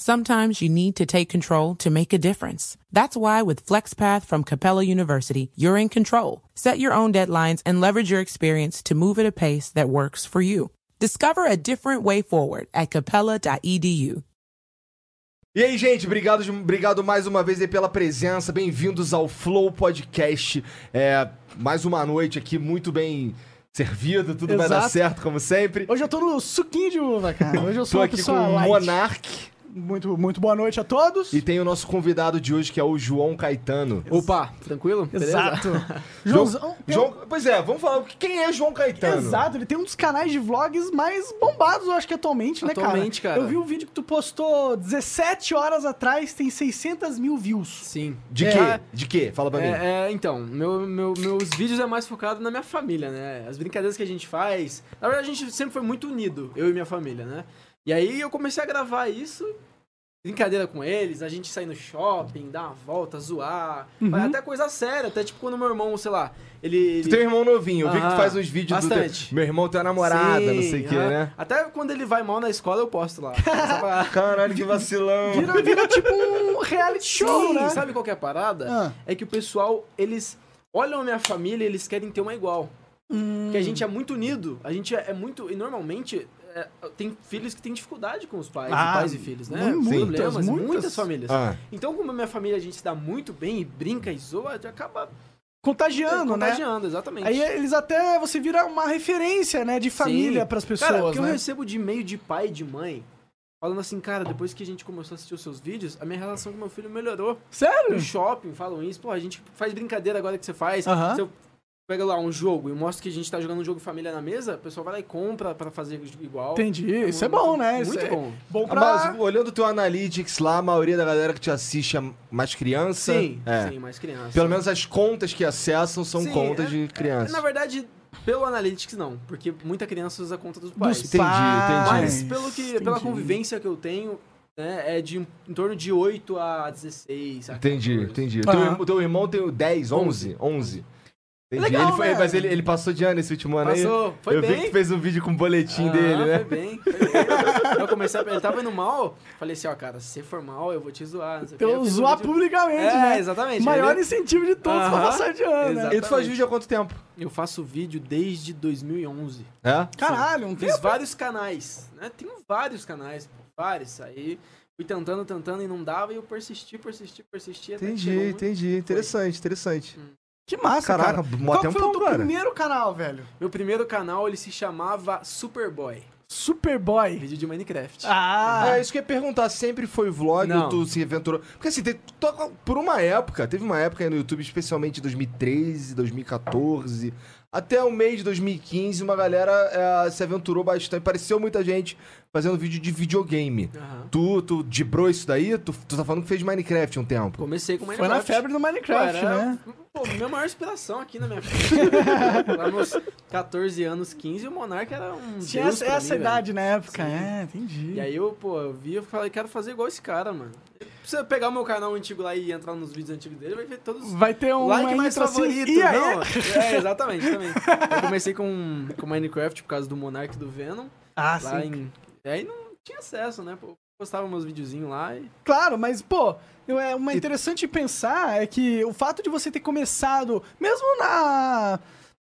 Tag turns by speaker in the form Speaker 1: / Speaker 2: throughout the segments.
Speaker 1: Sometimes you need to take control to make a difference. That's why with FlexPath from Capella University, you're in control. Set your own deadlines and leverage your experience to move at a pace that works for you. Discover a different way forward at capella.edu.
Speaker 2: E aí, gente, obrigado, de- obrigado mais uma vez aí pela presença. Bem-vindos ao Flow Podcast. É, mais uma noite aqui muito bem servida, tudo vai dar
Speaker 3: Exato.
Speaker 2: certo, como sempre.
Speaker 3: Hoje eu tô no suquinho de uva, cara. Hoje eu sou
Speaker 2: Tô
Speaker 3: uma
Speaker 2: aqui com
Speaker 3: pessoa
Speaker 4: um
Speaker 2: o
Speaker 3: light.
Speaker 2: Monark
Speaker 3: Muito, muito boa noite a todos.
Speaker 2: e tem o nosso convidado de hoje que é o João Caetano.
Speaker 4: Opa, tranquilo? Beleza?
Speaker 3: Exato. Joãozão. tem um-
Speaker 2: João, pois é, vamos falar quem é João Caetano.
Speaker 3: Exato, ele tem um dos canais de vlogs mais bombados, eu acho que atualmente, né, cara?
Speaker 4: Atualmente, cara.
Speaker 3: Eu vi um vídeo que tu postou 17 horas atrás, tem 600 mil views.
Speaker 4: Sim.
Speaker 2: De
Speaker 4: É,
Speaker 2: quê? De quê? Fala pra mim.
Speaker 4: É, é, então, meu, meu- meus vídeos é mais focado na minha família, né? As brincadeiras que a gente faz. Na verdade, a gente sempre foi muito unido, eu e minha família, né? E aí eu comecei a gravar isso, brincadeira com eles, a gente sair no shopping, dar uma volta, zoar. Até coisa séria, até tipo quando meu irmão, sei lá, ele.
Speaker 2: Tu tem um
Speaker 4: ele-
Speaker 2: irmão novinho, eu vi que tu
Speaker 3: Ah,
Speaker 4: Aham,
Speaker 2: faz uns vídeos do
Speaker 4: bastante.
Speaker 2: teu... Meu irmão tem uma namorada, não
Speaker 4: Sim,
Speaker 2: sei o quê,
Speaker 4: aham.
Speaker 2: né?
Speaker 4: Até quando ele vai mal na escola, eu posto lá. Só pra-
Speaker 2: Caralho, que vacilão.
Speaker 3: Vira, vira tipo um reality show,
Speaker 4: Sim,
Speaker 3: né?
Speaker 4: sabe qual que é a parada?
Speaker 3: Ah.
Speaker 4: É que o pessoal, eles olham a minha família e eles querem ter uma igual. Porque a gente é muito unido, a gente é, é muito... E normalmente, é, tem filhos que têm dificuldade com os pais,
Speaker 3: Ah,
Speaker 4: e pais e filhos, né?
Speaker 3: muitas,
Speaker 4: Problemas, muitas,
Speaker 3: muitas.
Speaker 4: famílias.
Speaker 2: Ah.
Speaker 4: Então, como a minha família, a gente se dá muito bem e brinca e zoa, acaba
Speaker 3: Contagiando, né?
Speaker 4: contagiando, exatamente.
Speaker 3: Aí eles até, você vira uma referência, né, de família pras pessoas,
Speaker 4: Cara, o que eu
Speaker 3: né?
Speaker 4: recebo de e-mail de pai e de mãe, falando assim, cara, depois que a gente começou a assistir os seus vídeos, a minha relação com meu filho melhorou.
Speaker 3: Sério?
Speaker 4: No shopping falam isso, pô, a gente faz brincadeira agora que você faz.
Speaker 3: Aham.
Speaker 4: Se eu pego lá um jogo e mostro que a gente tá jogando um jogo família na mesa, o pessoal vai lá e compra pra fazer igual.
Speaker 3: Entendi. Isso é
Speaker 4: muito-
Speaker 3: bom, né? Isso
Speaker 4: Muito
Speaker 3: é
Speaker 4: bom.
Speaker 3: Bom
Speaker 2: Ah,
Speaker 3: pra...
Speaker 2: Mas olhando o teu analytics lá, a maioria da galera que te assiste é mais criança.
Speaker 4: Sim,
Speaker 2: É.
Speaker 4: sim, mais criança.
Speaker 2: Pelo menos as contas que acessam são
Speaker 4: Sim,
Speaker 2: contas
Speaker 4: é-
Speaker 2: de criança.
Speaker 4: Na verdade, pelo Analytics não, porque muita criança usa a conta dos pais.
Speaker 2: Entendi, entendi.
Speaker 4: Mas pelo que, pela
Speaker 3: Entendi.
Speaker 4: convivência que eu tenho, né, é de em, em torno de 8 a 16. a
Speaker 2: Entendi,
Speaker 4: 14.
Speaker 2: entendi.
Speaker 3: Ah.
Speaker 2: Teu, irmão- teu irmão tem 10, 11? 11. Entendi.
Speaker 3: Legal,
Speaker 2: ele foi-
Speaker 3: né?
Speaker 2: Mas ele, ele passou de ano esse último ano aí.
Speaker 4: Passou, foi
Speaker 2: eu vi que
Speaker 4: bem.
Speaker 2: tu fez um vídeo com o boletim
Speaker 4: Ah,
Speaker 2: dele, né?
Speaker 4: Foi bem, foi bem. Eu comecei a... Ele tava indo mal, falei assim, ó, cara, se você for mal, eu vou te zoar. não sei o quê. Eu
Speaker 3: Então,
Speaker 4: fiz um
Speaker 3: zoar
Speaker 4: vídeo-
Speaker 3: publicamente,
Speaker 4: É,
Speaker 3: né?
Speaker 4: exatamente.
Speaker 3: Maior
Speaker 4: Ele-
Speaker 3: incentivo de todos pra
Speaker 4: Aham.
Speaker 3: passar de ano, né?
Speaker 4: Exato.
Speaker 2: E tu faz vídeo há quanto tempo?
Speaker 4: Eu faço vídeo desde 2011.
Speaker 2: É?
Speaker 3: Caralho, um
Speaker 4: Fiz
Speaker 3: tempo.
Speaker 4: vários canais, né? Tenho vários canais, pô, vários. Aí fui tentando, tentando e não dava, e eu persisti, persisti, persisti até que chegou
Speaker 2: Entendi,
Speaker 4: um-
Speaker 2: entendi. Interessante, interessante.
Speaker 3: Que
Speaker 4: Ah,
Speaker 3: massa,
Speaker 2: Caraca,
Speaker 3: cara.
Speaker 2: mó
Speaker 3: Qual que foi o
Speaker 2: tempão,
Speaker 3: teu
Speaker 2: cara.
Speaker 3: primeiro canal, velho?
Speaker 4: Meu primeiro canal, ele se chamava Superboy,
Speaker 3: Superboy.
Speaker 4: vídeo de Minecraft.
Speaker 3: Ah,
Speaker 2: É, isso que eu ia perguntar, sempre foi vlog
Speaker 4: Não.
Speaker 2: ou tu se aventurou? Porque assim, te- to- por uma época, teve uma época aí no YouTube, especialmente em 2013, 2014, até o mês de 2015, uma galera eh, se aventurou bastante, pareceu muita gente fazendo vídeo de videogame.
Speaker 4: Aham.
Speaker 2: Tu, tu dibrou isso daí? Tu, tu tá falando que fez Minecraft um tempo.
Speaker 4: Comecei com
Speaker 3: foi
Speaker 4: Minecraft.
Speaker 3: na febre do Minecraft,
Speaker 4: Pô, era-
Speaker 3: né?
Speaker 4: Pô, minha maior inspiração aqui na minha vida. Lá nos 14 anos, 15, o Monark era um
Speaker 3: Tinha
Speaker 4: deus
Speaker 3: essa,
Speaker 4: pra
Speaker 3: essa
Speaker 4: mim,
Speaker 3: idade na época.
Speaker 4: Sim.
Speaker 3: É,
Speaker 4: velho.
Speaker 3: entendi.
Speaker 4: E aí eu, pô, eu vi e falei, quero fazer igual esse cara, mano. Precisa pegar o meu canal antigo lá e entrar nos vídeos antigos dele, vai ver todos os
Speaker 3: Vai ter um
Speaker 4: like mais
Speaker 3: intro assim,
Speaker 4: favorito,
Speaker 3: e aí?
Speaker 4: não? É, exatamente, também. Eu comecei com, com Minecraft por causa do Monark e do Venom.
Speaker 3: Ah,
Speaker 4: lá
Speaker 3: sim.
Speaker 4: em... e Aí não tinha acesso, né? Pô, eu postava meus videozinhos lá e...
Speaker 3: Claro, mas, pô, eu- é uma interessante pensar é que o fato de você ter começado, mesmo na,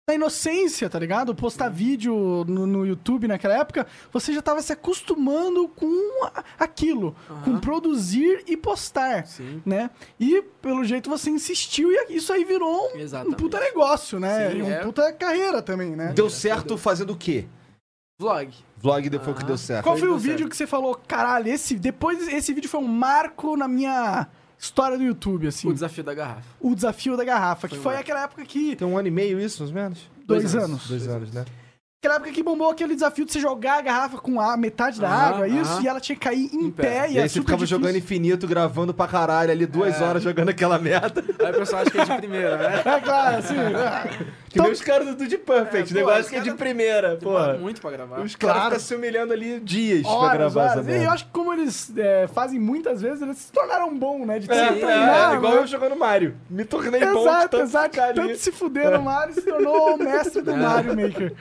Speaker 3: na inocência, tá ligado? Postar vídeo no, no YouTube naquela época, você já tava se acostumando com a- aquilo, com
Speaker 4: Aham.
Speaker 3: produzir e postar,
Speaker 4: Sim,
Speaker 3: né? E, pelo jeito, você insistiu e isso aí virou um, um
Speaker 4: exatamente.
Speaker 3: puta negócio, né?
Speaker 4: Sim,
Speaker 3: e um
Speaker 4: é.
Speaker 3: puta carreira também, né?
Speaker 2: Deu certo fazendo o quê?
Speaker 4: Vlog.
Speaker 2: Vlog depois que
Speaker 4: é Ah.
Speaker 2: deu certo.
Speaker 3: Qual foi o
Speaker 4: deu
Speaker 3: vídeo
Speaker 4: certo.
Speaker 3: que você falou, caralho, esse, depois esse vídeo foi um marco na minha história do YouTube, assim?
Speaker 4: O desafio da garrafa.
Speaker 3: O Desafio da Garrafa, que
Speaker 4: Foi
Speaker 3: foi
Speaker 4: uma-
Speaker 3: aquela época que.
Speaker 2: Tem um ano e meio isso, mais ou menos?
Speaker 3: Dois,
Speaker 4: Dois
Speaker 3: anos.
Speaker 4: anos.
Speaker 2: Dois anos, né?
Speaker 3: Aquela época que bombou aquele desafio de você jogar a garrafa com a metade da
Speaker 2: Ah,
Speaker 4: Aham,
Speaker 3: água, é isso,
Speaker 4: aham.
Speaker 3: e ela tinha que cair em,
Speaker 4: Em
Speaker 3: pé,
Speaker 4: pé.
Speaker 3: e,
Speaker 2: E
Speaker 3: era
Speaker 2: aí você
Speaker 3: super
Speaker 2: ficava
Speaker 3: difícil.
Speaker 2: jogando infinito, gravando pra
Speaker 4: É.
Speaker 2: caralho ali, duas horas jogando aquela merda.
Speaker 4: Aí o pessoal acha que é de primeira, né?
Speaker 3: É claro, assim.
Speaker 2: Que nem os caras do Dude Perfect,
Speaker 4: É, pô,
Speaker 2: negócio
Speaker 4: os
Speaker 2: que é de
Speaker 4: cara-
Speaker 2: primeira, pô.
Speaker 4: Demora Tipo, muito pra gravar.
Speaker 2: Os caras
Speaker 3: Claro.
Speaker 2: ficam se humilhando ali dias pra
Speaker 3: Horas,
Speaker 2: gravar essa
Speaker 3: horas. E eu
Speaker 2: merda.
Speaker 3: acho que como eles é, fazem muitas vezes, eles se tornaram bom, né? De
Speaker 2: É,
Speaker 3: tanto
Speaker 2: é,
Speaker 3: treinar,
Speaker 2: é, igual
Speaker 3: né?
Speaker 2: eu jogando Mario. Me tornei bom de
Speaker 3: Exato,
Speaker 2: tanto
Speaker 3: exato.
Speaker 2: ficar ali. É.
Speaker 3: Tanto se fuder no Mario, se tornou o mestre do Mario Maker.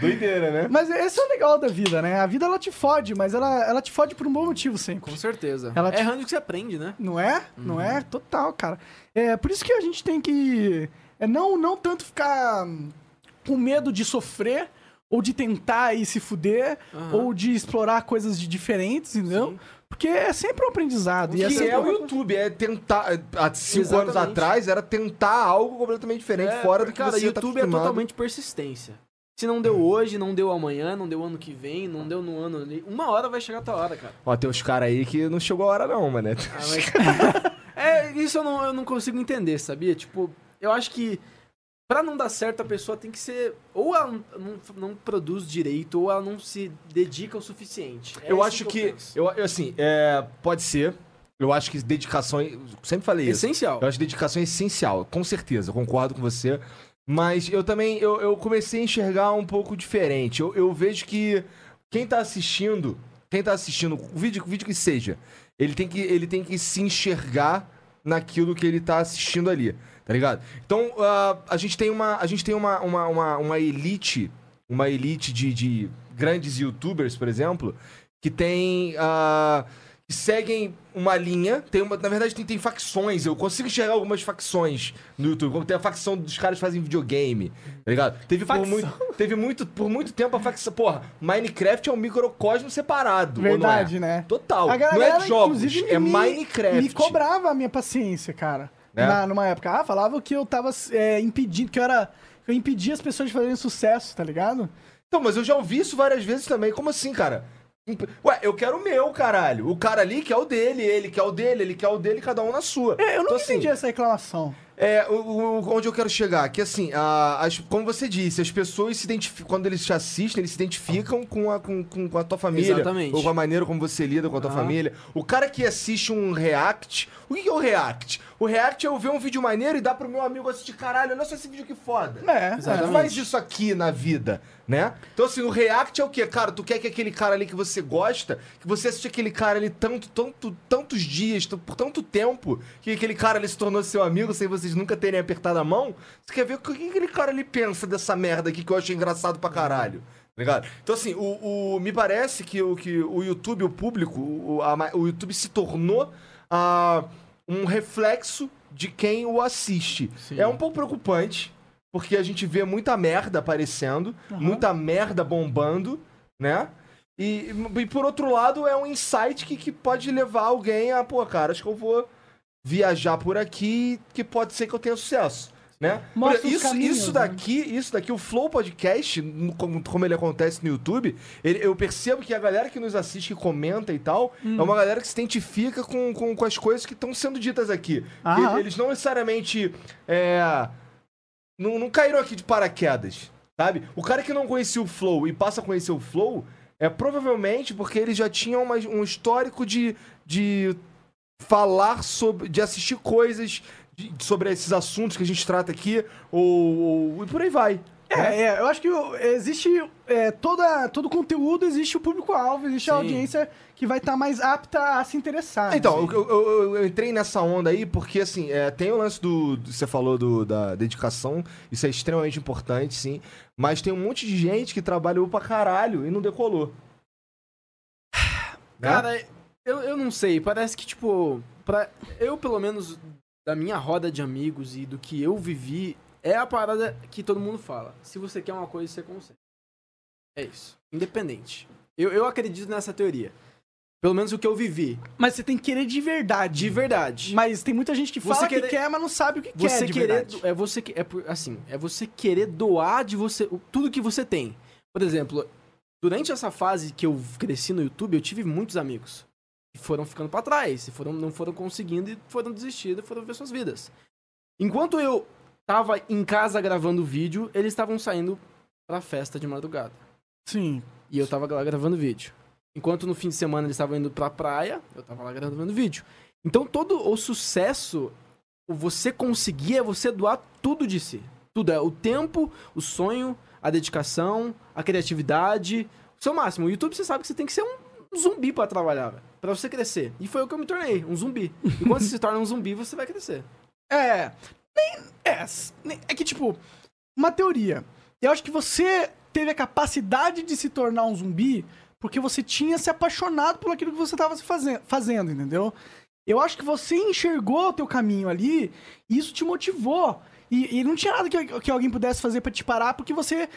Speaker 2: Doideira, né?
Speaker 3: Mas esse é o legal da vida, né? A vida ela te fode, mas ela, ela te fode por um bom motivo sempre.
Speaker 4: Com certeza.
Speaker 3: Ela
Speaker 4: Ela
Speaker 3: te-
Speaker 4: É errando que você aprende, né?
Speaker 3: Não é? Não
Speaker 2: Uhum.
Speaker 3: é? Total, cara. É por isso que a gente tem que é, não, não tanto ficar hum, com medo de sofrer ou de tentar e se fuder
Speaker 4: Aham.
Speaker 3: ou de explorar coisas de diferentes, entendeu? Porque é sempre um aprendizado. E é
Speaker 2: Que
Speaker 3: sempre
Speaker 2: é
Speaker 3: uma
Speaker 2: o YouTube, é tentar. Há cinco anos
Speaker 4: Exatamente.
Speaker 2: atrás era tentar algo completamente diferente, fora do que
Speaker 4: cara,
Speaker 2: você tá
Speaker 4: YouTube é
Speaker 2: acostumado.
Speaker 4: totalmente persistência. Se não deu hoje, não deu amanhã, não deu ano que vem, não deu no ano ali. Uma hora vai chegar a tua hora, cara.
Speaker 2: Ó, tem uns caras aí que não chegou a hora, não, mano.
Speaker 4: Ah, mas- é, isso eu não, eu não consigo entender, sabia? Tipo, eu acho que pra não dar certo a pessoa tem que ser. Ou ela não, não- não produz direito, ou ela não se dedica o suficiente. É
Speaker 2: eu
Speaker 4: isso
Speaker 2: acho que.
Speaker 4: penso.
Speaker 2: Eu, eu, assim, é, pode ser. Eu acho que dedicação. eu Sempre falei é isso.
Speaker 4: Essencial.
Speaker 2: Eu acho dedicação é essencial, com certeza, concordo com você. Mas eu também, eu, eu comecei a enxergar um pouco diferente. Eu, eu vejo que quem tá assistindo, quem tá assistindo, o vídeo, o vídeo que seja, ele tem que, ele tem que se enxergar naquilo que ele tá assistindo ali, tá ligado? Então, ah, a gente tem uma, a gente tem uma, uma, uma, uma elite, uma elite de, de grandes youtubers, por exemplo, que tem... ah, que seguem uma linha. Tem uma, na verdade, tem, tem facções. Eu consigo enxergar algumas facções no YouTube. Como tem a facção dos caras que fazem videogame, tá ligado? Teve por,
Speaker 3: Facção.
Speaker 2: muito, teve muito, por muito tempo a facção. Porra, Minecraft é um microcosmo separado. ou não é?
Speaker 3: Verdade, né?
Speaker 2: Total.
Speaker 3: A
Speaker 2: não é
Speaker 3: galera,
Speaker 2: de jogos,
Speaker 3: inclusive,
Speaker 2: é
Speaker 3: me-
Speaker 2: Minecraft.
Speaker 3: Me cobrava a minha paciência, cara.
Speaker 2: Né?
Speaker 3: Na- numa época. Ah, falava que eu tava é, impedindo, que eu era. que eu impedia as pessoas de fazerem sucesso, tá ligado?
Speaker 2: Então, mas eu já ouvi isso várias vezes também. Como assim, cara? Ué, eu quero o meu, caralho. O cara ali quer o dele, ele quer o dele, ele quer o dele, cada um na sua.
Speaker 3: É, eu
Speaker 2: Então,
Speaker 3: não
Speaker 2: assim,
Speaker 3: entendi essa reclamação.
Speaker 2: É, o- o- onde eu quero chegar, que assim, a- as- como você disse, as pessoas se identificam, quando eles te assistem, eles se identificam com a, com, com- com a tua família.
Speaker 4: Exatamente.
Speaker 2: Ou com a maneira como você lida com a tua
Speaker 4: Aham.
Speaker 2: família. O cara que assiste um react, o que que é o react? O react é eu ver um vídeo maneiro e dar pro meu amigo assistir, caralho, olha só esse vídeo que foda.
Speaker 3: É,
Speaker 2: Tu
Speaker 4: Exatamente.
Speaker 2: faz isso aqui na vida, né? Então, assim, o react é o quê? Cara, tu quer que aquele cara ali que você gosta, que você assiste aquele cara ali tanto, tanto, tantos dias, t- por tanto tempo, que aquele cara ali se tornou seu amigo sem vocês nunca terem apertado a mão, você quer ver o que o que aquele cara ali pensa dessa merda aqui que eu acho engraçado pra caralho. tá Ligado? Então, assim, o, o- me parece que o, que o YouTube, o público, o, a ma- o YouTube se tornou ah, um reflexo de quem o assiste.
Speaker 4: Sim.
Speaker 2: É um pouco preocupante, porque a gente vê muita merda aparecendo,
Speaker 3: Aham.
Speaker 2: muita merda bombando, né? E, e por outro lado, é um insight que, que pode levar alguém a, pô, cara, acho que eu vou viajar por aqui, que pode ser que eu tenha sucesso. Né?
Speaker 3: Mostra
Speaker 2: Por-
Speaker 3: os
Speaker 2: isso,
Speaker 3: caminhos,
Speaker 2: isso
Speaker 3: né?
Speaker 2: daqui, isso daqui, o Flow Podcast, no- como, como ele acontece no YouTube, ele- eu percebo que a galera que nos assiste, que comenta e tal, é uma galera que se identifica com, com, com as coisas que estão sendo ditas aqui.
Speaker 3: Aham.
Speaker 2: E- Eles não necessariamente. é, não, não caíram aqui de paraquedas, sabe? O cara que não conhecia o Flow e passa a conhecer o Flow é provavelmente porque ele já tinha uma- um histórico de, de falar sobre. de assistir coisas de- sobre esses assuntos que a gente trata aqui, ou, ou- e por aí vai. né?
Speaker 4: Né?
Speaker 3: É, é, eu acho que o- existe é, toda, todo conteúdo, existe o público-alvo, existe a
Speaker 4: Sim.
Speaker 3: audiência que vai estar mais apta a se interessar. né?
Speaker 2: Então, eu, eu- eu- eu entrei nessa onda aí porque, assim, é, tem o lance do. do- Você falou do- da dedicação, isso é extremamente importante, sim. Mas tem um monte de gente que trabalhou pra caralho e não decolou. Né?
Speaker 4: Cara, eu, eu não sei, parece que, tipo, pra, eu, pelo menos, da minha roda de amigos e do que eu vivi, é a parada que todo mundo fala. Se você quer uma coisa, você consegue. É isso. Independente. Eu, eu acredito nessa teoria. Pelo menos o que eu vivi.
Speaker 3: Mas você tem que querer de verdade.
Speaker 4: De verdade.
Speaker 3: Mas tem muita gente que
Speaker 4: Você
Speaker 3: fala que
Speaker 4: querer-
Speaker 3: quer, mas não sabe o que
Speaker 4: você
Speaker 3: quer de
Speaker 4: querer
Speaker 3: verdade.
Speaker 4: é você que- é por- assim é você querer doar de você o- tudo que você tem por exemplo durante essa fase que eu cresci no YouTube eu tive muitos amigos que foram ficando pra trás e foram não foram conseguindo e foram desistindo e foram ver suas vidas enquanto eu tava em casa gravando vídeo eles estavam saindo pra festa de madrugada
Speaker 3: Sim.
Speaker 4: e eu tava lá gravando vídeo. Enquanto no fim de semana eles estavam indo pra praia, eu tava lá gravando vídeo. Então todo o sucesso, o você conseguir é você doar tudo de si. Tudo. É o tempo, o sonho, a dedicação, a criatividade. O seu máximo. O YouTube você sabe que você tem que ser um zumbi pra trabalhar, velho. Pra você crescer. E foi o que eu me tornei, um zumbi. E quando você se torna um zumbi, você vai crescer.
Speaker 3: É. Nem, é. s- nem- É que, tipo, uma teoria. Eu acho que você teve a capacidade de se tornar um zumbi porque você tinha se apaixonado por aquilo que você estava fazendo, entendeu? Eu acho que você enxergou o teu caminho ali e isso te motivou. E, e não tinha nada que, que alguém pudesse fazer pra te parar porque você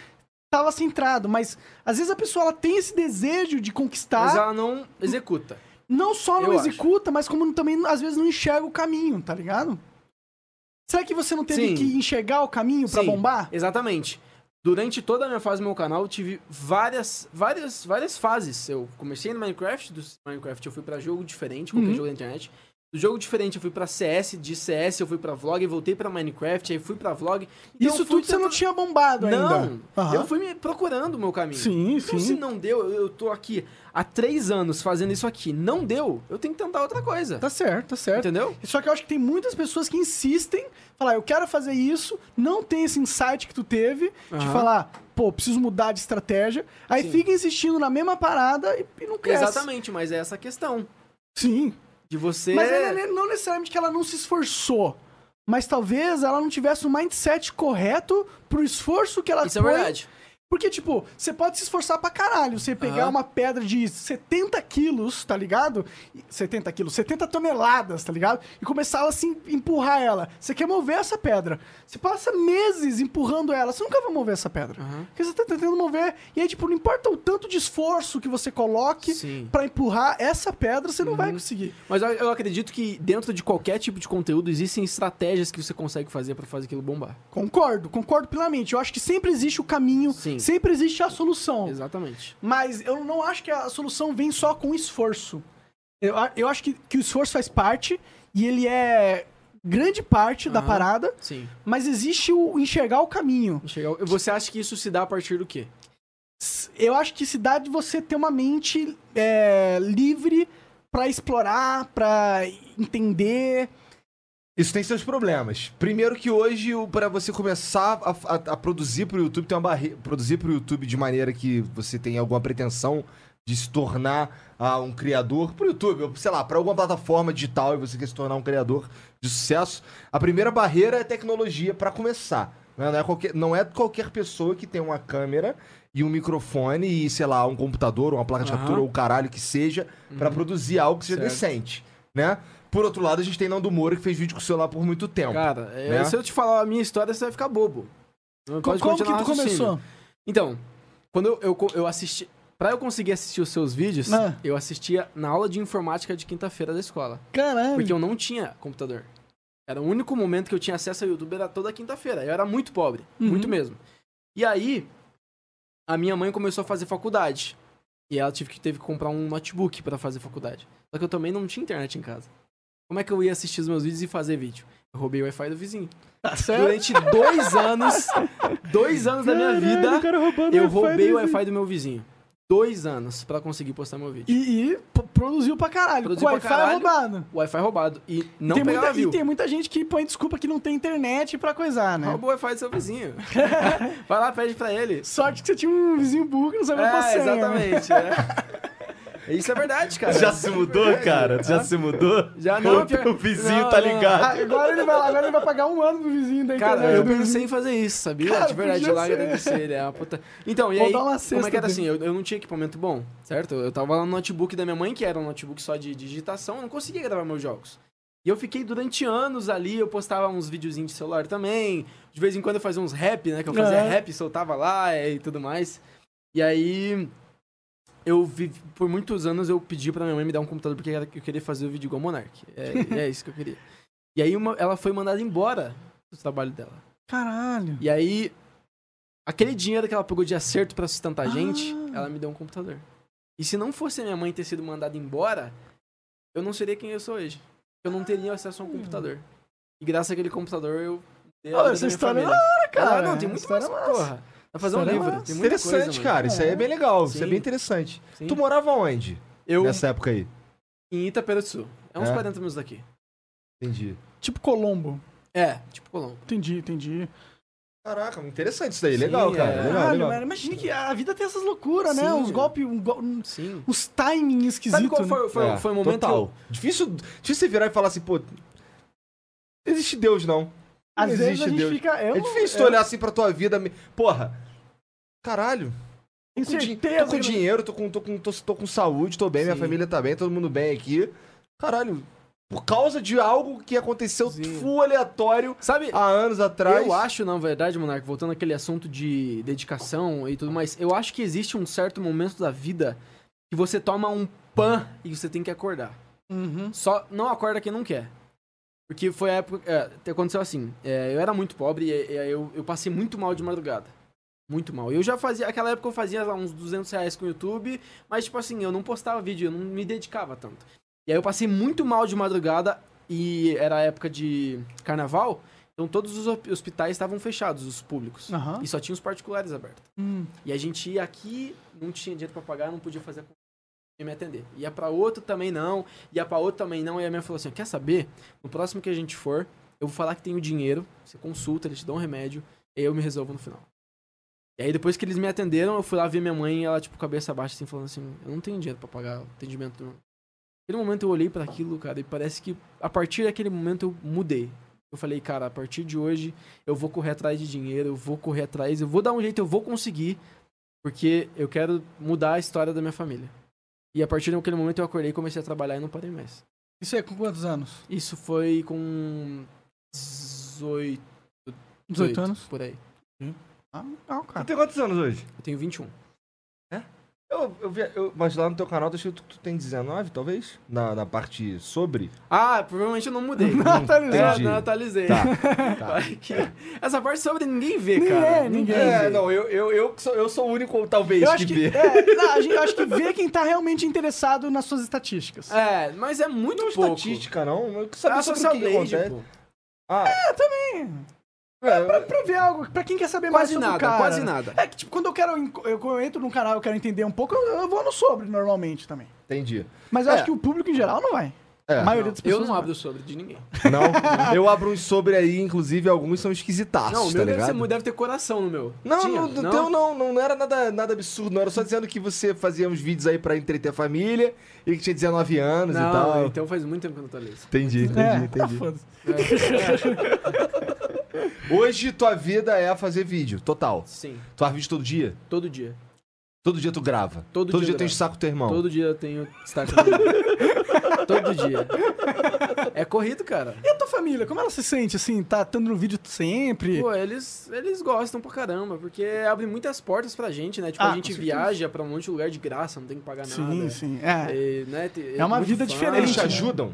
Speaker 3: tava centrado. Mas às vezes a pessoa ela tem esse desejo de conquistar
Speaker 4: Mas ela não executa.
Speaker 3: não só não
Speaker 4: Eu acho.
Speaker 3: executa, mas como também às vezes não enxerga o caminho, tá ligado? Será que você não teve
Speaker 4: Sim.
Speaker 3: que enxergar o caminho pra
Speaker 4: Sim,
Speaker 3: bombar?
Speaker 4: Exatamente. Durante toda a minha fase no meu canal, eu tive várias, várias, várias fases. Eu comecei no Minecraft, do Minecraft eu fui pra jogo diferente, qualquer
Speaker 3: Uhum.
Speaker 4: jogo da internet. Do jogo diferente eu fui pra CS, de CS eu fui pra vlog, voltei pra Minecraft, aí fui pra vlog. Então,
Speaker 3: Isso
Speaker 4: eu fui
Speaker 3: tudo você não
Speaker 4: tentando-
Speaker 3: tinha bombado ainda.
Speaker 4: Não,
Speaker 3: Aham.
Speaker 4: eu fui me procurando o meu caminho.
Speaker 3: Sim,
Speaker 4: Então, se não deu, eu, eu tô aqui há três anos fazendo isso aqui, não deu, eu tenho que tentar outra coisa.
Speaker 3: Tá certo, tá certo.
Speaker 4: Entendeu?
Speaker 3: Só que eu acho que tem muitas pessoas que insistem, falar, eu quero fazer isso, não tem esse insight que tu teve, de
Speaker 4: Aham.
Speaker 3: falar, pô, preciso mudar de estratégia, aí
Speaker 4: Sim.
Speaker 3: fica insistindo na mesma parada e, e não cresce.
Speaker 4: Exatamente, mas é essa a questão.
Speaker 3: Sim.
Speaker 4: De você.
Speaker 3: Mas ela, né, não necessariamente que ela não se esforçou. Mas talvez ela não tivesse o mindset correto pro esforço que ela
Speaker 4: Isso é
Speaker 3: põe.
Speaker 4: verdade.
Speaker 3: Porque, tipo, você pode se esforçar pra caralho. Você pegar
Speaker 4: Aham.
Speaker 3: uma pedra de 70 quilos, tá ligado? E- 70 quilos, 70 toneladas, tá ligado? E começar a assim, empurrar ela. Você quer mover essa pedra. Você passa meses empurrando ela. Você nunca vai mover essa pedra.
Speaker 4: Aham.
Speaker 3: Porque você tá tentando mover. E aí, tipo, não importa o tanto de esforço que você coloque
Speaker 4: Sim. Uhum.
Speaker 3: pra empurrar essa pedra, você não vai conseguir.
Speaker 4: Mas eu, eu acredito que dentro de qualquer tipo de conteúdo existem estratégias que você consegue fazer pra fazer aquilo bombar.
Speaker 3: Concordo, concordo plenamente. Eu acho que sempre existe o caminho,
Speaker 4: Sim.
Speaker 3: sempre existe a solução.
Speaker 4: Exatamente.
Speaker 3: Mas eu não acho que a solução vem só com esforço. Eu, a- eu acho que, que o esforço faz parte e ele é grande parte da
Speaker 4: Aham.
Speaker 3: parada,
Speaker 4: Sim.
Speaker 3: mas existe o enxergar o caminho.
Speaker 4: Enxergar o- Você acha que isso se dá a partir do quê?
Speaker 3: S- Eu acho que se dá de você ter uma mente é, livre pra explorar, pra entender.
Speaker 2: Isso tem seus problemas. Primeiro que hoje, o- pra você começar a, a, a produzir pro YouTube, tem uma barreira. Produzir pro YouTube de maneira que você tem alguma pretensão de se tornar ah, um criador pro YouTube, ou, sei lá, pra alguma plataforma digital e você quer se tornar um criador de sucesso, a primeira barreira é tecnologia pra começar. né? Não é, qualquer, não é qualquer pessoa que tem uma câmera e um microfone e, sei lá, um computador, uma placa de
Speaker 4: Aham. Uhum.
Speaker 2: captura ou o caralho que seja, pra produzir algo que seja
Speaker 4: Certo.
Speaker 2: decente, né? Por outro lado, a gente tem Nando Moura que fez vídeo com o celular por muito tempo.
Speaker 4: Cara, é,
Speaker 2: Né?
Speaker 4: se eu te falar a minha história, você vai ficar bobo. Não
Speaker 3: Co-
Speaker 4: pode
Speaker 3: Como que
Speaker 4: continuar
Speaker 3: tu
Speaker 4: o raciocínio.
Speaker 3: começou?
Speaker 4: Então, quando eu, eu, co- eu assisti. Pra eu conseguir assistir os seus vídeos,
Speaker 3: Ah.
Speaker 4: eu assistia na aula de informática de quinta-feira da escola.
Speaker 3: Caralho.
Speaker 4: Porque eu não tinha computador. Era o único momento que eu tinha acesso ao YouTube era toda quinta-feira. Eu era muito pobre,
Speaker 3: Uhum.
Speaker 4: muito mesmo. E aí, a minha mãe começou a fazer faculdade. E ela tive que, teve que comprar um notebook pra fazer faculdade. Só que eu também não tinha internet em casa. Como é que eu ia assistir os meus vídeos e fazer vídeo? Eu roubei o Wi-Fi do vizinho.
Speaker 3: Tá
Speaker 4: Durante dois anos, dois anos da minha vida, eu roubei o Wi-Fi do meu vizinho. Dois anos pra conseguir postar meu vídeo.
Speaker 3: E, e p- produziu pra caralho.
Speaker 4: Produziu
Speaker 3: com
Speaker 4: pra
Speaker 3: Wi-Fi é
Speaker 4: caralho.
Speaker 3: roubado.
Speaker 4: Wi-Fi roubado. E não
Speaker 3: tem
Speaker 4: pegava
Speaker 3: muita,
Speaker 4: view.
Speaker 3: e tem muita gente que põe desculpa que não tem internet pra coisar, né?
Speaker 4: Rouba o Wi-Fi do é seu vizinho. Vai lá, pede pra ele.
Speaker 3: Sorte que você tinha um vizinho burro que não sabia qual
Speaker 4: É,
Speaker 3: senha, né?
Speaker 4: exatamente. é. Isso é verdade, cara.
Speaker 5: Já se mudou, cara? Já se mudou?
Speaker 4: Já não,
Speaker 5: O
Speaker 4: pior-
Speaker 5: teu vizinho
Speaker 4: não,
Speaker 5: tá
Speaker 4: não, não.
Speaker 5: ligado.
Speaker 3: Ah, agora, ele vai, agora ele vai pagar um ano pro vizinho da
Speaker 4: Cara,
Speaker 3: internet.
Speaker 4: eu
Speaker 3: do
Speaker 4: pensei
Speaker 3: vizinho.
Speaker 4: em fazer isso, sabia?
Speaker 3: Cara,
Speaker 4: De verdade,
Speaker 3: podia
Speaker 4: lá
Speaker 3: ser.
Speaker 4: agradecer ele. É uma puta... Então, e
Speaker 3: Vou
Speaker 4: aí,
Speaker 3: dar uma
Speaker 4: como é que
Speaker 3: cesta
Speaker 4: era
Speaker 3: dele.
Speaker 4: assim? Eu, eu não tinha equipamento bom, certo? Eu tava lá no notebook da minha mãe, que era um notebook só de digitação, eu não conseguia gravar meus jogos. E eu fiquei durante anos ali, eu postava uns videozinhos de celular também, de vez em quando eu fazia uns rap, né? Que eu fazia
Speaker 3: Aham.
Speaker 4: rap, soltava lá é, e tudo mais. E aí, eu vi, por muitos anos eu pedi pra minha mãe me dar um computador porque era- eu queria fazer o vídeo igual Monark. É, é isso que eu queria. E aí uma- ela foi mandada embora do trabalho dela.
Speaker 3: Caralho.
Speaker 4: E aí, aquele dinheiro que ela pagou de acerto pra sustentar a gente,
Speaker 3: Ah.
Speaker 4: ela me deu um computador. E se não fosse a minha mãe ter sido mandada embora, eu não seria quem eu sou hoje. Eu não teria acesso a um computador. E graças àquele computador eu. dei a
Speaker 3: Olha,
Speaker 4: vida
Speaker 3: essa
Speaker 4: da minha
Speaker 3: história é
Speaker 4: família.
Speaker 3: cara.
Speaker 4: Ah, não, tem muito
Speaker 3: Essa história
Speaker 4: mais,
Speaker 3: é massa.
Speaker 4: porra. Dá pra fazer um
Speaker 3: História é
Speaker 4: livro.
Speaker 3: massa.
Speaker 4: Tem muita coisa,
Speaker 2: Interessante,
Speaker 4: mano.
Speaker 2: cara. Isso aí é bem legal. Isso é
Speaker 4: Sim.
Speaker 2: bem interessante.
Speaker 4: Sim.
Speaker 2: Tu morava onde
Speaker 4: Eu,
Speaker 2: nessa época aí?
Speaker 4: em Itapera do Sul. É uns
Speaker 2: É?
Speaker 4: 40 minutos daqui.
Speaker 2: Entendi.
Speaker 3: Tipo Colombo.
Speaker 4: É, tipo Colombo.
Speaker 3: Entendi, entendi.
Speaker 2: Caraca, interessante isso daí. Legal,
Speaker 4: Sim,
Speaker 2: cara.
Speaker 4: é.
Speaker 2: Legal,
Speaker 3: Caralho,
Speaker 2: legal.
Speaker 3: mano, imagina que a vida tem essas loucuras, né?
Speaker 4: Sim,
Speaker 3: Uns
Speaker 4: é.
Speaker 3: golpes, um go- um-
Speaker 4: Sim.
Speaker 3: uns timing
Speaker 4: Sabe
Speaker 3: esquisitos.
Speaker 4: qual
Speaker 3: né?
Speaker 4: foi, foi, um-
Speaker 2: É,
Speaker 4: foi o momento
Speaker 2: total. Difícil, difícil você virar e falar assim, pô, não existe Deus, não.
Speaker 3: Às
Speaker 2: Não
Speaker 3: vezes
Speaker 2: existe
Speaker 3: a gente
Speaker 2: Deus.
Speaker 3: fica. eu
Speaker 2: é
Speaker 3: não-
Speaker 2: difícil tu
Speaker 3: eu
Speaker 2: olhar assim pra tua vida. me- Porra, caralho.
Speaker 3: tenho
Speaker 2: Tô com, din-
Speaker 3: certeza
Speaker 2: tô com
Speaker 3: que-
Speaker 2: dinheiro, tô com, tô, com, tô, tô com saúde, tô bem, minha
Speaker 4: Sim.
Speaker 2: família tá bem, todo mundo bem aqui. Caralho, por causa de algo que aconteceu
Speaker 4: Sim.
Speaker 2: full aleatório
Speaker 4: Sabe,
Speaker 2: há anos atrás.
Speaker 4: Eu acho, na verdade, Monark, voltando àquele assunto de dedicação e tudo mais, eu acho que existe um certo momento da vida que você toma um pan e você tem que acordar.
Speaker 3: Uhum.
Speaker 4: Só não acorda quem não quer. Porque foi a época. É, aconteceu assim. é, eu era muito pobre e, e aí eu, eu passei muito mal de madrugada. Muito mal. Eu já fazia. Aquela época eu fazia lá, uns 200 reais com o YouTube, mas tipo assim, eu não postava vídeo, eu não me dedicava tanto. E aí eu passei muito mal de madrugada e era a época de carnaval, então todos os hop- hospitais estavam fechados, os públicos.
Speaker 3: Aham.
Speaker 4: E só tinha os particulares abertos.
Speaker 3: Hum.
Speaker 4: E a gente ia aqui, não tinha dinheiro pra pagar, não podia fazer a consulta, ia me atender. Ia pra outro também não, ia pra outro também não. E a minha falou assim: quer saber? No próximo que a gente for, eu vou falar que tenho dinheiro, você consulta, eles te dão um remédio, e eu me resolvo no final. E aí depois que eles me atenderam, eu fui lá ver minha mãe e ela, tipo, cabeça baixa, assim, falando assim, eu não tenho dinheiro pra pagar o atendimento. Não. Naquele momento eu olhei pra aquilo, cara, e parece que a partir daquele momento eu mudei. Eu falei, cara, a partir de hoje eu vou correr atrás de dinheiro, eu vou correr atrás, eu vou dar um jeito, eu vou conseguir, porque eu quero mudar a história da minha família. E a partir daquele momento eu acordei, comecei a trabalhar e não parei mais.
Speaker 3: Isso é com quantos anos?
Speaker 4: Isso foi com 18,
Speaker 3: 18 anos?
Speaker 4: por aí.
Speaker 3: Ah, legal,
Speaker 2: Tu
Speaker 3: cara.
Speaker 2: tem quantos anos hoje?
Speaker 4: Eu tenho 21.
Speaker 2: Eu, eu vi, eu- mas lá no teu canal tá escrito que tu tem 19, talvez? Na, na parte sobre?
Speaker 4: Ah, provavelmente eu não mudei.
Speaker 3: Natalizou.
Speaker 4: É,
Speaker 2: Entendi.
Speaker 4: não atualizei.
Speaker 2: Tá.
Speaker 4: Vai que- Essa parte sobre ninguém vê,
Speaker 3: Nem
Speaker 4: cara.
Speaker 3: é, ninguém
Speaker 2: É, não, eu, eu, eu, que sou, eu sou o único, talvez,
Speaker 3: Eu acho
Speaker 2: que
Speaker 3: que,
Speaker 2: vê.
Speaker 3: é, não, a gente, eu acho que vê quem tá realmente interessado nas suas estatísticas.
Speaker 4: É, mas é muito
Speaker 2: Não é
Speaker 4: pouco.
Speaker 2: estatística, não. Eu quero
Speaker 4: É
Speaker 2: saber
Speaker 4: a
Speaker 2: sobre
Speaker 4: social
Speaker 2: o que, que
Speaker 4: blade,
Speaker 2: acontece.
Speaker 4: pô.
Speaker 2: Ah,
Speaker 3: Também.
Speaker 2: é,
Speaker 3: Pra ver algo, pra quem quer saber mais
Speaker 4: Quase
Speaker 3: sobre o
Speaker 4: nada,
Speaker 3: cara.
Speaker 4: quase nada.
Speaker 3: É que, tipo, quando eu quero. en- Eu, quando eu entro num canal e eu quero entender um pouco, eu, eu vou no sobre normalmente também.
Speaker 2: entendi.
Speaker 3: Mas eu
Speaker 2: É.
Speaker 3: acho que o público em geral não vai.
Speaker 2: É.
Speaker 3: a maioria das pessoas.
Speaker 4: Eu não abro sobre de ninguém.
Speaker 2: Não, eu abro uns sobre aí, inclusive alguns são esquisitaços,
Speaker 4: Não, o
Speaker 2: tá
Speaker 4: meu deve,
Speaker 2: ligado?
Speaker 4: ser, mu- deve ter coração no meu.
Speaker 2: Não,
Speaker 4: Tinha?
Speaker 2: não, não, teu não, não, não era nada, nada absurdo, não. Era só dizendo que você fazia uns vídeos aí pra entreter a família e que tinha 19 anos
Speaker 4: Não,
Speaker 2: e tal.
Speaker 4: então faz muito tempo que eu não É, atualizo.
Speaker 2: Entendi, entendi,
Speaker 3: É, tá
Speaker 2: entendi.
Speaker 3: foda-se.
Speaker 2: Hoje tua vida é fazer vídeo, total.
Speaker 4: Sim,
Speaker 2: Tu faz vídeo todo dia?
Speaker 4: todo dia.
Speaker 2: Todo dia tu grava.
Speaker 4: Todo dia eu
Speaker 2: tem
Speaker 4: gravo.
Speaker 2: saco com teu irmão.
Speaker 4: Todo dia eu tenho destaque. no meu. todo dia. É corrido, cara.
Speaker 3: E a tua família, como ela se sente assim? Tá tendo no vídeo sempre?
Speaker 4: Pô, eles, eles gostam pra caramba, porque abre muitas portas pra gente, né? Tipo,
Speaker 3: Ah,
Speaker 4: a gente
Speaker 3: com certeza.
Speaker 4: viaja pra um monte de lugar de graça, não tem que pagar
Speaker 3: sim,
Speaker 4: nada.
Speaker 3: sim. É.
Speaker 4: E, né, te-
Speaker 3: É uma
Speaker 4: muito
Speaker 3: vida
Speaker 4: fã.
Speaker 3: diferente,
Speaker 2: Eles te ajudam?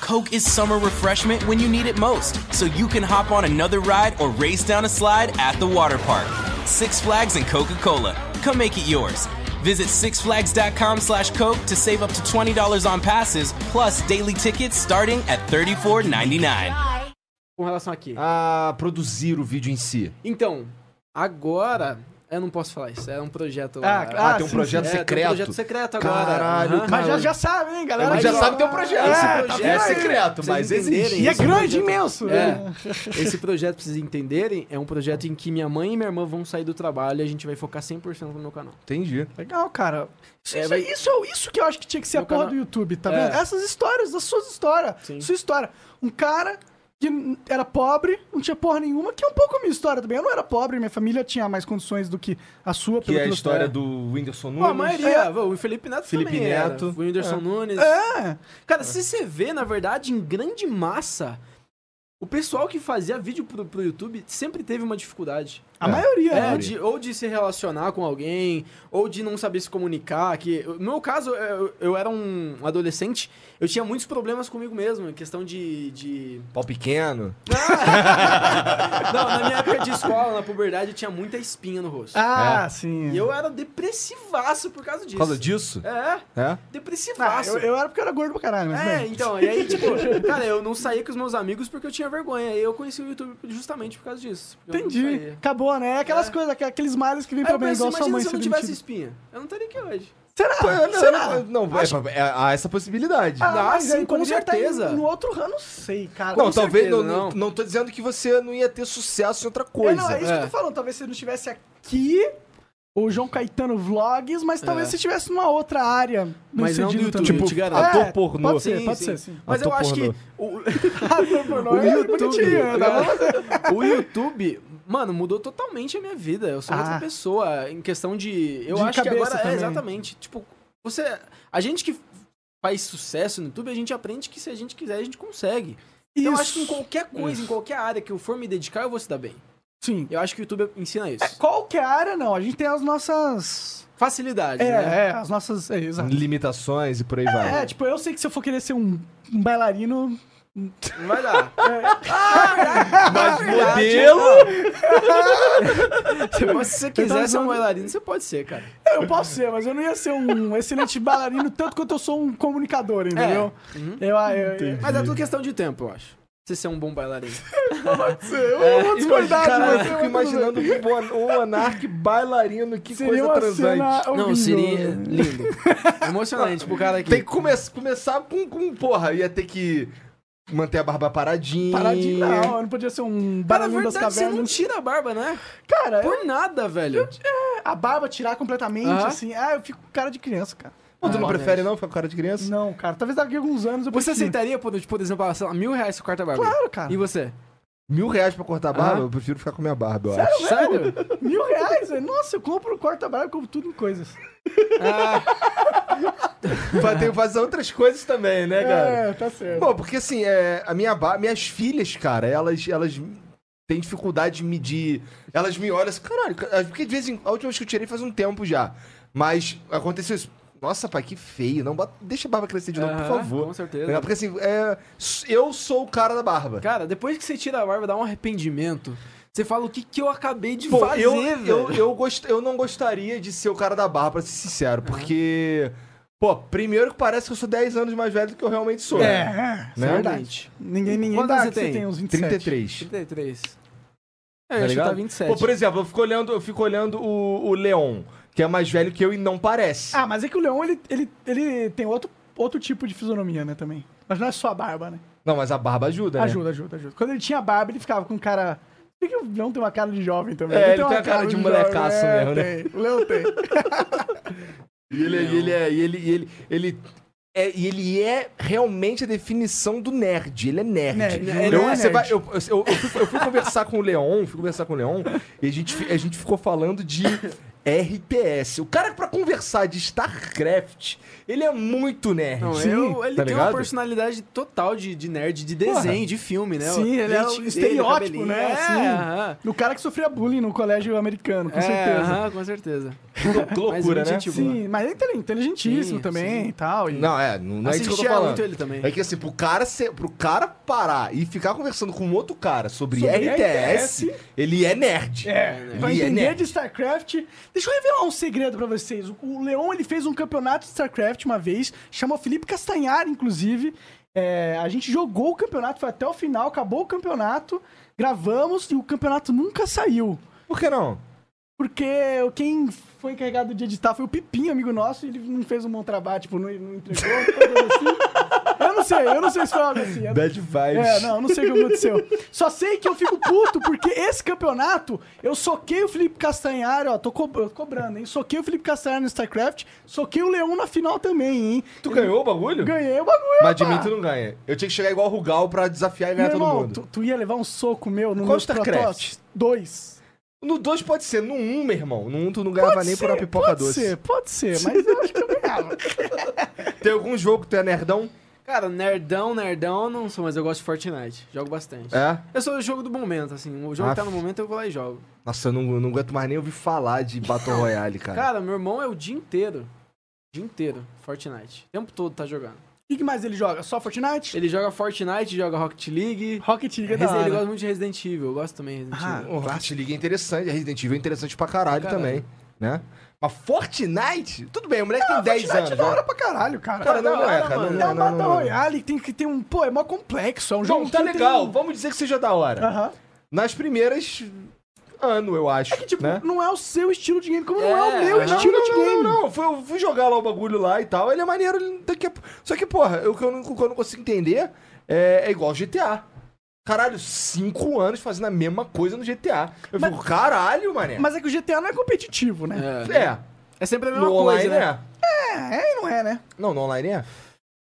Speaker 6: Coke is summer refreshment when you need it most, so you can hop on another ride or race down a slide at the water park. Six Flags and Coca Cola. Come make it yours. Visit sixflags.com slash Coke to save up to $20 on passes, plus daily tickets starting at $34.99.
Speaker 7: Fly.
Speaker 4: Com relação aqui.
Speaker 3: Ah.
Speaker 2: A produzir o vídeo em si.
Speaker 4: Então, agora. Eu não posso falar isso, é um projeto
Speaker 3: Ah,
Speaker 4: lá.
Speaker 2: Ah,
Speaker 3: ah,
Speaker 2: tem um
Speaker 3: sim,
Speaker 2: projeto
Speaker 4: é,
Speaker 2: secreto.
Speaker 4: Tem um projeto secreto agora.
Speaker 2: Caralho,
Speaker 4: Aham.
Speaker 3: Mas já,
Speaker 2: cara.
Speaker 3: já sabe, hein, galera?
Speaker 2: Mas já
Speaker 3: Aqui, ó.
Speaker 2: sabe teu projeto.
Speaker 3: É,
Speaker 2: Esse
Speaker 3: tá
Speaker 2: projeto
Speaker 3: vendo
Speaker 2: é
Speaker 3: aí?
Speaker 2: secreto,
Speaker 4: Pra
Speaker 2: mas
Speaker 4: vocês entenderem,
Speaker 2: existe.
Speaker 3: E é
Speaker 4: esse
Speaker 3: grande,
Speaker 4: projeto-
Speaker 3: imenso. né?
Speaker 4: É. Esse projeto, pra vocês entenderem, é um projeto em que minha mãe e minha irmã vão sair do trabalho e a gente vai focar 100% no meu canal.
Speaker 2: Entendi.
Speaker 3: Legal, cara. Isso,
Speaker 4: É,
Speaker 3: isso,
Speaker 4: vai-
Speaker 3: isso é o- isso que eu acho que tinha que ser a
Speaker 4: No
Speaker 3: porra
Speaker 4: canal-
Speaker 3: do YouTube, tá
Speaker 4: É.
Speaker 3: vendo? Essas histórias, as suas histórias.
Speaker 4: Sim.
Speaker 3: Sua história. Um cara que n- era pobre, não tinha porra nenhuma, que é um pouco a minha história também. Eu não era pobre, minha família tinha mais condições do que a sua.
Speaker 2: Que é a
Speaker 3: eu-
Speaker 2: história do Whindersson
Speaker 4: É. Pô,
Speaker 2: Nunes.
Speaker 4: a maioria, vô, o Felipe Neto
Speaker 2: Felipe
Speaker 4: também era,
Speaker 2: Neto.
Speaker 4: o Whindersson Nunes.
Speaker 3: É,
Speaker 4: Cara, se você vê, na verdade, em grande massa, o pessoal que fazia vídeo pro, pro YouTube sempre teve uma dificuldade.
Speaker 3: A maioria,
Speaker 4: É,
Speaker 3: né?
Speaker 4: de- ou de se relacionar com alguém, ou de não saber se comunicar. Que, no meu caso, eu, eu era um adolescente, eu tinha muitos problemas comigo mesmo, em questão de. de...
Speaker 2: Pau pequeno.
Speaker 4: Não, na minha época de escola, na puberdade, eu tinha muita espinha no rosto.
Speaker 2: É.
Speaker 3: Ah, sim.
Speaker 4: E eu era depressivaço por causa disso.
Speaker 2: Por causa disso?
Speaker 4: É,
Speaker 2: É?
Speaker 3: Ah,
Speaker 4: depressivaço.
Speaker 3: eu, eu era porque eu era gordo pra caralho, mas.
Speaker 4: É,
Speaker 3: né?
Speaker 4: então, e aí, tipo, cara, eu não saía com os meus amigos porque eu tinha vergonha. E eu conheci o YouTube justamente por causa disso. Eu não
Speaker 3: Entendi.
Speaker 4: saía.
Speaker 3: Acabou, né? É Aquelas
Speaker 4: É.
Speaker 3: coisas, aqu- aqueles males que vêm
Speaker 4: Aí
Speaker 3: pra
Speaker 4: eu
Speaker 3: mim,
Speaker 4: pensei,
Speaker 3: igual sua
Speaker 4: imagina
Speaker 3: mãe
Speaker 4: se eu não
Speaker 3: ser
Speaker 4: tivesse
Speaker 3: demitida.
Speaker 4: espinha. Eu não estaria aqui hoje.
Speaker 3: Será?
Speaker 2: Pô, eu Ah, não, eu
Speaker 3: Será?
Speaker 2: não, não, é pra- é- há essa possibilidade.
Speaker 3: Ah,
Speaker 4: Dá,
Speaker 3: mas
Speaker 4: sim,
Speaker 3: aí
Speaker 4: com
Speaker 3: quando já tá
Speaker 4: certeza.
Speaker 3: em- no outro ramo, não sei, cara.
Speaker 2: não,
Speaker 3: Com
Speaker 2: talvez.
Speaker 4: certeza,
Speaker 2: não,
Speaker 4: não.
Speaker 2: não tô dizendo que você não ia ter sucesso em outra
Speaker 3: É,
Speaker 2: coisa.
Speaker 3: não, é isso que eu
Speaker 4: É.
Speaker 3: tô falando. Talvez você não estivesse aqui, o João Caetano Vlogs, mas talvez
Speaker 4: É.
Speaker 3: você estivesse numa outra área. bem
Speaker 4: Mas não do
Speaker 3: sucedida
Speaker 4: YouTube,
Speaker 3: também.
Speaker 4: eu te garanto.
Speaker 3: É,
Speaker 2: ator pornô.
Speaker 3: Pode ser,
Speaker 4: Sim,
Speaker 3: pode
Speaker 4: sim.
Speaker 3: ser, sim.
Speaker 4: Mas
Speaker 2: Ator
Speaker 4: eu acho que
Speaker 2: pornô.
Speaker 4: o,
Speaker 3: Ator pornô é bonitinho,
Speaker 4: né?
Speaker 3: tá bom?
Speaker 4: o YouTube, mano, mudou totalmente a minha vida. Eu sou outra
Speaker 3: Ah.
Speaker 4: pessoa em questão de. Eu
Speaker 3: De
Speaker 4: acho que
Speaker 3: cabeça
Speaker 4: agora é
Speaker 3: também.
Speaker 4: exatamente. Tipo, você. A gente que faz sucesso no YouTube, a gente aprende que se a gente quiser, a gente consegue. Então eu acho que em
Speaker 3: Isso.
Speaker 4: qualquer coisa, em qualquer área que eu for me dedicar, eu vou se dar bem.
Speaker 3: Sim.
Speaker 4: Eu acho que o YouTube ensina isso.
Speaker 3: É, qualquer área, não. A gente tem as nossas...
Speaker 4: Facilidade,
Speaker 3: É,
Speaker 4: né?
Speaker 3: é, as nossas... É, exato.
Speaker 2: Limitações e por aí vai.
Speaker 3: É, tipo, eu sei que se eu for querer ser um, um bailarino.
Speaker 4: Não vai Ah, é dar.
Speaker 3: É.
Speaker 5: Mas modelo?
Speaker 4: Se você
Speaker 3: tá
Speaker 4: quiser ser um bailarino, você pode ser, cara.
Speaker 3: Eu posso ser, mas eu não ia ser um excelente bailarino tanto quanto eu sou um comunicador, entendeu?
Speaker 4: É. Uhum.
Speaker 3: Eu, ah, eu, eu,
Speaker 4: Mas é tudo questão de tempo, eu acho. Você ser um bom bailarino.
Speaker 3: eu
Speaker 4: É.
Speaker 3: vou discordar de
Speaker 2: Caralho, eu
Speaker 3: você, mas é
Speaker 2: fico
Speaker 3: tudo
Speaker 2: imaginando
Speaker 3: bem.
Speaker 2: um, an- um anarque bailarino, que
Speaker 3: Seria
Speaker 2: coisa
Speaker 3: uma
Speaker 2: transante.
Speaker 3: cena
Speaker 4: Não,
Speaker 3: horrível,
Speaker 4: seria
Speaker 3: né?
Speaker 4: lindo. Emocionante pro cara aqui.
Speaker 2: Tem que tá come começar com, com, porra, ia ter que manter a barba paradinha.
Speaker 3: Paradinha, não. Eu não podia ser um
Speaker 4: Cara, na
Speaker 3: bailarino das
Speaker 4: verdade, você não
Speaker 3: cavernas.
Speaker 4: tira a barba, né?
Speaker 3: Cara, eu- é,
Speaker 4: Por nada, velho.
Speaker 3: a barba tirar completamente,
Speaker 4: Aham.
Speaker 3: assim. Ah, eu fico com cara de criança, cara.
Speaker 2: Pô, tu não prefere não ficar com cara de criança?
Speaker 3: Não, cara. Talvez daqui a alguns anos eu
Speaker 4: Você
Speaker 3: prefira.
Speaker 4: aceitaria, por, tipo, por exemplo, sei lá, mil reais se corta a barba?
Speaker 3: Claro, cara.
Speaker 4: E você?
Speaker 2: Mil reais pra cortar a barba,
Speaker 4: Aham.
Speaker 3: Ah.
Speaker 2: eu prefiro ficar com minha barba, eu acho.
Speaker 4: Sério?
Speaker 3: Mil reais, velho. Nossa, eu compro, corto a barba, eu compro tudo em coisas.
Speaker 2: Fa- Tem que fazer outras coisas também, né, cara?
Speaker 3: É, tá certo.
Speaker 2: Bom, porque assim, é, a minha ba... minhas filhas, cara, elas, elas têm dificuldade de medir. Elas me olham assim, caralho, ca- porque de vez em a última vez que eu tirei faz um tempo já. Mas aconteceu isso. Nossa, pai, que feio. Não, bota- deixa a barba crescer de novo, por
Speaker 4: Aham,
Speaker 2: favor.
Speaker 4: Com
Speaker 2: É,
Speaker 4: certeza.
Speaker 2: Porque assim, é, eu sou o cara da barba.
Speaker 4: Cara, depois que você tira a barba, dá um arrependimento. Você fala o que, que eu acabei de
Speaker 2: Pô,
Speaker 4: fazer,
Speaker 2: eu,
Speaker 4: velho.
Speaker 2: eu, eu, gost- eu não gostaria de ser o cara da barba, pra ser sincero, porque. Pô, primeiro que parece que eu sou 10 anos mais velho do que eu realmente sou.
Speaker 3: É, é
Speaker 2: Né?
Speaker 3: verdade. Ninguém, ninguém
Speaker 4: Quantos
Speaker 3: dá
Speaker 4: você
Speaker 3: que você
Speaker 4: tem?
Speaker 3: tem uns 27.
Speaker 2: 33.
Speaker 4: 33. É,
Speaker 2: Tá
Speaker 4: eu acho que tá
Speaker 2: ligado?
Speaker 4: 27.
Speaker 2: Pô, por exemplo, eu fico olhando, eu fico olhando o, o Leon, que é mais velho que eu e não parece.
Speaker 3: Ah, mas é que o leão, ele, ele, ele tem outro, outro tipo de fisionomia, né, também. Mas não é só a barba, né?
Speaker 2: Não, mas a barba ajuda, né?
Speaker 3: Ajuda, ajuda, ajuda. Quando ele tinha barba, ele ficava com cara... Por que que o leão tem uma cara de jovem também?
Speaker 2: É, ele tem uma cara de molecaço mesmo, né?
Speaker 3: É, Tem. O leão tem.
Speaker 2: E ele, e ele é. E ele, e ele, ele é, e ele é realmente a definição do nerd. Ele é nerd.
Speaker 3: Nerd,
Speaker 2: Eu-
Speaker 3: ele é um
Speaker 2: você
Speaker 3: nerd.
Speaker 2: vai- eu, eu- eu fui, eu fui conversar com o Leon, fui conversar com o Leon, e a gente, fi- a gente ficou falando de RTS. O cara, pra conversar de StarCraft, ele é muito nerd.
Speaker 4: Não,
Speaker 3: Sim,
Speaker 4: eu- ele
Speaker 2: tá
Speaker 4: tem
Speaker 2: ligado?
Speaker 4: uma personalidade total de, de nerd, de desenho,
Speaker 2: Porra.
Speaker 4: de filme, né?
Speaker 3: Sim,
Speaker 4: O
Speaker 3: ele é o
Speaker 4: jeitinho
Speaker 3: estereótipo,
Speaker 4: dele, o
Speaker 3: né?
Speaker 4: cabelinho.
Speaker 3: Sim.
Speaker 4: É, aham.
Speaker 3: O cara que sofria bullying no colégio americano, com
Speaker 4: É,
Speaker 3: certeza.
Speaker 4: aham, com certeza.
Speaker 2: que loucura,
Speaker 4: Mas
Speaker 2: né?
Speaker 4: gente boa.
Speaker 3: Sim, mas ele é inteligentíssimo
Speaker 4: Sim,
Speaker 3: também e tal. E...
Speaker 2: Não, é, não, não
Speaker 3: Assim
Speaker 2: é isso que eu tô
Speaker 4: Assistia
Speaker 2: falando.
Speaker 4: muito ele também.
Speaker 2: É que assim, pro cara, ser, pro cara parar e ficar conversando com outro cara sobre,
Speaker 3: Sobre
Speaker 2: RTS,
Speaker 3: RTS,
Speaker 2: ele é nerd.
Speaker 3: É,
Speaker 2: Ele
Speaker 3: vai
Speaker 2: é
Speaker 4: né?
Speaker 3: entender
Speaker 2: nerd.
Speaker 3: de StarCraft. Deixa eu revelar um segredo pra vocês. O- O Leon, ele fez um campeonato de StarCraft uma vez, chamou Felipe Castanhar, inclusive. É, a gente jogou o campeonato, foi até o final, acabou o campeonato, gravamos e o campeonato nunca saiu.
Speaker 2: Por que não?
Speaker 3: Porque quem foi encarregado de editar foi o Pipinho, amigo nosso, e ele não fez um bom trabalho, tipo, não, não entregou, alguma coisa assim. Eu não sei, eu não sei se foi algo assim. eu não-
Speaker 2: Bad vibes.
Speaker 3: é, não, não sei o que aconteceu. Só sei que eu fico puto porque esse campeonato eu soquei o Felipe Castanhari, ó, tô co- eu tô cobrando, hein? Soquei o Felipe Castanhari no StarCraft, soquei o Leão na final também, hein?
Speaker 2: Tu ganhou o bagulho?
Speaker 3: Ganhei o bagulho,
Speaker 2: Mas de
Speaker 3: pá.
Speaker 2: mim tu não ganha. Eu tinha que chegar igual o Rugal pra desafiar e
Speaker 3: Meu
Speaker 2: ganhar todo
Speaker 3: irmão,
Speaker 2: mundo.
Speaker 3: tu, tu ia levar um soco meu no
Speaker 2: Qual
Speaker 3: meu
Speaker 2: StarCraft?
Speaker 3: protótipo? Dois.
Speaker 2: No 2 pode ser, no 1, um, meu irmão. No 1 um, tu não ganhava nem por uma pipoca
Speaker 3: pode
Speaker 2: doce.
Speaker 3: ser, pode ser, mas eu acho que eu ganhava.
Speaker 2: Tem algum jogo que tu é nerdão?
Speaker 4: Cara, nerdão, nerdão, não sou, mas eu gosto de Fortnite. Jogo bastante.
Speaker 2: É?
Speaker 4: Eu sou o jogo do momento, assim. O jogo
Speaker 2: Ah,
Speaker 4: que tá no momento, eu vou lá e jogo.
Speaker 2: Nossa, eu não, eu não aguento mais nem ouvir falar de Battle Royale, cara.
Speaker 4: Cara, meu irmão é o dia inteiro. Dia inteiro, Fortnite. O tempo todo tá jogando.
Speaker 3: O que, que mais ele joga? Só Fortnite?
Speaker 4: Ele joga Fortnite, joga Rocket League.
Speaker 3: Rocket League é da
Speaker 4: Resi-
Speaker 3: hora.
Speaker 4: Ele gosta muito de Resident Evil, eu gosto também de Resident
Speaker 2: Ah,
Speaker 4: Evil.
Speaker 2: o Rocket League é interessante, Resident Evil é interessante pra caralho,
Speaker 4: Pra caralho.
Speaker 2: também, né? Mas Fortnite? Tudo bem, o moleque tem 10
Speaker 3: Fortnite
Speaker 2: anos.
Speaker 3: é da
Speaker 2: né?
Speaker 3: hora pra caralho, cara.
Speaker 2: Cara, não, não é,
Speaker 4: hora,
Speaker 2: cara. Não,
Speaker 4: mano.
Speaker 2: não, não,
Speaker 3: É um
Speaker 2: não,
Speaker 3: Battle
Speaker 2: não.
Speaker 3: Royale que tem que ter um. Pô, é mó complexo. É um jogo
Speaker 2: Bom, tá
Speaker 3: que tem-
Speaker 2: legal, vamos dizer que seja da hora.
Speaker 3: Aham.
Speaker 2: Nas primeiras ano, eu acho.
Speaker 3: É que, tipo,
Speaker 2: né?
Speaker 3: não é o seu estilo de game, como não é o
Speaker 4: É,
Speaker 3: meu
Speaker 4: aham.
Speaker 3: estilo
Speaker 2: não,
Speaker 3: de
Speaker 2: não,
Speaker 3: game.
Speaker 2: Não, não, Fui, eu fui jogar lá o bagulho lá e tal. Ele é maneiro. ele daqui a... Só que, porra, eu, o que eu, não, o que eu não consigo entender é, é igual GTA. Caralho, cinco anos fazendo a mesma coisa no GTA. Eu
Speaker 3: Mas-
Speaker 2: fico, caralho, mané.
Speaker 3: Mas é que o GTA não é competitivo, né?
Speaker 4: É.
Speaker 2: É,
Speaker 4: É sempre a mesma
Speaker 2: no online
Speaker 4: coisa, né?
Speaker 2: é.
Speaker 3: É, e não é, né?
Speaker 2: Não, no online é.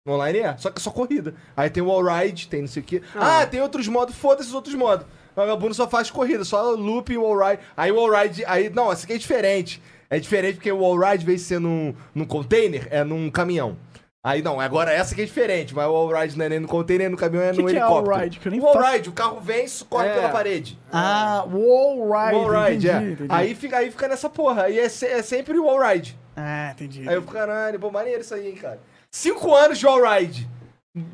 Speaker 2: No online é, só que é só corrida. Aí tem o all-ride, tem não sei o quê. Ah, tem outros modos, foda-se os outros modos. O vagabundo só faz corrida, só loop e o all-ride. Aí o all-ride, aí, não, esse aqui é diferente. É diferente porque o all-ride, em vez de ser num, num container, é num caminhão. Aí não, agora essa aqui é diferente, mas o all-ride não é nem no container, é no caminhão, é
Speaker 3: Que
Speaker 2: no
Speaker 3: que é
Speaker 2: helicóptero.
Speaker 3: all-ride? Que eu nem
Speaker 2: o all-ride, o carro vem, corre
Speaker 4: É.
Speaker 2: pela parede.
Speaker 3: Ah, wall
Speaker 2: O
Speaker 3: ride.
Speaker 2: all-ride, é.
Speaker 3: entendi, entendi.
Speaker 2: Aí, fica, aí fica nessa porra. Aí é, se- é sempre o all-ride.
Speaker 3: Ah, entendi.
Speaker 2: Aí eu fico, caralho, pô, maneiro isso aí, hein, cara. Cinco anos de all-ride.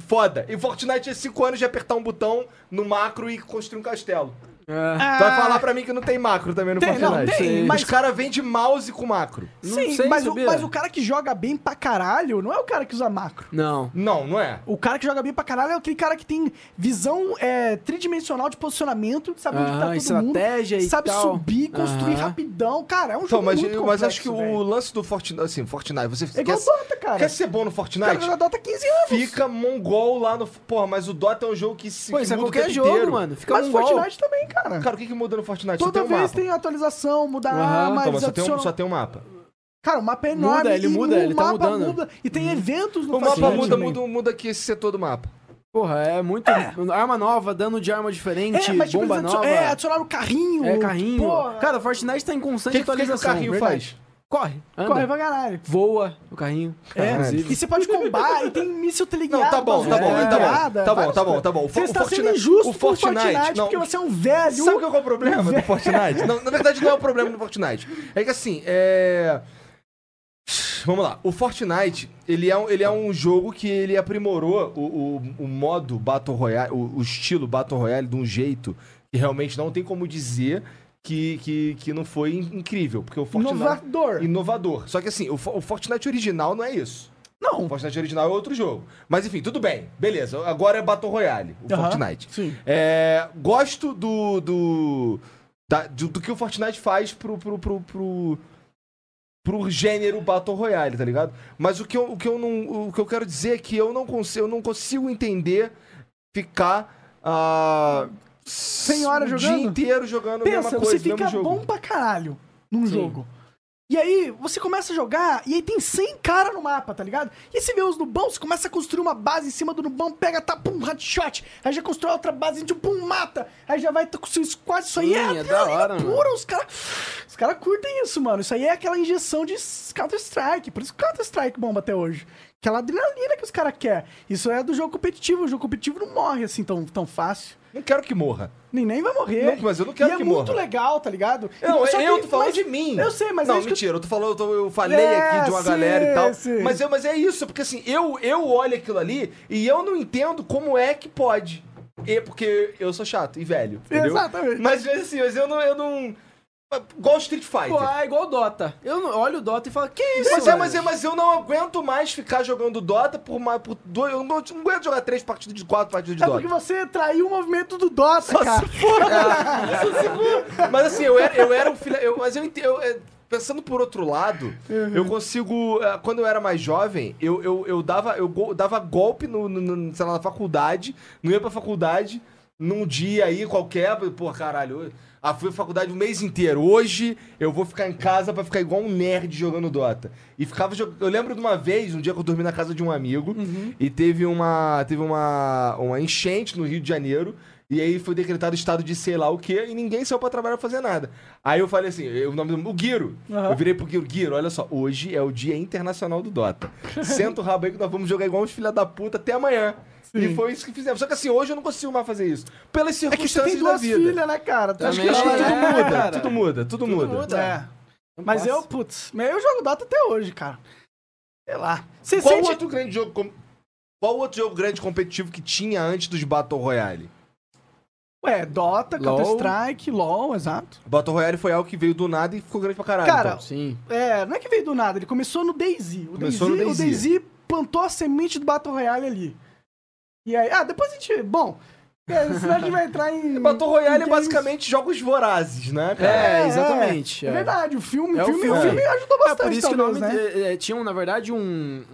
Speaker 2: Foda. E Fortnite é cinco anos de apertar um botão no macro e construir um castelo.
Speaker 4: É.
Speaker 2: Tu vai falar pra mim que não tem macro também no
Speaker 3: Tem, não,
Speaker 2: Fortnite.
Speaker 3: tem,
Speaker 2: Os
Speaker 3: mas-
Speaker 2: cara vende mouse com macro.
Speaker 4: Não
Speaker 3: Sim,
Speaker 4: sei, é
Speaker 3: mas, o,
Speaker 4: sabia?
Speaker 3: mas o cara que joga bem pra caralho não é o cara que usa macro.
Speaker 4: Não.
Speaker 2: Não, não é.
Speaker 3: O cara que joga bem pra caralho é aquele cara que tem visão é, tridimensional de posicionamento, sabe onde
Speaker 4: Aham,
Speaker 3: tá todo
Speaker 4: estratégia
Speaker 3: mundo,
Speaker 4: e
Speaker 3: sabe
Speaker 4: tal.
Speaker 3: subir, construir
Speaker 4: Aham.
Speaker 3: rapidão. Cara, é um jogo
Speaker 2: Então, mas,
Speaker 3: muito
Speaker 2: eu-
Speaker 3: complexo,
Speaker 2: mas acho que
Speaker 3: velho.
Speaker 2: o lance do Fortnite. Assim, Fortnite, você
Speaker 3: É igual
Speaker 2: quer,
Speaker 3: Dota, cara.
Speaker 2: quer ser bom no
Speaker 3: o cara
Speaker 2: Fortnite?
Speaker 3: joga Dota é há 15 anos.
Speaker 2: Fica mongol lá no. Porra, mas o Dota é um jogo que se.
Speaker 4: Pô,
Speaker 2: que
Speaker 4: isso é
Speaker 2: muda o
Speaker 4: qualquer
Speaker 2: tempo
Speaker 4: jogo,
Speaker 2: inteiro.
Speaker 4: mano. Fica
Speaker 3: Mas
Speaker 4: um
Speaker 3: o
Speaker 4: gol.
Speaker 3: Fortnite também, cara.
Speaker 2: Cara, o que, que muda no Fortnite? só
Speaker 3: Toda
Speaker 2: tem um
Speaker 3: vez
Speaker 2: mapa.
Speaker 3: tem atualização, muda a
Speaker 4: Aham.
Speaker 3: arma,
Speaker 2: Então,
Speaker 3: eles
Speaker 2: mas só tem, um,
Speaker 3: adicionam-
Speaker 2: só tem um mapa.
Speaker 3: Cara, o mapa é
Speaker 4: Muda,
Speaker 3: enorme.
Speaker 4: ele
Speaker 3: e
Speaker 4: muda,
Speaker 3: o
Speaker 4: ele tá
Speaker 3: mapa
Speaker 4: mudando.
Speaker 3: muda. E tem eventos no
Speaker 2: Uhum. O mapa
Speaker 3: Fortnite
Speaker 2: muda,
Speaker 3: também.
Speaker 2: muda, muda aqui esse setor do mapa.
Speaker 4: Porra, é muito. Arma nova, dano de arma diferente,
Speaker 3: É, mas tipo,
Speaker 4: bomba
Speaker 3: eles adicion-
Speaker 4: nova.
Speaker 3: é, adicionaram carrinho.
Speaker 4: É, carrinho.
Speaker 3: Porra,
Speaker 4: Cara, o Fortnite tá em
Speaker 2: O
Speaker 4: constante
Speaker 2: que, que, que, que o
Speaker 4: atualização.
Speaker 2: carrinho
Speaker 4: verdade.
Speaker 2: faz?
Speaker 4: Corre, anda.
Speaker 3: corre pra caralho.
Speaker 4: Voa o carrinho.
Speaker 3: É,
Speaker 4: inclusive.
Speaker 3: e você pode combar, e tem míssil teleguiado.
Speaker 2: Não, tá bom, tá bom,
Speaker 4: É.
Speaker 2: tá bom,
Speaker 3: teleguiada,
Speaker 2: tá bom,
Speaker 3: várias
Speaker 2: tá bom,
Speaker 3: coisas.
Speaker 2: tá bom. O
Speaker 3: Você
Speaker 2: Fo-
Speaker 3: está sendo
Speaker 2: Fortnite-
Speaker 3: injusto
Speaker 2: o
Speaker 3: com o Fortnite,
Speaker 2: Fortnite, não.
Speaker 3: porque você é um velho.
Speaker 2: Sabe qual que é o problema do Fortnite? Não, na verdade, não é o problema do Fortnite. É que assim, é. Vamos lá. O Fortnite, ele é um, ele é um jogo que ele aprimorou o, o, o modo Battle Royale, o, o estilo Battle Royale de um jeito que realmente não tem como dizer que, que, que não foi in- incrível. Porque o Fortnite.
Speaker 3: Inovador.
Speaker 2: Inovador. Só que assim, o, Fo- o Fortnite original não é isso. O
Speaker 3: Não.
Speaker 2: Fortnite original é outro jogo. Mas enfim, tudo bem. Beleza. Agora é Battle Royale, o
Speaker 3: Aham,
Speaker 2: Fortnite.
Speaker 3: sim.
Speaker 2: É, gosto do. do, da- do, do que o Fortnite faz pro. pro, pro, pro pro gênero Battle Royale, tá ligado? Mas o que eu, o que eu não o que eu quero dizer é que eu não consigo, eu não consigo entender ficar ah,
Speaker 3: Sem hora
Speaker 2: o
Speaker 3: jogando?
Speaker 2: dia inteiro jogando a mesma
Speaker 3: Pensa,
Speaker 2: coisa,
Speaker 3: você fica
Speaker 2: mesmo jogo.
Speaker 3: bom pra caralho num jogo. E aí, você começa a jogar, e aí tem 100 cara no mapa, tá ligado? E você vê os nubão, você começa a construir uma base em cima do nubão, pega, tá, pum, headshot. Aí já constrói outra base, gente, pum, mata. Aí já vai tá com seu squad, isso aí
Speaker 4: Sim,
Speaker 3: é,
Speaker 4: é da
Speaker 3: adrenalina
Speaker 4: hora,
Speaker 3: pura,
Speaker 4: mano.
Speaker 3: os caras os cara curtem isso, mano. Isso aí é aquela injeção de Counter-Strike, por isso que Counter-Strike bomba até hoje. Aquela adrenalina que os caras querem. Isso é do jogo competitivo, o jogo competitivo não morre assim tão, tão fácil.
Speaker 2: Não quero que morra.
Speaker 3: Nem, nem vai morrer.
Speaker 2: Não, mas eu não quero
Speaker 3: e
Speaker 2: que
Speaker 3: é muito
Speaker 2: morra.
Speaker 3: legal, tá ligado?
Speaker 2: Não, é,
Speaker 3: E- só
Speaker 2: eu
Speaker 3: que-
Speaker 2: tô falando
Speaker 3: mas-
Speaker 2: de mim.
Speaker 3: Eu sei, mas
Speaker 2: Não,
Speaker 3: é isso que eu-
Speaker 2: mentira, eu tô falando, eu, tô- eu falei
Speaker 3: É,
Speaker 2: aqui de uma
Speaker 3: sim,
Speaker 2: galera e tal.
Speaker 3: sim.
Speaker 2: Mas, eu, mas é isso, porque assim, eu, eu olho aquilo ali e eu não entendo como é que pode. E, porque eu sou chato e velho. Entendeu?
Speaker 3: Exatamente.
Speaker 2: Mas assim, mas eu não. Eu não... Igual Street Fighter.
Speaker 4: Pô, é igual o Dota. Eu não- olho o Dota e falo, que isso?
Speaker 2: Mas é,
Speaker 4: velho?
Speaker 2: mas é, mas eu não aguento mais ficar jogando Dota por mais por dois. Eu não, eu não aguento jogar três partidas de quatro partidas de
Speaker 3: É porque
Speaker 2: Dota.
Speaker 3: você traiu o movimento do Dota, cara. É
Speaker 2: Mas assim, eu era, eu era um filho. Eu, mas eu, ente- eu, é, Pensando por outro lado, eu consigo. é, Quando eu era mais jovem, eu, eu, eu dava, eu go- dava golpe no, no- no- sei lá, na faculdade, não ia pra faculdade num dia aí qualquer. Pô, caralho, eu- ah, fui pra faculdade o mês inteiro. Hoje eu vou ficar em casa pra ficar igual um nerd jogando Dota. E ficava jogando. Eu lembro de uma vez, um dia que eu dormi na casa de um amigo, e teve uma. Teve uma, uma enchente no Rio de Janeiro. E aí foi decretado estado de sei lá o quê e ninguém saiu pra trabalhar pra fazer nada. Aí eu falei assim, eu- o nome do. O Guiro.
Speaker 3: Aham.
Speaker 2: Eu virei pro Guiro, Guiro, olha só, hoje é o dia internacional do Dota. Senta o rabo aí que nós vamos jogar igual uns filha da puta até amanhã. E foi isso que fizemos. Só que assim, hoje eu não consigo mais fazer isso. Pelas
Speaker 3: É que
Speaker 2: circunstâncias
Speaker 3: você tem
Speaker 2: da
Speaker 3: duas
Speaker 2: vida. É,
Speaker 3: filhas, né, cara? Tu acha
Speaker 2: Acho que
Speaker 3: que
Speaker 2: tudo
Speaker 3: ela-
Speaker 2: muda,
Speaker 3: cara.
Speaker 2: tudo muda, tudo, muda.
Speaker 3: É. Mas eu, putz, eu jogo Dota até hoje, cara. Sei lá. Você
Speaker 2: Qual
Speaker 3: sente...
Speaker 2: outro grande jogo. com- Qual outro jogo grande competitivo que tinha antes dos Battle Royale?
Speaker 3: Ué, É, Dota,
Speaker 2: LOL.
Speaker 3: Counter-Strike, LOL, exato.
Speaker 2: Battle Royale foi algo que veio do nada e ficou grande pra caralho.
Speaker 3: Cara,
Speaker 2: então.
Speaker 4: Sim.
Speaker 3: É, não é que veio do nada, ele começou no Daisy. O
Speaker 2: Começou
Speaker 3: DayZ
Speaker 2: no
Speaker 3: o
Speaker 2: DayZ.
Speaker 3: DayZ plantou a semente do Battle Royale ali. E aí, ah, depois a gente, bom, é, senão a gente vai entrar em
Speaker 2: Battle Royale
Speaker 3: em
Speaker 2: é
Speaker 3: games.
Speaker 2: basicamente jogos vorazes, né, cara?
Speaker 4: É, exatamente.
Speaker 3: É,
Speaker 4: é.
Speaker 3: verdade, o filme,
Speaker 4: É
Speaker 3: o
Speaker 4: o
Speaker 3: filme, o
Speaker 4: filme.
Speaker 3: filme ajudou
Speaker 4: É,
Speaker 3: bastante
Speaker 4: por isso que o
Speaker 3: talvez,
Speaker 4: nome
Speaker 3: né?
Speaker 4: é, é, tinha, na verdade, um,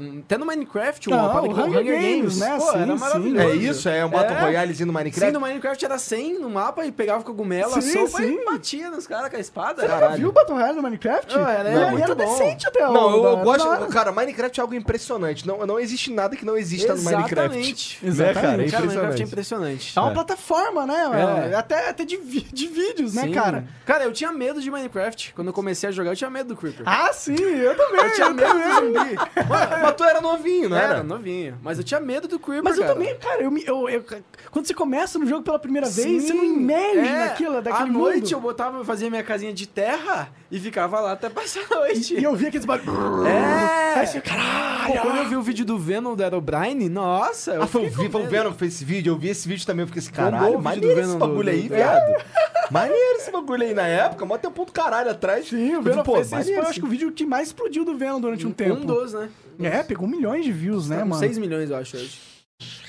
Speaker 4: um- Até no Minecraft, um
Speaker 3: Ah,
Speaker 4: aparelho
Speaker 3: o
Speaker 4: com
Speaker 3: Hunger Games, né?
Speaker 4: Pô,
Speaker 3: Sim,
Speaker 4: era
Speaker 3: sim.
Speaker 4: maravilhoso.
Speaker 2: É isso, é um Battle
Speaker 4: É.
Speaker 2: Royalezinho no
Speaker 4: Sim,
Speaker 2: Minecraft.
Speaker 4: no Minecraft era 100 no mapa e pegava o cogumelo, a
Speaker 3: Sim,
Speaker 4: sopa
Speaker 3: sim.
Speaker 4: e batia nos caras com a espada.
Speaker 3: Você nunca viu o Battle Royale no Minecraft?
Speaker 4: Ah, era-
Speaker 3: E
Speaker 4: era
Speaker 3: aí
Speaker 4: muito
Speaker 3: era
Speaker 4: bom.
Speaker 3: decente até a
Speaker 2: Não, eu,
Speaker 3: onda,
Speaker 2: eu
Speaker 4: um
Speaker 3: era da hora.
Speaker 2: gosto. Cara, Minecraft é algo impressionante. Não, não existe nada que não exista Tá no Minecraft.
Speaker 4: Exatamente.
Speaker 2: Né, cara? É
Speaker 4: Cara, o Minecraft é
Speaker 2: impressionante.
Speaker 4: impressionante.
Speaker 3: É uma plataforma, né? mano?
Speaker 4: É.
Speaker 3: Até, até de, vi- de vídeos, né,
Speaker 4: Sim.
Speaker 3: cara?
Speaker 4: Cara, eu tinha medo de Minecraft. Quando eu comecei a jogar, eu tinha medo do Creeper.
Speaker 3: Ah, sim, eu também, eu,
Speaker 4: eu tinha medo do
Speaker 3: também.
Speaker 4: zumbi.
Speaker 2: Mas tu era novinho, né?
Speaker 4: Era, novinho. Mas eu tinha medo do Creeper,
Speaker 3: Mas eu
Speaker 4: cara.
Speaker 3: também, cara, eu, me- eu, eu- quando você começa no jogo pela primeira
Speaker 4: Sim,
Speaker 3: vez, você não emerge
Speaker 4: é.
Speaker 3: naquilo,
Speaker 4: À
Speaker 3: daquele
Speaker 4: noite eu
Speaker 3: mundo.
Speaker 4: botava, eu fazia minha casinha de terra e ficava lá até passar a noite.
Speaker 3: E eu vi aqueles barulhos.
Speaker 4: É!
Speaker 3: Aí você, caralho!
Speaker 4: Pô, quando eu vi o vídeo do Venom do Aerobrine, nossa, eu
Speaker 2: Ah, foi o
Speaker 4: fiquei
Speaker 2: Vi-
Speaker 4: com
Speaker 2: foi o
Speaker 4: medo.
Speaker 2: Venom que fez esse vídeo, eu vi esse vídeo também, eu fiquei assim,
Speaker 4: Bombou o
Speaker 2: caralho,
Speaker 4: vídeo
Speaker 2: maneiro
Speaker 4: do
Speaker 2: esse
Speaker 4: Venom
Speaker 2: bagulho
Speaker 4: do-
Speaker 2: aí,
Speaker 4: do- É.
Speaker 2: viado. Maneiro esse bagulho aí na época, mó tempo do caralho atrás.
Speaker 3: Sim, o
Speaker 2: Eu
Speaker 3: Venom
Speaker 2: falei, pô,
Speaker 3: fez assim, isso. Foi,
Speaker 2: maneiro
Speaker 3: eu acho que o vídeo que mais explodiu do Venom durante um, tempo.
Speaker 4: Um dos, né?
Speaker 3: É, pegou milhões de views, né, mano?
Speaker 4: 6 milhões, eu acho, hoje.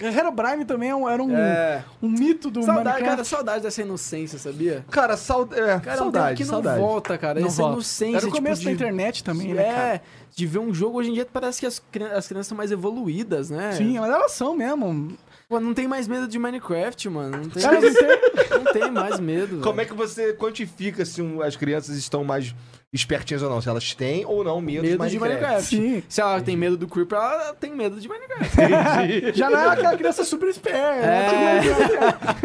Speaker 3: Herobrine também é um- era um,
Speaker 4: É.
Speaker 3: um mito do
Speaker 4: Saudade, cara,
Speaker 3: Minecraft.
Speaker 4: saudade dessa inocência, sabia?
Speaker 2: Cara, saud... é,
Speaker 4: Cara, um tempo
Speaker 2: saudade,
Speaker 4: que não
Speaker 2: saudade.
Speaker 4: volta, cara.
Speaker 3: Não
Speaker 4: Essa
Speaker 3: volta.
Speaker 4: inocência,
Speaker 3: Era o começo
Speaker 4: tipo,
Speaker 3: da
Speaker 4: de...
Speaker 3: internet também, né, cara?
Speaker 4: É, de ver um jogo. Hoje em dia parece que as, cri- as crianças são mais evoluídas, né?
Speaker 3: Sim, é um mas elas são mesmo.
Speaker 4: Pô, não tem mais medo de Minecraft, mano. Não tem,
Speaker 3: Elas não têm-
Speaker 4: não tem mais medo.
Speaker 2: Como é que você quantifica se um- as crianças estão mais espertinhas ou não? Se elas têm ou não medo,
Speaker 4: medo de Minecraft.
Speaker 3: Sim.
Speaker 4: Se ela tem medo do Creeper, ela tem medo de Minecraft.
Speaker 3: Já não é aquela criança super esperta. né?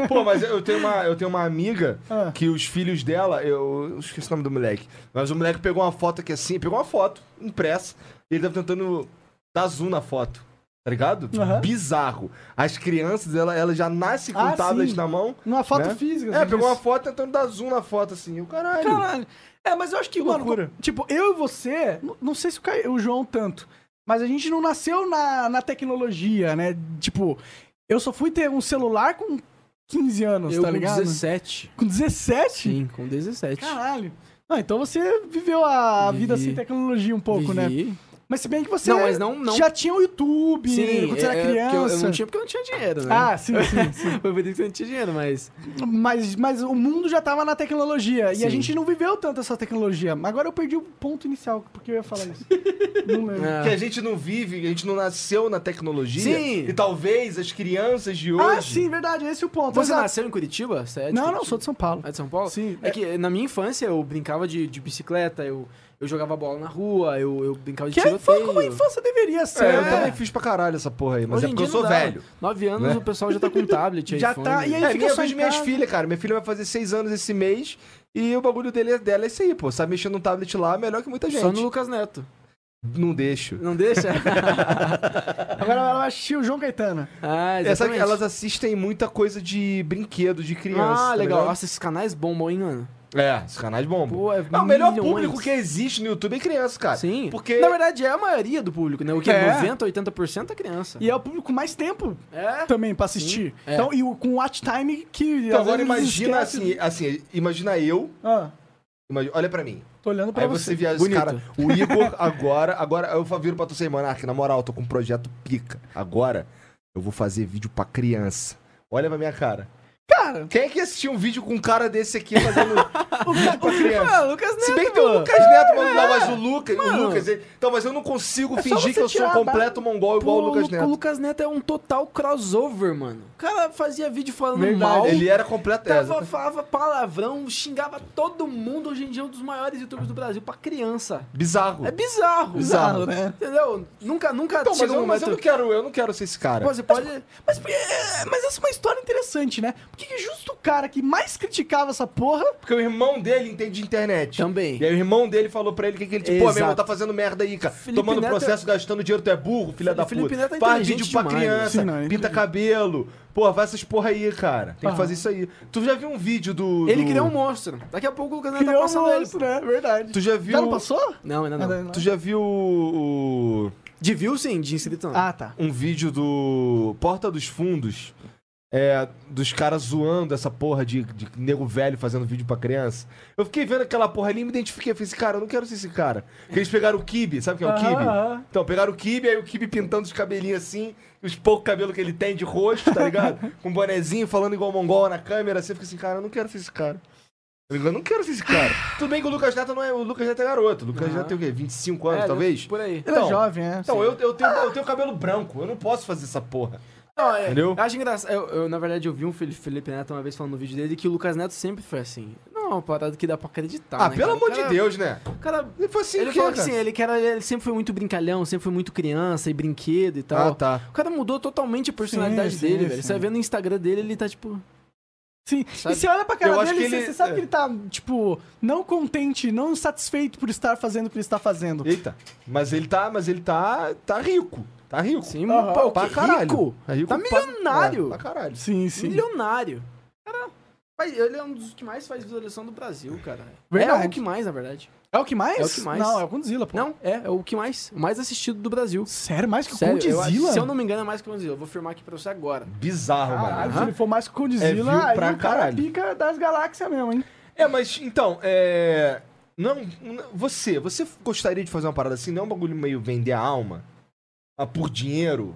Speaker 2: Pô, mas eu tenho uma, eu tenho uma amiga
Speaker 3: Ah.
Speaker 2: que os filhos dela, eu, eu esqueci o nome do moleque, mas o moleque pegou uma foto aqui assim, pegou uma foto impressa, e ele tava tentando dar zoom na foto. Tá ligado?
Speaker 3: Aham.
Speaker 2: Bizarro. As crianças, ela, ela já nasce com o
Speaker 3: Ah,
Speaker 2: tablet
Speaker 3: sim.
Speaker 2: na mão.
Speaker 3: Numa foto
Speaker 2: né?
Speaker 3: física.
Speaker 2: É,
Speaker 3: assim,
Speaker 2: pegou uma
Speaker 3: isso.
Speaker 2: foto tentando dar zoom na foto, assim. O caralho.
Speaker 3: Caralho. É, mas eu acho que, mano,
Speaker 2: loucura.
Speaker 3: tipo, eu e você, n- não sei se o, Caio- o João tanto, mas a gente não nasceu na, na tecnologia, né? Tipo, eu só fui ter um celular com 15 anos,
Speaker 4: Eu
Speaker 3: tá
Speaker 4: com
Speaker 3: ligado?
Speaker 4: 17.
Speaker 3: Com 17?
Speaker 4: Sim, com 17.
Speaker 3: Caralho. Ah, então você viveu a
Speaker 4: Vivi.
Speaker 3: vida sem tecnologia um pouco, né?
Speaker 4: Vivi.
Speaker 3: Mas se bem que você
Speaker 4: Não, mas não- não-
Speaker 3: já tinha o YouTube
Speaker 4: Sim,
Speaker 3: quando você era
Speaker 4: é, porque eu-
Speaker 3: criança.
Speaker 4: Eu, não tinha porque eu não tinha dinheiro, né?
Speaker 3: Ah, sim, sim, sim.
Speaker 4: Foi por isso que eu não tinha dinheiro, mas.
Speaker 3: Mas, mas o mundo já tava na tecnologia. E a
Speaker 4: Sim.
Speaker 3: gente não viveu tanto essa tecnologia. Agora eu perdi o ponto inicial, porque eu ia falar isso. não lembro.
Speaker 2: Que a gente não vive, a gente não nasceu na tecnologia.
Speaker 4: Sim.
Speaker 2: E talvez as crianças de hoje.
Speaker 3: Ah, sim, verdade, esse é o ponto.
Speaker 4: Você
Speaker 3: exato.
Speaker 4: nasceu em Curitiba? Você é de
Speaker 3: Não,
Speaker 4: Curitiba?
Speaker 3: não, sou de São Paulo.
Speaker 4: É de São Paulo?
Speaker 3: Sim.
Speaker 4: É que na minha infância eu brincava de, de bicicleta, eu, eu jogava bola na rua, eu, eu brincava de
Speaker 3: Que é-
Speaker 4: tiroteio.
Speaker 3: foi como a infância deveria ser.
Speaker 2: É, eu
Speaker 3: né?
Speaker 2: também fiz pra caralho essa porra aí, mas
Speaker 4: Hoje
Speaker 2: é
Speaker 4: em
Speaker 2: porque eu
Speaker 4: dia
Speaker 2: sou
Speaker 4: não dá.
Speaker 2: velho.
Speaker 4: Nove anos
Speaker 2: Né?
Speaker 4: o pessoal já tá com tablet,
Speaker 3: Já
Speaker 4: iPhone.
Speaker 3: tá, e aí
Speaker 2: É,
Speaker 3: fica
Speaker 2: minha, eu
Speaker 3: só em
Speaker 2: vejo minhas
Speaker 3: casa.
Speaker 2: filhas, cara. Minha filha vai fazer seis anos esse mês e o bagulho dele, dela é isso aí, pô. Sabe mexer no tablet lá melhor que muita gente.
Speaker 4: Só no Lucas Neto.
Speaker 2: Não deixo.
Speaker 4: Não deixa?
Speaker 3: Agora ela vai assistir o João Caetano.
Speaker 4: ah,
Speaker 2: É, sabe que
Speaker 4: exatamente.
Speaker 2: elas assistem muita coisa de brinquedo de criança.
Speaker 4: Ah,
Speaker 2: tá
Speaker 4: legal.
Speaker 2: ligado?
Speaker 4: Nossa, esses canais bombam, hein, mano?
Speaker 2: É, esses canais bombam.
Speaker 4: Pô, é
Speaker 2: Não, o melhor
Speaker 4: milhões.
Speaker 2: público que existe no YouTube é criança, cara.
Speaker 4: Sim.
Speaker 2: Porque.
Speaker 4: Na verdade, é a maioria do público, né? O que
Speaker 3: É.
Speaker 4: é 90, 80% é criança.
Speaker 3: E é o público com mais tempo
Speaker 4: É.
Speaker 3: também pra assistir.
Speaker 4: é.
Speaker 3: Então, e o, com watch time que.
Speaker 2: Então
Speaker 3: às
Speaker 2: agora
Speaker 3: vezes
Speaker 2: imagina
Speaker 3: esquece.
Speaker 2: assim, assim, imagina eu.
Speaker 3: Ah,
Speaker 2: imagi- olha pra mim.
Speaker 3: tô olhando pra
Speaker 2: Aí
Speaker 3: você.
Speaker 2: você, viaja esse
Speaker 4: Bonito.
Speaker 2: cara. O Igor agora. Agora eu viro pra tu sem Monark, na moral, eu tô com um projeto pica. Agora eu vou fazer vídeo pra criança. Olha pra minha cara.
Speaker 3: Cara,
Speaker 2: Quem é que assistiu um vídeo com um cara desse aqui fazendo vídeo pra criança?
Speaker 4: Ah, Lucas Neto,
Speaker 2: Se bem que tem o
Speaker 4: mano.
Speaker 2: Lucas Neto, mas não, mas o Lucas, o
Speaker 4: Mano.
Speaker 2: Lucas, ele- então, mas eu não consigo
Speaker 3: você
Speaker 2: fingir que eu sou um
Speaker 3: tirar a
Speaker 2: completo mongol igual
Speaker 4: Pô,
Speaker 2: o Lucas
Speaker 4: Lu- O
Speaker 2: Neto.
Speaker 4: Lucas Neto é um total crossover, mano. O cara fazia vídeo falando mal.
Speaker 2: Ele era completo. é,
Speaker 4: Tava, falava palavrão, xingava todo mundo. Hoje em dia é um dos maiores youtubers do Brasil pra criança.
Speaker 2: Bizarro.
Speaker 4: É bizarro.
Speaker 2: Bizarro,
Speaker 3: né?
Speaker 4: Entendeu? Nunca, nunca
Speaker 2: Então, mas
Speaker 4: chega um
Speaker 2: eu, mas eu
Speaker 4: momento...
Speaker 2: não quero, eu não quero ser esse cara.
Speaker 4: Pô, você pode...
Speaker 3: Mas, é, mas essa é uma história interessante, né? Por que que justo o cara que mais criticava essa porra...
Speaker 2: Porque o irmão dele entende de internet.
Speaker 4: Também.
Speaker 2: E aí o irmão dele falou pra ele que, que ele, tipo, pô, meu irmão
Speaker 4: Exato.
Speaker 2: tá fazendo merda aí, cara.
Speaker 4: Felipe
Speaker 2: Tomando
Speaker 4: Neto é-
Speaker 2: processo, gastando dinheiro, tu é burro, filha da
Speaker 4: Felipe
Speaker 2: puta.
Speaker 4: Neto é
Speaker 2: Faz
Speaker 4: inteligente
Speaker 2: vídeo pra
Speaker 4: demais,
Speaker 2: criança,
Speaker 3: Sim, não, ele é
Speaker 2: pinta cabelo. Pô, vai essas porra aí, cara. Tem que
Speaker 3: Ah.
Speaker 2: fazer isso aí. Tu já viu um vídeo do...
Speaker 4: Ele
Speaker 2: do-
Speaker 4: criou um monstro. Daqui a pouco o Lucas Neto tá
Speaker 3: Criou um
Speaker 4: passando ele. Tá
Speaker 3: monstro, né? Verdade.
Speaker 2: Tu já
Speaker 3: O
Speaker 2: viu...
Speaker 3: cara não passou?
Speaker 4: Não, ainda não.
Speaker 2: Tu já viu o... o-
Speaker 4: De view, sim, de É, inscrito não.
Speaker 3: Ah, tá.
Speaker 2: um vídeo do Porta dos Fundos, é, dos caras zoando essa porra de, de nego velho fazendo vídeo pra criança. Eu fiquei vendo aquela porra ali e me identifiquei. Eu Falei assim, cara, eu não quero ser esse cara. Porque eles pegaram o Kibe, sabe quem é o
Speaker 3: Aham,
Speaker 2: Kibe?
Speaker 3: aham.
Speaker 2: Então, pegaram o Kibe, aí o Kibe pintando os cabelinhos assim, os poucos cabelos que ele tem de rosto, tá ligado? Com bonezinho, falando igual mongol na câmera, assim. Eu fiquei assim, cara, eu não quero ser esse cara. Eu não quero ser esse cara. Tudo bem que o Lucas Neto não é. O Lucas Neto é garoto. O Lucas
Speaker 4: Aham.
Speaker 2: Neto tem o quê? 25 anos,
Speaker 4: É,
Speaker 2: talvez?
Speaker 4: Por aí.
Speaker 3: Ele
Speaker 2: Então,
Speaker 3: é jovem, é.
Speaker 2: Então, eu, eu, tenho, eu tenho cabelo branco, eu não posso fazer essa porra.
Speaker 4: Não, é,
Speaker 2: Entendeu?
Speaker 4: Eu acho engraçado. Eu, eu, na verdade, eu vi um Fel- Felipe Neto uma vez falando no vídeo dele que o Lucas Neto sempre foi assim. Não, é uma parada que dá pra acreditar.
Speaker 2: Ah,
Speaker 4: né,
Speaker 2: pelo
Speaker 4: cara?
Speaker 2: amor
Speaker 4: O cara-
Speaker 2: de Deus, né?
Speaker 4: O cara.
Speaker 2: Ele foi assim,
Speaker 4: ele
Speaker 2: o quê,
Speaker 4: falou que
Speaker 2: cara?
Speaker 4: assim, ele, que era, ele sempre foi muito brincalhão, sempre foi muito criança e brinquedo e tal.
Speaker 2: Ah, tá.
Speaker 4: O cara mudou totalmente a personalidade
Speaker 3: Sim, sim,
Speaker 4: dele, velho.
Speaker 3: sim.
Speaker 4: Você vai ver no Instagram dele, ele tá tipo.
Speaker 3: Sim.
Speaker 4: Sabe?
Speaker 3: E você olha pra cara
Speaker 2: Eu acho
Speaker 3: dele
Speaker 2: que
Speaker 3: e você-
Speaker 2: ele-
Speaker 3: você sabe
Speaker 2: é.
Speaker 3: que ele tá, tipo, não contente, não satisfeito por estar fazendo o que ele está fazendo.
Speaker 2: Eita. Mas ele tá, mas ele tá, tá rico. Tá rico.
Speaker 4: Sim,
Speaker 3: Aham.
Speaker 4: pô, o
Speaker 2: pra
Speaker 4: quê?
Speaker 2: caralho.
Speaker 4: Rico?
Speaker 2: É rico
Speaker 4: Tá
Speaker 2: pra-
Speaker 4: milionário.
Speaker 2: É, pra caralho.
Speaker 3: Sim, sim.
Speaker 4: Milionário. Cara, faz- ele é um dos que mais faz visualização do Brasil, cara.
Speaker 3: Verdade.
Speaker 4: É o que mais, na verdade.
Speaker 3: É o que mais?
Speaker 4: É o que mais.
Speaker 3: Não, é o Godzilla, pô.
Speaker 4: Não, é, é o que mais. O mais assistido do Brasil.
Speaker 3: Sério, mais que o
Speaker 4: Sério, eu acho-
Speaker 3: Godzilla?
Speaker 4: se eu não me engano, é mais que o Godzilla. Eu vou firmar aqui pra você agora.
Speaker 2: Bizarro,
Speaker 3: Caralho,
Speaker 2: mano.
Speaker 3: se ele for mais que o
Speaker 2: É,
Speaker 3: Godzilla,
Speaker 2: viu?
Speaker 3: aí
Speaker 2: Pra
Speaker 3: o cara
Speaker 2: caralho.
Speaker 3: pica das galáxias mesmo, hein?
Speaker 2: É, mas então, é. Não, não- você, você gostaria de fazer uma parada assim? Não é um bagulho meio vender a alma? Ah, por dinheiro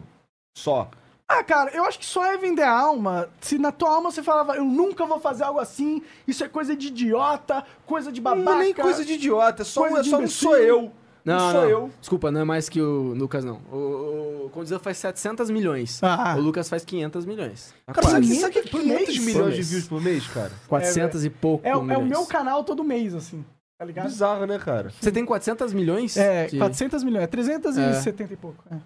Speaker 2: só?
Speaker 3: Ah, cara, eu acho que só é vender a alma se na tua alma você falava, eu nunca vou fazer algo assim, isso é coisa de idiota, coisa de babaca.
Speaker 2: Não é nem coisa de idiota, é só,
Speaker 3: Coisa
Speaker 2: é
Speaker 3: de
Speaker 2: só um
Speaker 3: imbecil.
Speaker 2: sou eu.
Speaker 4: Não,
Speaker 2: um sou
Speaker 4: não.
Speaker 2: eu.
Speaker 4: Desculpa, não é mais que o Lucas, não. O, o, o Godzilla faz 700 milhões.
Speaker 3: Ah.
Speaker 4: O Lucas faz 500 milhões. Tá
Speaker 2: Cara, sabe,
Speaker 4: quase.
Speaker 2: que- sabe que
Speaker 3: 500
Speaker 2: 500
Speaker 3: por
Speaker 2: milhões de
Speaker 4: mês.
Speaker 2: views por mês, cara?
Speaker 4: 400 e pouco
Speaker 3: É, o- é
Speaker 4: milhões.
Speaker 3: o meu canal todo mês, assim, tá ligado?
Speaker 2: Bizarro, né, cara?
Speaker 4: Você tem 400 milhões?
Speaker 3: É,
Speaker 4: de-
Speaker 3: 400 milhões, é 370 e pouco. É.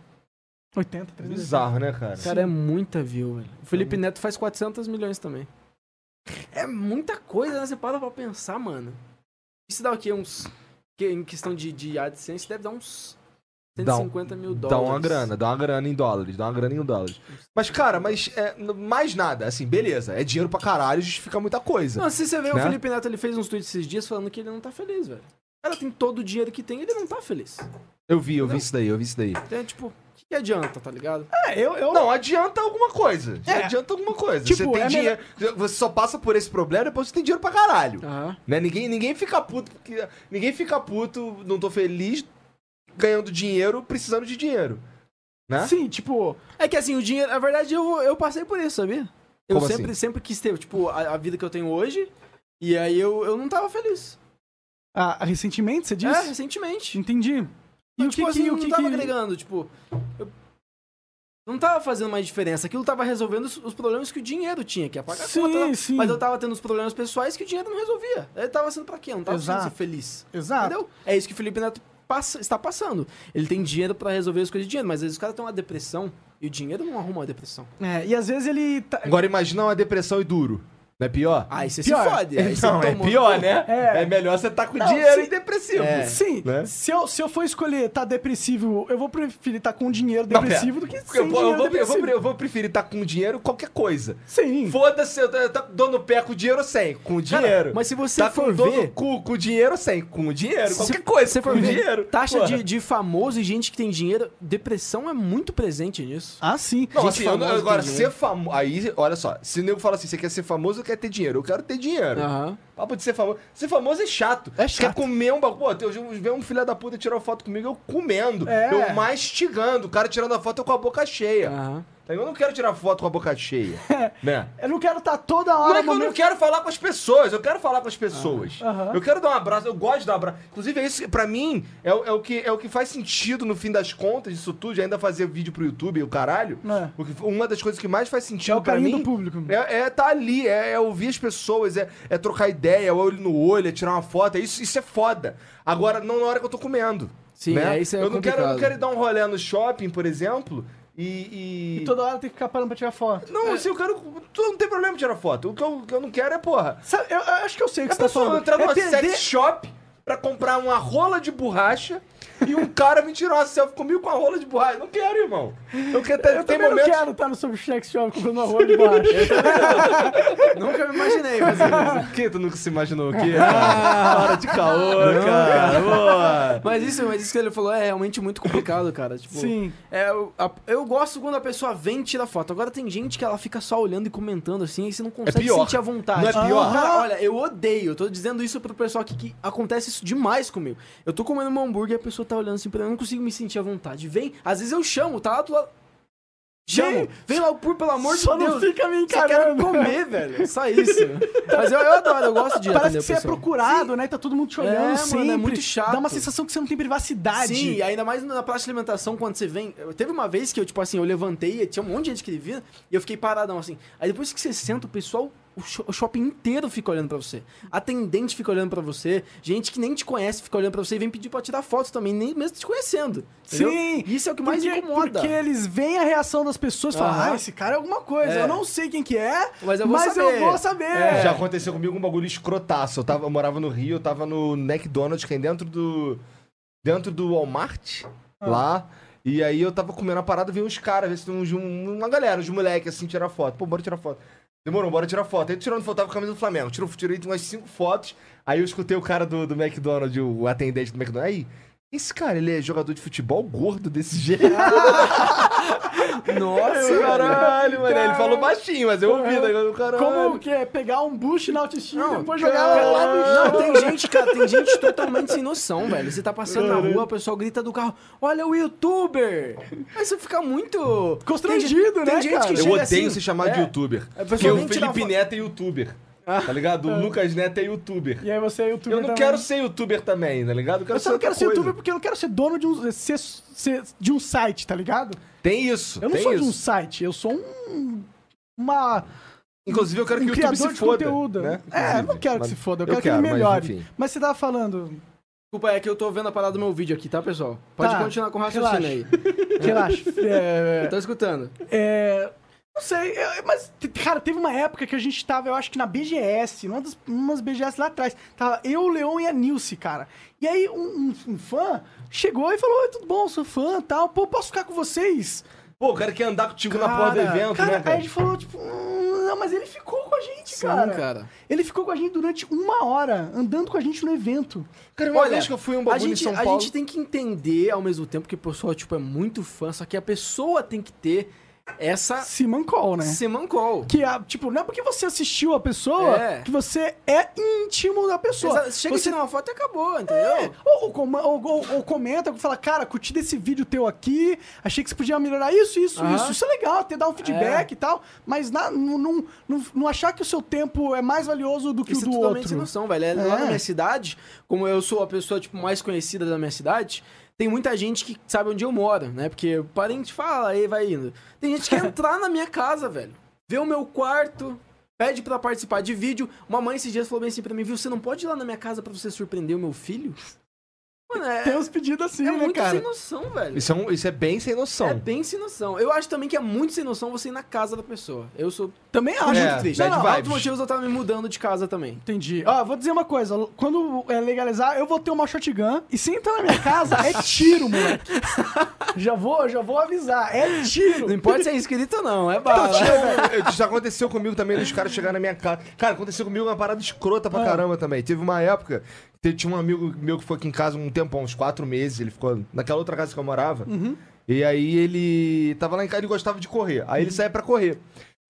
Speaker 3: 80, 300.
Speaker 2: Bizarro, né, cara?
Speaker 4: Cara, é muita view, velho. O
Speaker 3: É
Speaker 4: Felipe Neto faz 400 milhões também. É muita coisa, né? Você para pra pensar, mano. Isso dá o quê? Uns... que- Em questão de, de AdSense, deve dar uns
Speaker 2: Dá um-
Speaker 4: 150 mil
Speaker 2: Dá
Speaker 4: dólares.
Speaker 2: uma grana, dá uma grana em dólares, dá uma grana em dólares. Mas, cara, mas é, n- mais nada, assim, beleza, é dinheiro pra caralho, justifica muita coisa.
Speaker 4: Não, assim, se você vê, o
Speaker 2: Né?
Speaker 4: Felipe Neto, ele fez uns tweets esses dias falando que ele não tá feliz, velho. O cara tem todo o dinheiro que tem, ele não tá feliz.
Speaker 2: Eu vi, eu vi isso daí, eu vi isso daí.
Speaker 4: Então, é tipo, o que, que adianta, tá ligado?
Speaker 3: É, eu, eu
Speaker 2: Não, adianta alguma coisa.
Speaker 3: É.
Speaker 2: Adianta alguma coisa.
Speaker 3: Tipo,
Speaker 2: você tem
Speaker 3: é
Speaker 2: dinheiro. Você só passa por esse problema depois você tem dinheiro pra caralho.
Speaker 4: Aham.
Speaker 2: Né? Ninguém, ninguém fica puto. porque- Ninguém fica puto, não tô feliz, ganhando dinheiro, precisando de dinheiro. Né?
Speaker 3: Sim, tipo,
Speaker 4: É que assim, o dinheiro, na verdade, eu, eu passei por isso, sabia? Eu
Speaker 2: Como
Speaker 4: sempre,
Speaker 2: assim?
Speaker 4: sempre quis ter, tipo, a, a vida que eu tenho hoje, e aí eu, eu não tava feliz.
Speaker 3: ah, recentemente você
Speaker 4: É,
Speaker 3: disse?
Speaker 4: recentemente.
Speaker 3: Entendi. E
Speaker 4: Então,
Speaker 3: o que
Speaker 4: tipo,
Speaker 3: que,
Speaker 4: assim,
Speaker 3: o
Speaker 4: não
Speaker 3: que
Speaker 4: tava
Speaker 3: que...
Speaker 4: agregando, tipo. eu não tava fazendo mais diferença. Aquilo tava resolvendo os, os problemas que o dinheiro tinha, que ia pagar a
Speaker 3: Sim,
Speaker 4: conta. lá.
Speaker 3: sim.
Speaker 4: Mas eu tava tendo os problemas pessoais que o dinheiro não resolvia. Aí tava sendo pra quê? Eu não tava precisando
Speaker 3: Exato.
Speaker 4: ser feliz.
Speaker 3: Exato.
Speaker 4: Entendeu? É isso que o Felipe Neto passa- está passando. Ele tem dinheiro pra resolver as coisas de dinheiro, mas às vezes o cara tem uma depressão e o dinheiro não arruma a depressão.
Speaker 3: É, e às vezes ele. tá-
Speaker 2: Agora imagina uma depressão e duro. Não é pior?
Speaker 4: Aí você
Speaker 3: Pior.
Speaker 4: se fode. Aí você
Speaker 2: Não, é
Speaker 4: tomou-
Speaker 2: pior, né?
Speaker 3: É.
Speaker 2: É, melhor você tá com
Speaker 3: Não,
Speaker 2: dinheiro
Speaker 3: se-
Speaker 2: e depressivo.
Speaker 4: É.
Speaker 3: Sim,
Speaker 2: Né?
Speaker 3: se, eu, se eu for escolher tá depressivo, eu vou preferir tá com dinheiro
Speaker 2: Não,
Speaker 3: depressivo
Speaker 2: pera.
Speaker 3: do que sem
Speaker 2: eu, vou- eu
Speaker 3: dinheiro
Speaker 2: vou, eu,
Speaker 3: depressivo.
Speaker 2: vou, eu vou preferir estar com dinheiro qualquer coisa.
Speaker 3: Sim.
Speaker 2: Foda-se, eu tô- eu tô dando pé com dinheiro ou sem? Com
Speaker 4: Cara,
Speaker 2: dinheiro.
Speaker 4: mas se você
Speaker 2: tá
Speaker 4: for
Speaker 2: com dor
Speaker 4: ver-
Speaker 2: no cu com dinheiro ou sem? Com dinheiro.
Speaker 4: Se-
Speaker 2: Qualquer coisa,
Speaker 4: se for
Speaker 2: com
Speaker 4: ver,
Speaker 2: dinheiro.
Speaker 4: Taxa
Speaker 2: Porra.
Speaker 4: de, de famoso e gente que tem dinheiro, depressão é muito presente nisso.
Speaker 3: Ah, sim.
Speaker 2: Não,
Speaker 4: gente
Speaker 2: assim, eu não-
Speaker 4: famosa
Speaker 2: agora,
Speaker 4: tem
Speaker 2: ser
Speaker 4: dinheiro.
Speaker 2: famoso. Aí, olha só, se o nego fala assim, você quer ser famoso ou quer ter dinheiro? Eu quero ter dinheiro.
Speaker 4: Aham.
Speaker 2: Papo de ser famoso. Ser famoso é chato.
Speaker 3: É
Speaker 2: Você
Speaker 3: chato.
Speaker 2: Quer comer um bagulho. Pô, eu ver um filho da puta tirar uma foto comigo, eu comendo.
Speaker 3: É.
Speaker 2: Eu mastigando. O cara tirando a foto eu com a boca cheia.
Speaker 4: Aham.
Speaker 2: Tá ligado? Eu não quero tirar foto com a boca cheia. né?
Speaker 3: Eu não quero tá toda
Speaker 2: Não
Speaker 3: hora.
Speaker 2: é que eu não
Speaker 3: momento- Ah,
Speaker 2: quero falar com as pessoas, eu quero falar com as pessoas.
Speaker 3: Aham.
Speaker 2: Eu quero dar um abraço, eu gosto de dar um abraço. Inclusive, é isso, pra mim, é, o- é o que, é o que faz sentido no fim das contas disso tudo, de ainda fazer vídeo pro YouTube e o caralho.
Speaker 3: É.
Speaker 2: O que- Uma das coisas que mais faz
Speaker 3: É
Speaker 2: sentido
Speaker 3: o
Speaker 2: pra
Speaker 3: carinho
Speaker 2: mim.
Speaker 3: do público.
Speaker 2: É, é tá ali, é, é ouvir as pessoas, é, é trocar ideia, é olho no olho, é tirar uma foto, é isso, isso é foda. Agora, não na hora que eu tô comendo.
Speaker 4: Sim,
Speaker 2: né?
Speaker 4: é, isso é
Speaker 2: eu não quero, eu não
Speaker 4: complicado.
Speaker 2: quero ir dar um rolê no shopping, por exemplo, E,
Speaker 3: E toda hora tem que ficar parando pra tirar foto.
Speaker 2: Não, assim, o cara. tu Não tem problema em tirar foto. O que eu, o que eu não quero é, porra.
Speaker 3: Sabe, eu, eu acho que eu sei o que
Speaker 2: A
Speaker 3: você tá
Speaker 2: pessoa
Speaker 3: falando.
Speaker 2: entrar numa
Speaker 3: é perder...
Speaker 2: sex shop pra comprar uma rola de borracha e um cara me tirar uma selfie comigo com a rola de borracha. Não quero, irmão. Eu quero ter,
Speaker 3: Eu
Speaker 2: tem
Speaker 3: também
Speaker 2: momentos.
Speaker 3: não quero estar no Subcheck Shop comprando uma rola de borracha.
Speaker 4: Nunca me imaginei fazer isso.
Speaker 2: Por que tu nunca se imaginou o quê? Para de caô, Ah, cara. Boa.
Speaker 4: Mas isso, mas isso que ele falou é realmente muito complicado, cara. Tipo,
Speaker 3: Sim.
Speaker 4: É, eu, a- eu gosto quando a pessoa vem e tira foto. Agora tem gente que ela fica só olhando e comentando assim, e você não
Speaker 3: É
Speaker 4: consegue
Speaker 2: pior.
Speaker 4: sentir a vontade. Tipo,
Speaker 2: Não é pior?
Speaker 4: Cara, olha, eu odeio. Eu tô dizendo isso pro pessoal aqui que acontece isso demais comigo. Eu tô comendo um hambúrguer e a pessoa tá olhando assim pra mim. Eu não consigo me sentir à vontade. Vem, às vezes eu chamo, tá lá do lado. Chamo, vem, lá, por, pelo amor
Speaker 3: Só
Speaker 4: de
Speaker 3: não
Speaker 4: Deus.
Speaker 3: fica me
Speaker 4: Só quero
Speaker 3: encarando.
Speaker 4: comer, velho. Só isso. Mas eu, eu adoro, eu gosto de
Speaker 3: Parece
Speaker 4: atender
Speaker 3: que você
Speaker 4: a
Speaker 3: é
Speaker 4: pessoa.
Speaker 3: procurado, né? Tá todo mundo te
Speaker 4: É,
Speaker 3: olhando
Speaker 4: mano, é
Speaker 3: sempre.
Speaker 4: muito chato.
Speaker 3: Dá uma sensação que você não tem privacidade.
Speaker 4: Sim, é e ainda mais na praça de alimentação, quando você vem. eu- Teve uma vez que eu, tipo assim, eu levantei e tinha um monte de gente que ele via, e eu fiquei paradão assim. Aí depois que você senta, o pessoal, o, sho- o shopping inteiro fica olhando pra você. Atendente fica olhando pra você, gente que nem te conhece fica olhando pra você e vem pedir pra tirar foto também, nem mesmo te conhecendo. entendeu?
Speaker 3: Sim.
Speaker 4: E Isso é o que mais
Speaker 3: porque,
Speaker 4: incomoda.
Speaker 3: Porque eles veem a reação das pessoas e falam,
Speaker 4: Aham.
Speaker 3: ah, esse cara é alguma coisa.
Speaker 4: É.
Speaker 3: Eu não sei quem que é,
Speaker 4: Mas eu vou saber." É.
Speaker 3: vou saber.
Speaker 2: Já aconteceu comigo um bagulho escrotaço. Eu, tava, eu morava no Rio, eu tava no McDonald's, que é dentro do. Dentro do Walmart, lá. E aí eu tava comendo a parada, veio uns caras, veio uns, um- uma galera, uns moleques assim, tirar foto. Pô, bora tirar foto. Demorou, bora tirar foto. Aí tirando foto, tava com a camisa do Flamengo. Tirou, tirei umas cinco fotos. Aí eu escutei o cara do, do McDonald's, o atendente do McDonald's. Aí, esse cara, ele é jogador de futebol gordo desse jeito.
Speaker 4: Nossa,
Speaker 2: Eu, caralho, mano. Ele falou baixinho, mas eu ouvi. daí eu, Caralho.
Speaker 3: Como que é? Pegar um boost na autoestima e depois jogar
Speaker 4: Cara,
Speaker 3: lá no chão.
Speaker 4: Não, tem gente, cara, tem gente totalmente sem noção, velho. Você tá passando na rua, o pessoal grita do carro, olha o youtuber! Aí você fica muito...
Speaker 3: Constrangido,
Speaker 4: tem,
Speaker 3: né,
Speaker 4: Tem gente
Speaker 3: cara?
Speaker 4: que
Speaker 2: Eu
Speaker 4: chega
Speaker 2: odeio
Speaker 4: assim,
Speaker 2: se chamar de
Speaker 4: é,
Speaker 2: youtuber.
Speaker 4: a pessoa
Speaker 2: Porque o
Speaker 4: nem tira
Speaker 2: Felipe
Speaker 4: foto.
Speaker 2: Neto é youtuber. Tá ligado? O Lucas Neto é youtuber.
Speaker 3: Ah. E aí você é youtuber
Speaker 2: Eu não
Speaker 3: também.
Speaker 2: quero ser youtuber também, tá ligado?
Speaker 3: Eu só não quero ser
Speaker 2: outra
Speaker 3: youtuber
Speaker 2: coisa.
Speaker 3: porque eu não quero ser dono de um, ser- ser- de um site, tá ligado?
Speaker 2: Tem isso.
Speaker 3: Eu não
Speaker 2: tem
Speaker 3: sou
Speaker 2: isso.
Speaker 3: de um site, eu sou um... Uma...
Speaker 2: Inclusive, eu quero
Speaker 3: um
Speaker 2: que o YouTube
Speaker 3: criador
Speaker 2: se
Speaker 3: de
Speaker 2: foda.
Speaker 3: conteúdo.
Speaker 2: Né?
Speaker 3: É, eu não
Speaker 2: Inclusive,
Speaker 3: quero
Speaker 2: mas-
Speaker 3: que se foda, eu, quero, que ele
Speaker 2: mas
Speaker 3: melhore.
Speaker 2: enfim.
Speaker 3: Mas, você tava falando.
Speaker 4: Desculpa, é que eu tô vendo a parada do meu vídeo aqui, tá, pessoal? Pode
Speaker 3: Tá,
Speaker 4: continuar com o raciocínio aí.
Speaker 3: Relaxa. É,
Speaker 4: Tô escutando.
Speaker 3: é, não sei, é, mas, te- cara, teve uma época que a gente tava, eu acho que na BGS, numa das umas BGS lá atrás. Tava eu, o Leon e a Nilce, cara. E aí um, um- um fã chegou e falou: Oi, tudo bom, sou fã e tal, pô, posso ficar com vocês?
Speaker 2: Pô, o cara quer andar contigo na porra do evento,
Speaker 3: cara,
Speaker 2: né,
Speaker 3: Aí a
Speaker 2: cara?
Speaker 3: gente falou, tipo, "Hum, não, mas ele ficou com a gente,
Speaker 4: Sim,
Speaker 3: cara.
Speaker 4: cara.
Speaker 3: Ele ficou com a gente durante uma hora, andando com a gente no evento.
Speaker 2: Cara, uma
Speaker 4: Olha,
Speaker 2: vez que eu fui em um
Speaker 4: a
Speaker 2: bagulho
Speaker 4: gente,
Speaker 2: em São
Speaker 4: a
Speaker 2: Paulo...
Speaker 4: gente tem que entender ao mesmo tempo que o pessoal, tipo, é muito fã, só que a pessoa tem que ter essa
Speaker 3: Se mancou, né?
Speaker 4: semancol.
Speaker 3: Que, a- tipo, não é porque você assistiu a pessoa
Speaker 4: É.
Speaker 3: que você é íntimo da pessoa.
Speaker 4: Exa- Chega
Speaker 3: você é.
Speaker 4: e tira uma foto e acabou, entendeu?
Speaker 3: ou, ou coma- ou- ou- ou comenta, ou fala, cara, curti desse vídeo teu aqui, achei que você podia melhorar isso, isso,
Speaker 4: Aham. É.
Speaker 3: isso. Isso é legal, até dar um feedback e tal, mas na- não, não- não- não achar que o seu tempo é mais valioso do que
Speaker 4: Isso
Speaker 3: o
Speaker 4: é
Speaker 3: do
Speaker 4: totalmente sem
Speaker 3: outro.
Speaker 4: noção, velho. É, Lá na
Speaker 3: É.
Speaker 4: minha cidade, como eu sou a pessoa, tipo, mais conhecida da minha cidade, tem muita gente que sabe onde eu moro, né? Porque o parente fala, aí vai indo. Tem gente que quer entrar na minha casa, velho. Vê o meu quarto, pede pra participar de vídeo. Uma mãe esses dias falou bem assim pra mim, viu? Você não pode ir lá na minha casa pra você surpreender o meu filho? Mano, é,
Speaker 3: Tem uns pedidos assim,
Speaker 4: é
Speaker 3: né,
Speaker 4: muito
Speaker 3: cara?
Speaker 4: sem noção, velho.
Speaker 2: Isso é, um- isso é bem sem noção.
Speaker 4: É bem sem noção. Eu acho também que é muito sem noção você ir na casa da pessoa. Eu sou.
Speaker 3: Também acho.
Speaker 2: É,
Speaker 3: muito triste.
Speaker 2: bad
Speaker 4: Não, não,
Speaker 2: vibes.
Speaker 4: outros motivos eu tava me mudando de casa também.
Speaker 3: Entendi. Ó, vou dizer uma coisa. Quando é legalizar, eu vou ter uma shotgun. E se entrar na minha casa, é tiro, moleque. Já vou, já vou avisar. É tiro.
Speaker 4: Não importa se é inscrito ou não, é bala.
Speaker 2: Então, isso aconteceu comigo também, dos caras chegarem na minha casa. Cara, aconteceu comigo uma parada escrota pra caramba também. Teve uma época, te- tinha um amigo meu que foi aqui em casa um tempão, uns quatro meses, ele ficou naquela outra casa que eu morava. E aí ele tava lá em casa, ele gostava de correr. Aí ele saía pra correr.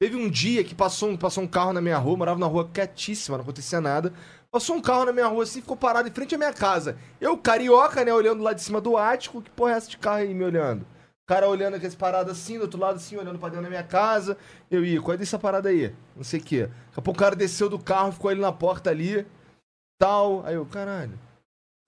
Speaker 2: Teve um dia que passou um, passou um carro na minha rua, eu morava na rua quietíssima, não acontecia nada. Passou um carro na minha rua assim, ficou parado em frente à minha casa. Eu, carioca, né, olhando lá de cima do ático, que porra é essa de carro aí me olhando? O cara olhando aquelas paradas assim, do outro lado assim, olhando pra dentro da minha casa. Eu ia, qual é dessa parada aí? Não sei o quê. Daqui a pouco o cara desceu do carro, ficou ele na porta ali, tal. Aí eu, caralho.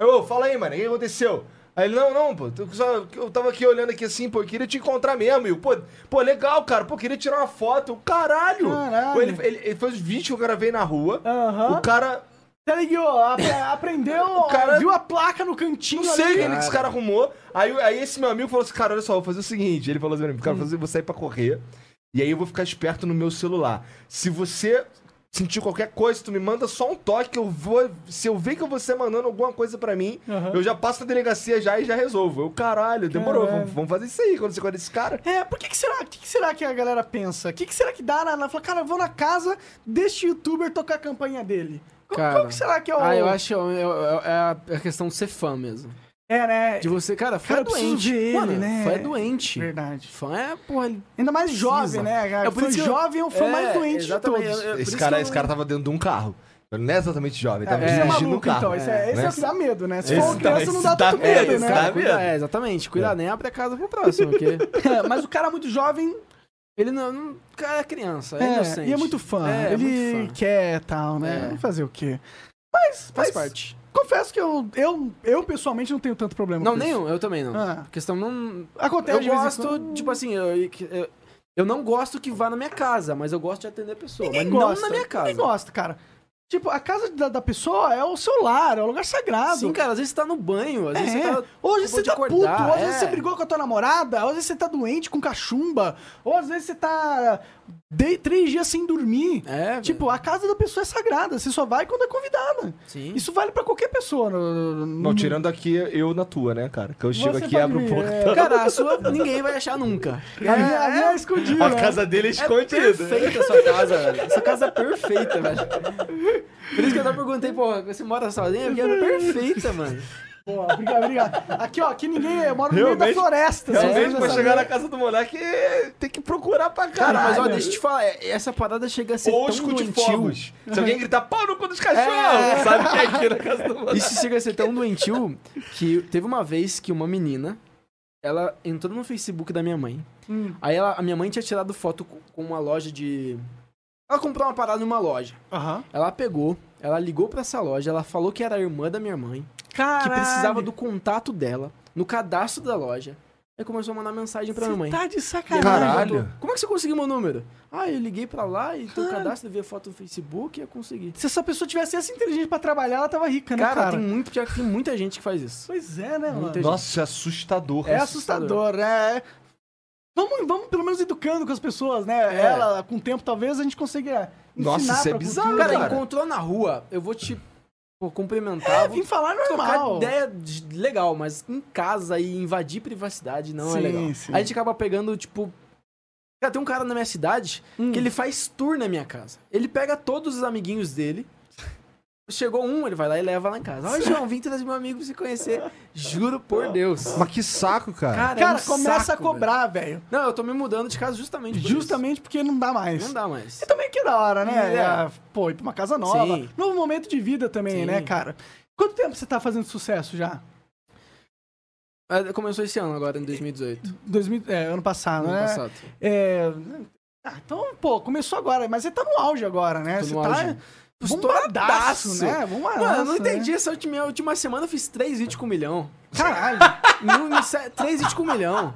Speaker 2: Eu, ô, fala aí, mano, o que aconteceu? Aí ele, não, não, pô, eu, só- eu tava aqui olhando aqui assim, pô, eu queria te encontrar mesmo. E eu, pô, pô, legal, cara, pô, queria tirar uma foto. Eu, Caralho!
Speaker 3: Caralho.
Speaker 2: Pô, Ele, ele, ele fez os vídeos que eu gravei na rua.
Speaker 3: Aham.
Speaker 2: O cara
Speaker 3: Tá ligado? Ap- Aprendeu, ó,
Speaker 2: cara-
Speaker 3: viu a placa no cantinho
Speaker 2: Não sei
Speaker 3: ali.
Speaker 2: quem que esse cara arrumou. Aí, aí esse meu amigo falou assim, cara, olha só, eu vou fazer o seguinte. Ele falou assim, cara, eu vou fazer- vou sair pra correr. E aí eu vou ficar esperto no meu celular. Se você sentir qualquer coisa, tu me manda só um toque, eu vou... Se eu ver que você mandando alguma coisa pra mim,
Speaker 3: Aham.
Speaker 2: eu já passo na delegacia já e já resolvo. Eu, caralho, demorou.
Speaker 3: Caralho.
Speaker 2: Vamos, vamos fazer isso aí quando você conhece esse cara.
Speaker 3: É, por que, que será? O que, que será que a galera pensa? O que, que será que dá na. na fala, cara, eu vou na casa deste youtuber tocar a campainha dele. Qual,
Speaker 4: Cara.
Speaker 3: qual que será que é o.
Speaker 4: Ah, eu acho que é o- é o- é a é a questão de ser fã mesmo.
Speaker 3: É, né?
Speaker 4: De você, cara, fã
Speaker 3: Cara,
Speaker 4: é
Speaker 3: eu preciso
Speaker 4: doente.
Speaker 3: ver ele,
Speaker 4: Mano,
Speaker 3: né?
Speaker 4: Fã é doente.
Speaker 3: Verdade.
Speaker 4: Fã é, porra, ele
Speaker 3: Ainda mais jovem,
Speaker 4: precisa.
Speaker 3: né? Cara?
Speaker 4: É por
Speaker 3: Fã
Speaker 4: isso que eu-
Speaker 3: jovem é o fã
Speaker 4: É,
Speaker 3: mais doente de
Speaker 4: exatamente.
Speaker 3: todos.
Speaker 4: Eu- eu- por
Speaker 2: esse
Speaker 4: isso
Speaker 2: cara,
Speaker 4: que eu
Speaker 2: esse
Speaker 4: não-
Speaker 2: cara tava dentro de um carro. Ele não é exatamente jovem, ele tava
Speaker 3: É, isso é
Speaker 2: dirigindo um
Speaker 3: maluco,
Speaker 2: carro.
Speaker 3: então. Esse é, esse é
Speaker 2: né?
Speaker 3: o que dá medo, né? Se
Speaker 2: Esse
Speaker 3: for uma criança,
Speaker 2: dá-
Speaker 3: não
Speaker 2: esse
Speaker 3: dá
Speaker 2: dá
Speaker 3: tanto
Speaker 2: medo,
Speaker 3: medo,
Speaker 2: esse
Speaker 3: né?
Speaker 2: dá
Speaker 4: Cara,
Speaker 2: Tá
Speaker 4: cuida,
Speaker 2: vendo?
Speaker 4: é, exatamente. Cuidar nem abre a casa pro próximo, porque...
Speaker 3: Mas o cara é muito jovem
Speaker 4: Ele não... não cara, é criança, é,
Speaker 3: é,
Speaker 4: inocente.
Speaker 3: e é muito fã.
Speaker 4: É, é
Speaker 3: Ele
Speaker 4: muito fã.
Speaker 3: quer tal, né?
Speaker 4: É.
Speaker 3: Fazer o quê? Mas
Speaker 4: Faz
Speaker 3: mas
Speaker 4: parte.
Speaker 3: Confesso que eu, eu, eu pessoalmente não tenho tanto problema
Speaker 4: Não,
Speaker 3: com isso.
Speaker 4: nenhum, eu também não.
Speaker 3: Ah.
Speaker 4: Questão não...
Speaker 3: Acontece
Speaker 4: Eu
Speaker 3: de vez em
Speaker 4: gosto,
Speaker 3: quando.
Speaker 4: tipo assim, eu, eu, eu não gosto que vá na minha casa, mas eu gosto de atender a pessoa.
Speaker 3: Ninguém
Speaker 4: mas
Speaker 3: gosta.
Speaker 4: não na minha casa.
Speaker 3: Ninguém gosta, cara. Tipo, a casa da, da pessoa é o seu lar, é o lugar sagrado.
Speaker 4: Sim, cara, às vezes você tá no banho, às
Speaker 3: É.
Speaker 4: vezes você tá...
Speaker 3: hoje
Speaker 4: acabou
Speaker 3: você
Speaker 4: de
Speaker 3: tá
Speaker 4: acordar,
Speaker 3: puto, hoje
Speaker 4: é.
Speaker 3: você brigou com a tua namorada, hoje você tá doente com cachumba, ou às vezes você tá de, três dias sem dormir.
Speaker 4: É,
Speaker 3: Tipo, a casa da pessoa é sagrada, você só vai quando é convidada.
Speaker 4: Sim.
Speaker 3: Isso vale pra qualquer pessoa. No, no-
Speaker 2: Não, tirando aqui eu na tua, né, cara? Que eu chego
Speaker 3: Você
Speaker 2: aqui e
Speaker 3: pode
Speaker 2: abro o
Speaker 3: vir,
Speaker 2: portão.
Speaker 3: é.
Speaker 4: Cara, a sua ninguém vai achar nunca.
Speaker 3: A minha, a minha é escondida.
Speaker 2: A casa dele é escondida.
Speaker 4: Perfeita a sua casa, velho. Sua casa é perfeita, velho. Por isso que eu até perguntei, pô, você mora sozinha? Porque era "É perfeita, mano.
Speaker 3: Pô, obrigado, obrigado. Tá Aqui, ó, aqui ninguém. Eu moro no meio
Speaker 2: Realmente-
Speaker 3: da floresta.
Speaker 4: É
Speaker 2: Então,
Speaker 3: vocês
Speaker 2: mesmo
Speaker 3: já
Speaker 2: pra
Speaker 3: sabem.
Speaker 2: chegar na casa do monarca, é- tem que procurar pra caralho.
Speaker 4: Cara, mas ó, deixa eu te falar, é- essa parada chega a ser
Speaker 2: Ou
Speaker 4: tão
Speaker 2: escute
Speaker 4: doentio.
Speaker 2: fogos. Se alguém gritar pau no cu dos cachorros,
Speaker 4: É.
Speaker 2: sabe que é aqui na casa do monarca.
Speaker 4: Isso chega a ser tão doentio que teve uma vez que uma menina, ela entrou no Facebook da minha mãe.
Speaker 3: Hum.
Speaker 4: Aí ela- a minha mãe tinha tirado foto com com uma loja de. Ela comprou uma parada numa loja.
Speaker 3: Aham.
Speaker 4: Ela pegou, ela ligou pra essa loja, ela falou que era a irmã da minha mãe. que precisava do contato dela no cadastro da loja. Aí começou a mandar mensagem pra minha mãe.
Speaker 3: Tá de
Speaker 4: Minha
Speaker 3: sacanagem.
Speaker 4: mãe
Speaker 2: Caralho.
Speaker 4: mandou, Como é que você conseguiu meu número? Ah, eu liguei pra lá e teu cadastro, eu vi a foto no Facebook e eu consegui.
Speaker 3: Se essa pessoa tivesse essa inteligente pra trabalhar, ela tava rica, né,
Speaker 4: Cara,
Speaker 3: cara?
Speaker 4: Tem, muito, pior que tem muita gente que faz isso.
Speaker 3: Pois é, né, mano?
Speaker 4: Muita gente.
Speaker 2: Nossa, isso é assustador.
Speaker 3: É assustador, é. Vamos, vamos pelo menos educando com as pessoas, né?
Speaker 4: É.
Speaker 3: Ela, com o tempo, talvez a gente consiga.
Speaker 2: Nossa,
Speaker 3: ensinar
Speaker 2: isso é
Speaker 3: pra tipo
Speaker 2: bizarro,
Speaker 3: cultura.
Speaker 4: Cara,
Speaker 2: cara.
Speaker 4: encontrou na rua, eu vou te pô, cumprimentar.
Speaker 3: É,
Speaker 4: vou
Speaker 3: vim falar
Speaker 4: trocar
Speaker 3: normal.
Speaker 4: ideia de- legal, mas em casa e invadir privacidade não
Speaker 3: Sim,
Speaker 4: é legal.
Speaker 3: sim.
Speaker 4: A gente acaba pegando, tipo. Cara, tem um cara na minha cidade
Speaker 3: Hum.
Speaker 4: que ele faz tour na minha casa. Ele pega todos os amiguinhos dele. Chegou um, ele vai lá e leva lá em casa. Ó, João, vim trazer meu amigo pra se conhecer. Juro por Deus.
Speaker 2: Mas que saco, cara.
Speaker 4: Cara, é
Speaker 3: Cara,
Speaker 4: um
Speaker 3: começa a
Speaker 4: saco,
Speaker 3: cobrar, velho.
Speaker 4: velho. Não, eu tô me mudando de casa justamente por
Speaker 3: Justamente porque não dá mais.
Speaker 4: isso. Não dá mais.
Speaker 3: E também que é da hora, né?
Speaker 4: É.
Speaker 3: É, Pô, ir pra uma casa nova.
Speaker 4: Sim.
Speaker 3: Novo momento de vida também,
Speaker 4: Sim.
Speaker 3: né, cara? Quanto tempo você tá fazendo sucesso já?
Speaker 4: Ah, Começou esse ano agora, em 2018.
Speaker 3: 2000, é, ano passado,
Speaker 4: Ano
Speaker 3: né?
Speaker 4: passado.
Speaker 3: É. Ah, então, pô, começou agora, mas você tá no auge agora, né?
Speaker 4: Tô
Speaker 3: você
Speaker 4: no
Speaker 3: tá
Speaker 4: auge.
Speaker 3: bombadaço,
Speaker 4: Estouradaço.
Speaker 3: né? Bombadaço,
Speaker 4: Mano, eu não
Speaker 3: né?
Speaker 4: entendi essa última, a última semana, eu fiz três vídeos com um milhão.
Speaker 3: Caralho.
Speaker 4: Não, não sei, três vídeos com um milhão.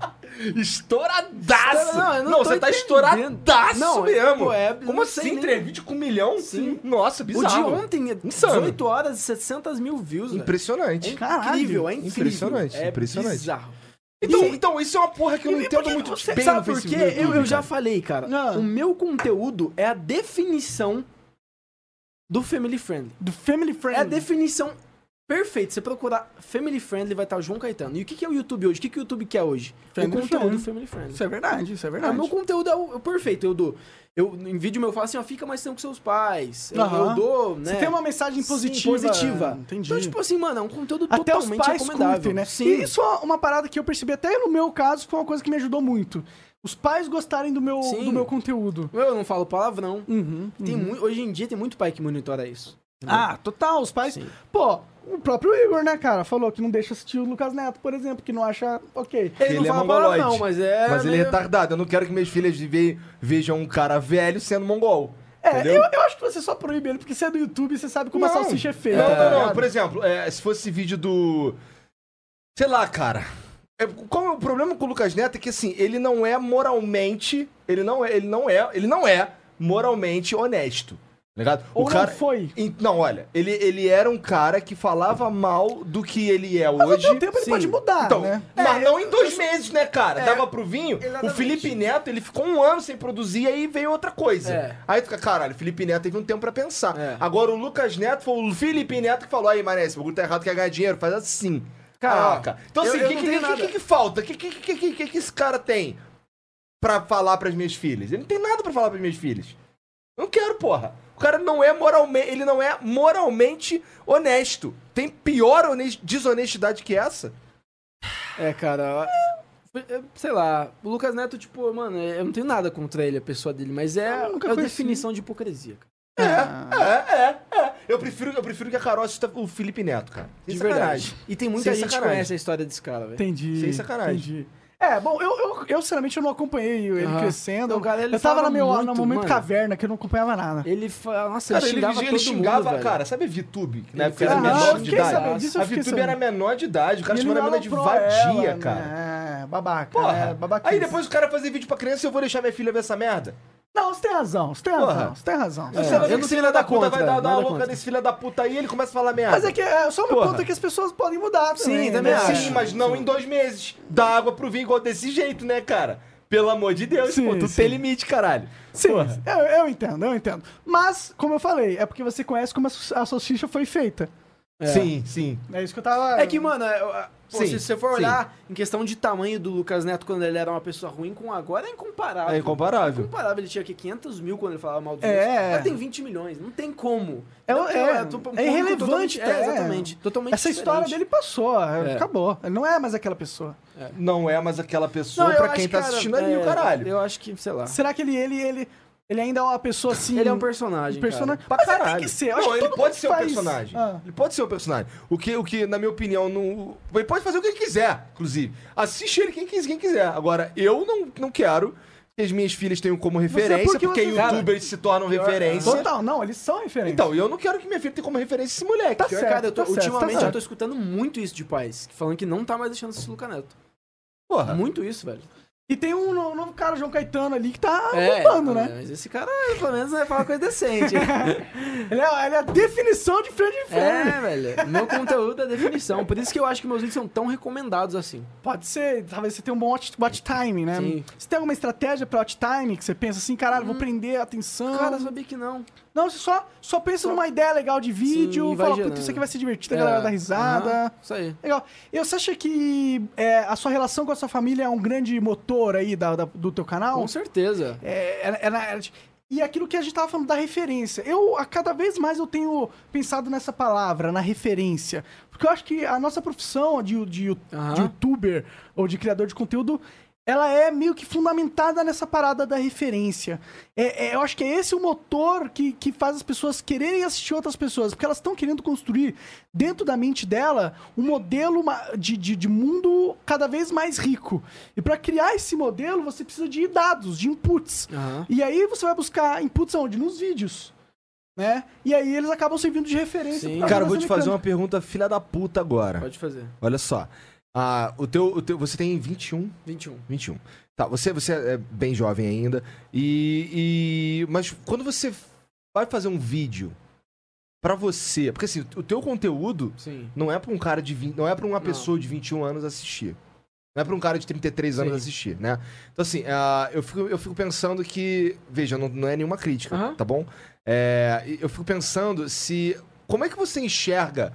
Speaker 2: Estouradaço!
Speaker 4: Não, eu não tô
Speaker 2: você tá
Speaker 4: entendendo.
Speaker 2: estouradaço
Speaker 4: Não,
Speaker 2: mesmo.
Speaker 4: pô, é-
Speaker 2: Como
Speaker 4: não sei
Speaker 2: assim?
Speaker 4: nem-
Speaker 2: Entrevista com um milhão?
Speaker 4: Sim.
Speaker 2: Nossa,
Speaker 4: O
Speaker 2: bizarro.
Speaker 4: de ontem,
Speaker 2: Insano.
Speaker 4: 18 horas e 700 mil views. velho.
Speaker 2: Impressionante.
Speaker 4: É incrível, é incrível.
Speaker 2: Impressionante,
Speaker 4: é
Speaker 2: impressionante.
Speaker 4: bizarro.
Speaker 2: Então, então, isso é uma porra que eu não entendo muito
Speaker 4: Você
Speaker 2: bem
Speaker 4: sabe
Speaker 2: no
Speaker 4: por quê?
Speaker 2: Facebook.
Speaker 4: Eu, eu já
Speaker 2: cara.
Speaker 4: falei, cara.
Speaker 3: Ah.
Speaker 4: O meu conteúdo é a definição do family friendly.
Speaker 3: Do Family Friend.
Speaker 4: É a definição perfeita. Você procurar family friendly, vai estar o João Caetano. E o que, que é o YouTube hoje? O que, que o YouTube quer hoje?
Speaker 3: Family
Speaker 4: o
Speaker 3: friendly.
Speaker 4: conteúdo family friendly.
Speaker 3: Isso é verdade, isso é
Speaker 4: Ah,
Speaker 3: verdade.
Speaker 4: meu conteúdo é o, é o perfeito. Eu dou. Eu, em vídeo meu eu falo assim, ó, fica mais tempo com seus pais. Eu,
Speaker 3: Aham.
Speaker 4: eu dou, né?
Speaker 3: Você tem uma mensagem
Speaker 4: Sim,
Speaker 3: positiva.
Speaker 4: positiva.
Speaker 3: Entendi.
Speaker 4: Então, tipo assim, mano, é um conteúdo
Speaker 3: até os
Speaker 4: totalmente
Speaker 3: pais
Speaker 4: recomendável.
Speaker 3: curtem, né?
Speaker 4: Sim.
Speaker 3: E isso é uma parada que eu percebi até no meu caso, foi uma coisa que me ajudou muito. Os pais gostarem do meu,
Speaker 4: Sim.
Speaker 3: do meu conteúdo.
Speaker 4: Eu não falo palavrão.
Speaker 3: Uhum.
Speaker 4: Tem mui- hoje em dia tem muito pai que monitora isso. né?
Speaker 3: Ah, total, os pais.
Speaker 4: Sim.
Speaker 3: Pô, o próprio Igor, né, cara, falou que não deixa assistir o Lucas Neto, por exemplo, que não acha ok.
Speaker 4: Ele,
Speaker 2: Ele é
Speaker 4: não fala
Speaker 2: mongoloide.
Speaker 4: palavrão, mas é.
Speaker 2: Mas ele é
Speaker 3: né?
Speaker 4: meio-
Speaker 2: retardado. Eu não quero que minhas filhas ve- vejam um cara velho sendo mongol.
Speaker 3: É,
Speaker 2: entendeu?
Speaker 3: eu, eu acho que você só proíbe ele, porque você é do YouTube e você sabe como a salsicha é feia.
Speaker 2: Não,
Speaker 3: tá
Speaker 2: não, não.
Speaker 3: ligado?
Speaker 2: Por exemplo, é, se fosse vídeo do. Sei lá, cara. É, qual é o problema com o Lucas Neto é que assim, ele não é moralmente. Ele não é, ele não é, ele não é moralmente honesto. Ligado?
Speaker 3: Ou
Speaker 2: o
Speaker 3: não
Speaker 2: cara...
Speaker 3: foi.
Speaker 2: E- Não, olha, ele, ele era um cara que falava mal do que ele é hoje.
Speaker 3: o tempo ele pode mudar,
Speaker 2: então,
Speaker 3: né?
Speaker 2: Mas
Speaker 3: É,
Speaker 2: não em dois meses, né, cara?
Speaker 4: É,
Speaker 2: Dava pro vinho. O
Speaker 4: exatamente.
Speaker 2: Felipe Neto, ele ficou um ano sem produzir, aí veio outra coisa.
Speaker 4: É.
Speaker 2: Aí tu fica, caralho, o Felipe Neto teve um tempo pra pensar.
Speaker 4: É.
Speaker 2: Agora o Lucas Neto foi o Felipe Neto que falou, aí, Mané, esse bagulho tá errado, quer ganhar dinheiro, faz assim. Caraca. então
Speaker 4: eu-
Speaker 2: assim, o
Speaker 4: eu
Speaker 2: que,
Speaker 4: não
Speaker 2: que,
Speaker 4: tenho
Speaker 2: que-
Speaker 4: nada.
Speaker 2: que- que falta? O que, que, que, que, que- que esse cara tem pra falar pras minhas filhas? Ele não tem nada pra falar pras minhas filhas. Eu não quero, porra. O cara não é moralmente. Ele não é moralmente honesto. Tem pior hones- desonestidade que essa?
Speaker 4: É, cara. é, Sei lá, o Lucas Neto, tipo, mano, eu não tenho nada contra ele, a pessoa dele, mas é,
Speaker 3: Eu nunca assim.
Speaker 4: é a
Speaker 3: conheci.
Speaker 4: definição de hipocrisia. cara.
Speaker 2: É, é, é. Eu prefiro, eu prefiro que a Carol assista o Felipe Neto, cara. Sem
Speaker 4: De
Speaker 2: sacanagem.
Speaker 4: verdade. E tem muita
Speaker 2: Sem
Speaker 4: gente que
Speaker 2: sacanagem.
Speaker 4: conhece a história desse cara, velho.
Speaker 3: Entendi.
Speaker 2: Sem sacanagem.
Speaker 3: Entendi. É, bom, eu, eu, eu, sinceramente eu não acompanhei ele
Speaker 4: Aham.
Speaker 3: crescendo.
Speaker 4: Não, cara, ele
Speaker 3: eu tava
Speaker 4: fala
Speaker 3: na meu,
Speaker 4: muito,
Speaker 3: no momento
Speaker 4: mano.
Speaker 3: caverna, que eu não acompanhava nada.
Speaker 4: Ele fala, nossa,
Speaker 2: Cara,
Speaker 4: ele
Speaker 2: ele
Speaker 4: xingava
Speaker 2: xingava, ele
Speaker 4: todo
Speaker 2: xingava
Speaker 4: mundo,
Speaker 2: cara,
Speaker 4: velho.
Speaker 2: sabe a VTube? Que na
Speaker 4: Ele
Speaker 2: época era
Speaker 4: fez- Ah,
Speaker 2: menor
Speaker 4: eu
Speaker 2: de
Speaker 4: fiquei
Speaker 2: idade.
Speaker 4: sabendo,
Speaker 3: disso eu
Speaker 2: a
Speaker 3: fiquei
Speaker 2: VTube era
Speaker 3: sabendo.
Speaker 2: menor de idade, o cara
Speaker 3: E ele
Speaker 2: chamando a
Speaker 3: dava
Speaker 2: menina de
Speaker 3: pro
Speaker 2: vadia,
Speaker 3: ela,
Speaker 2: cara.
Speaker 3: né? É, babaca.
Speaker 2: Porra.
Speaker 3: É, babaca.
Speaker 2: Aí depois o cara fazer vídeo pra criança e eu vou deixar minha filha ver essa merda?
Speaker 3: Não, você tem razão, você tem
Speaker 2: Porra.
Speaker 3: razão, você tem razão.
Speaker 2: Se
Speaker 3: É.
Speaker 2: ela
Speaker 4: eu
Speaker 2: vê
Speaker 4: não
Speaker 2: que esse
Speaker 4: tenho
Speaker 2: filho da
Speaker 4: nada
Speaker 2: puta vai dar,
Speaker 4: contra,
Speaker 2: dar uma
Speaker 4: nada
Speaker 2: louca
Speaker 4: contra.
Speaker 2: nesse filho da puta aí, ele começa a falar merda.
Speaker 3: Mas é que é só uma
Speaker 2: Porra.
Speaker 3: conta que as pessoas podem mudar também.
Speaker 4: Sim, também
Speaker 3: né?
Speaker 4: acho.
Speaker 2: Sim, mas não em dois meses. Dá água pro vinho igual desse jeito, né, cara? Pelo amor de Deus,
Speaker 3: Sim,
Speaker 2: pô, tu
Speaker 3: sim.
Speaker 2: tem limite, caralho.
Speaker 3: Sim,
Speaker 2: Porra.
Speaker 3: eu, eu entendo, eu entendo. Mas, como eu falei, é porque você conhece como a sos- a salsicha foi feita.
Speaker 2: Sim, sim.
Speaker 3: É isso que eu tava...
Speaker 4: É que, mano, é, é, pô,
Speaker 2: Sim,
Speaker 4: se você for
Speaker 2: sim.
Speaker 4: olhar em questão de tamanho do Lucas Neto quando ele era uma pessoa ruim com agora, é incomparável.
Speaker 2: É incomparável.
Speaker 4: Incomparável, ele tinha aqui 500 mil quando ele falava mal dos
Speaker 3: É.
Speaker 4: outros. Agora tem 20 milhões, não tem como.
Speaker 3: É,
Speaker 4: Não,
Speaker 3: é,
Speaker 4: tu- um
Speaker 3: é
Speaker 4: público
Speaker 3: irrelevante,
Speaker 4: totalmente-
Speaker 3: tá?
Speaker 4: É, exatamente. Totalmente
Speaker 3: Essa história
Speaker 4: diferente.
Speaker 3: dele passou, é,
Speaker 4: É.
Speaker 3: acabou. Ele não é mais aquela pessoa.
Speaker 2: Não é mais aquela
Speaker 4: Não,
Speaker 2: pessoa
Speaker 4: eu
Speaker 2: pra
Speaker 4: acho,
Speaker 2: quem tá
Speaker 4: cara,
Speaker 2: assistindo ali,
Speaker 4: é,
Speaker 2: o caralho.
Speaker 4: Eu acho que, sei lá.
Speaker 3: Será que ele, ele, ele, ele ainda é uma pessoa assim...
Speaker 4: Ele é um personagem.
Speaker 3: personagem.
Speaker 2: Pra
Speaker 3: Mas ele
Speaker 2: caralho.
Speaker 3: tem que ser. Eu
Speaker 2: Não,
Speaker 3: acho que
Speaker 2: ele
Speaker 3: todo
Speaker 2: pode
Speaker 3: mundo
Speaker 2: ser um
Speaker 3: faz-
Speaker 2: personagem.
Speaker 3: Ah.
Speaker 2: Ele pode ser um personagem. O que, o que, na minha opinião, não. Ele pode fazer o que ele quiser, inclusive. Assiste ele quem, quis- quem quiser. Agora, eu não, não quero que as minhas filhas tenham como referência,
Speaker 3: porque
Speaker 2: porque,
Speaker 3: você- cara,
Speaker 2: youtubers se tornam referência.
Speaker 3: Total, não, eles são referência.
Speaker 2: Então, eu não quero que minha filha tenha como referência esse moleque.
Speaker 3: Tá
Speaker 4: Pior,
Speaker 3: certo,
Speaker 4: cara, eu tô-
Speaker 3: tá certo,
Speaker 4: ultimamente
Speaker 3: tá
Speaker 4: eu
Speaker 3: certo.
Speaker 4: tô escutando muito isso de pais, que falando que não tá mais deixando esse Lucas Neto.
Speaker 2: Porra.
Speaker 4: Muito isso, velho.
Speaker 3: E tem um no- novo cara, João Caetano, ali, que tá
Speaker 4: É,
Speaker 3: bombando, né?
Speaker 4: Mas esse cara, pelo menos, vai falar coisa decente.
Speaker 3: Ele é, ele é a definição de friend and friend.
Speaker 4: É, velho. Meu conteúdo é definição. Por isso que eu acho que meus vídeos são tão recomendados assim.
Speaker 3: Pode ser, talvez você tenha um bom watch, watch time, né?
Speaker 4: Sim. Hum.
Speaker 3: Você tem alguma estratégia pra watch time que você pensa assim, caralho, vou prender a atenção?
Speaker 4: Cara, sabia que não.
Speaker 3: Não, você só, só pensa numa ideia legal de vídeo,
Speaker 4: Sim, vai
Speaker 3: fala, putz,
Speaker 4: gerando.
Speaker 3: isso aqui vai ser divertido, a galera dá risada.
Speaker 4: É, aham, isso aí.
Speaker 3: Legal. E você acha que é, a sua relação com a sua família é um grande motor aí da, da- do teu canal?
Speaker 4: Com certeza.
Speaker 3: É, era- era- era- e aquilo que a gente tava falando da referência. Eu, a cada vez mais, eu tenho pensado nessa palavra, na referência. Porque eu acho que a nossa profissão de, de,
Speaker 4: Aham.
Speaker 3: de youtuber ou de criador de conteúdo, ela é meio que fundamentada nessa parada da referência. É- é- eu acho que é esse o motor que, que faz as pessoas quererem assistir outras pessoas. Porque elas estão querendo construir dentro da mente dela um modelo ma- de, de, de mundo cada vez mais rico. E para criar esse modelo, você precisa de dados, de inputs.
Speaker 4: Aham.
Speaker 3: E aí você vai buscar inputs aonde? Nos vídeos. Né? E aí eles acabam servindo de referência.
Speaker 4: Sim.
Speaker 3: pra
Speaker 2: Cara, eu
Speaker 3: você
Speaker 2: vou te
Speaker 3: na
Speaker 2: fazer
Speaker 3: câmera.
Speaker 2: uma pergunta filha da puta agora.
Speaker 4: Pode fazer.
Speaker 2: Olha só. Ah, o teu, o teu, você tem 21?
Speaker 4: 21.
Speaker 2: 21. Tá, você, você é bem jovem ainda. E, e- Mas quando você vai fazer um vídeo pra você. Porque assim, o teu conteúdo
Speaker 4: Sim.
Speaker 2: não é pra um cara de 20. Não é pra uma
Speaker 4: Não.
Speaker 2: pessoa de 21 anos assistir. Não é pra um cara de 33 anos
Speaker 4: Sim.
Speaker 2: assistir, né? Então, assim, ah, eu, fico, eu fico pensando que. Veja, não, não é nenhuma crítica,
Speaker 4: Aham.
Speaker 2: tá bom? É, e eu fico pensando se. Como é que você enxerga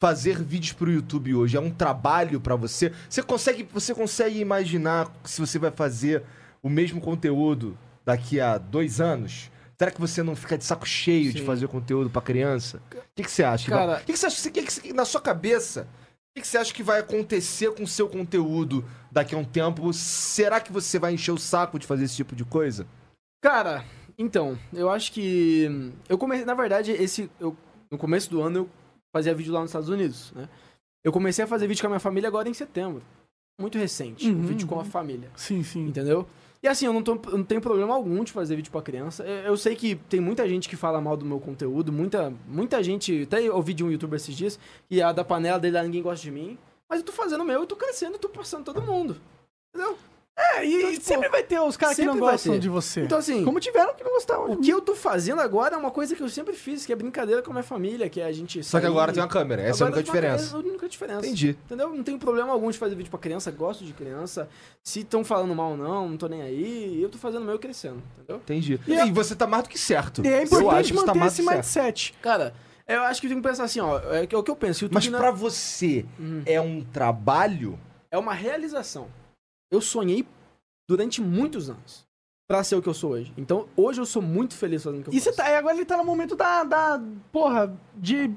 Speaker 2: fazer vídeos pro YouTube hoje? É um trabalho pra você? Você consegue, você consegue imaginar se você vai fazer o mesmo conteúdo daqui a dois anos? Será que você não fica de saco cheio de
Speaker 4: Sim.
Speaker 2: fazer conteúdo pra criança? O que, que você acha? que
Speaker 4: Cara-
Speaker 2: vai- O que, que você acha? o que que- na sua cabeça, o que, que você acha que vai acontecer com o seu conteúdo daqui a um tempo? Será que você vai encher o saco de fazer esse tipo de coisa?
Speaker 4: Cara, então, eu acho que. hum, Eu comecei. Na verdade, esse. Eu, no começo do ano eu fazia vídeo lá nos Estados Unidos, né? Eu comecei a fazer vídeo com a minha família agora em setembro. Muito recente.
Speaker 3: Uhum,
Speaker 4: um vídeo com a
Speaker 3: uhum.
Speaker 4: família.
Speaker 3: Sim, sim.
Speaker 4: Entendeu? E assim, eu não, tô- eu não tenho problema algum de fazer vídeo pra criança. É, Eu, eu sei que tem muita gente que fala mal do meu conteúdo, muita, muita gente. Até eu ouvi de um youtuber esses dias, e a da panela dele lá ninguém gosta de mim. Mas eu tô fazendo o meu, eu tô crescendo, eu tô passando todo mundo. Entendeu?
Speaker 3: É, e
Speaker 4: Então,
Speaker 3: sempre vai ter os caras que
Speaker 4: tipo, sempre
Speaker 3: não
Speaker 4: vai
Speaker 3: gostam
Speaker 4: ter.
Speaker 3: de você.
Speaker 4: Então, assim,
Speaker 3: Como tiveram que não gostavam.
Speaker 4: O que eu tô fazendo agora é uma coisa que eu sempre fiz, que é brincadeira com a minha família, que é a gente.
Speaker 2: Só que
Speaker 4: sair-
Speaker 2: agora tem uma câmera, essa é a
Speaker 4: Agora
Speaker 2: única
Speaker 4: tem uma
Speaker 2: diferença.
Speaker 4: câmera, É a única diferença.
Speaker 2: Entendi.
Speaker 4: Entendeu? Não tenho problema algum de fazer vídeo pra criança, gosto de criança. Se estão falando mal ou não, não tô nem aí. Eu tô fazendo o meu crescendo, entendeu?
Speaker 2: Entendi. E,
Speaker 4: E é-
Speaker 2: você tá mais do que certo.
Speaker 3: E é
Speaker 2: eu acho
Speaker 3: importante
Speaker 2: que você tá
Speaker 3: manter
Speaker 2: mais
Speaker 3: esse
Speaker 2: do que certo.
Speaker 3: mindset.
Speaker 4: Cara, eu acho que eu tenho que pensar assim, ó. É que- é o que eu penso. YouTube
Speaker 2: Mas
Speaker 4: não- Uhum.
Speaker 2: pra você, é um trabalho?
Speaker 4: é uma realização. Eu sonhei durante muitos anos pra ser o que eu sou hoje. Então, hoje eu sou muito feliz fazendo o que eu
Speaker 3: E você
Speaker 4: faço.
Speaker 3: tá, aí agora ele tá no momento da, da porra, de...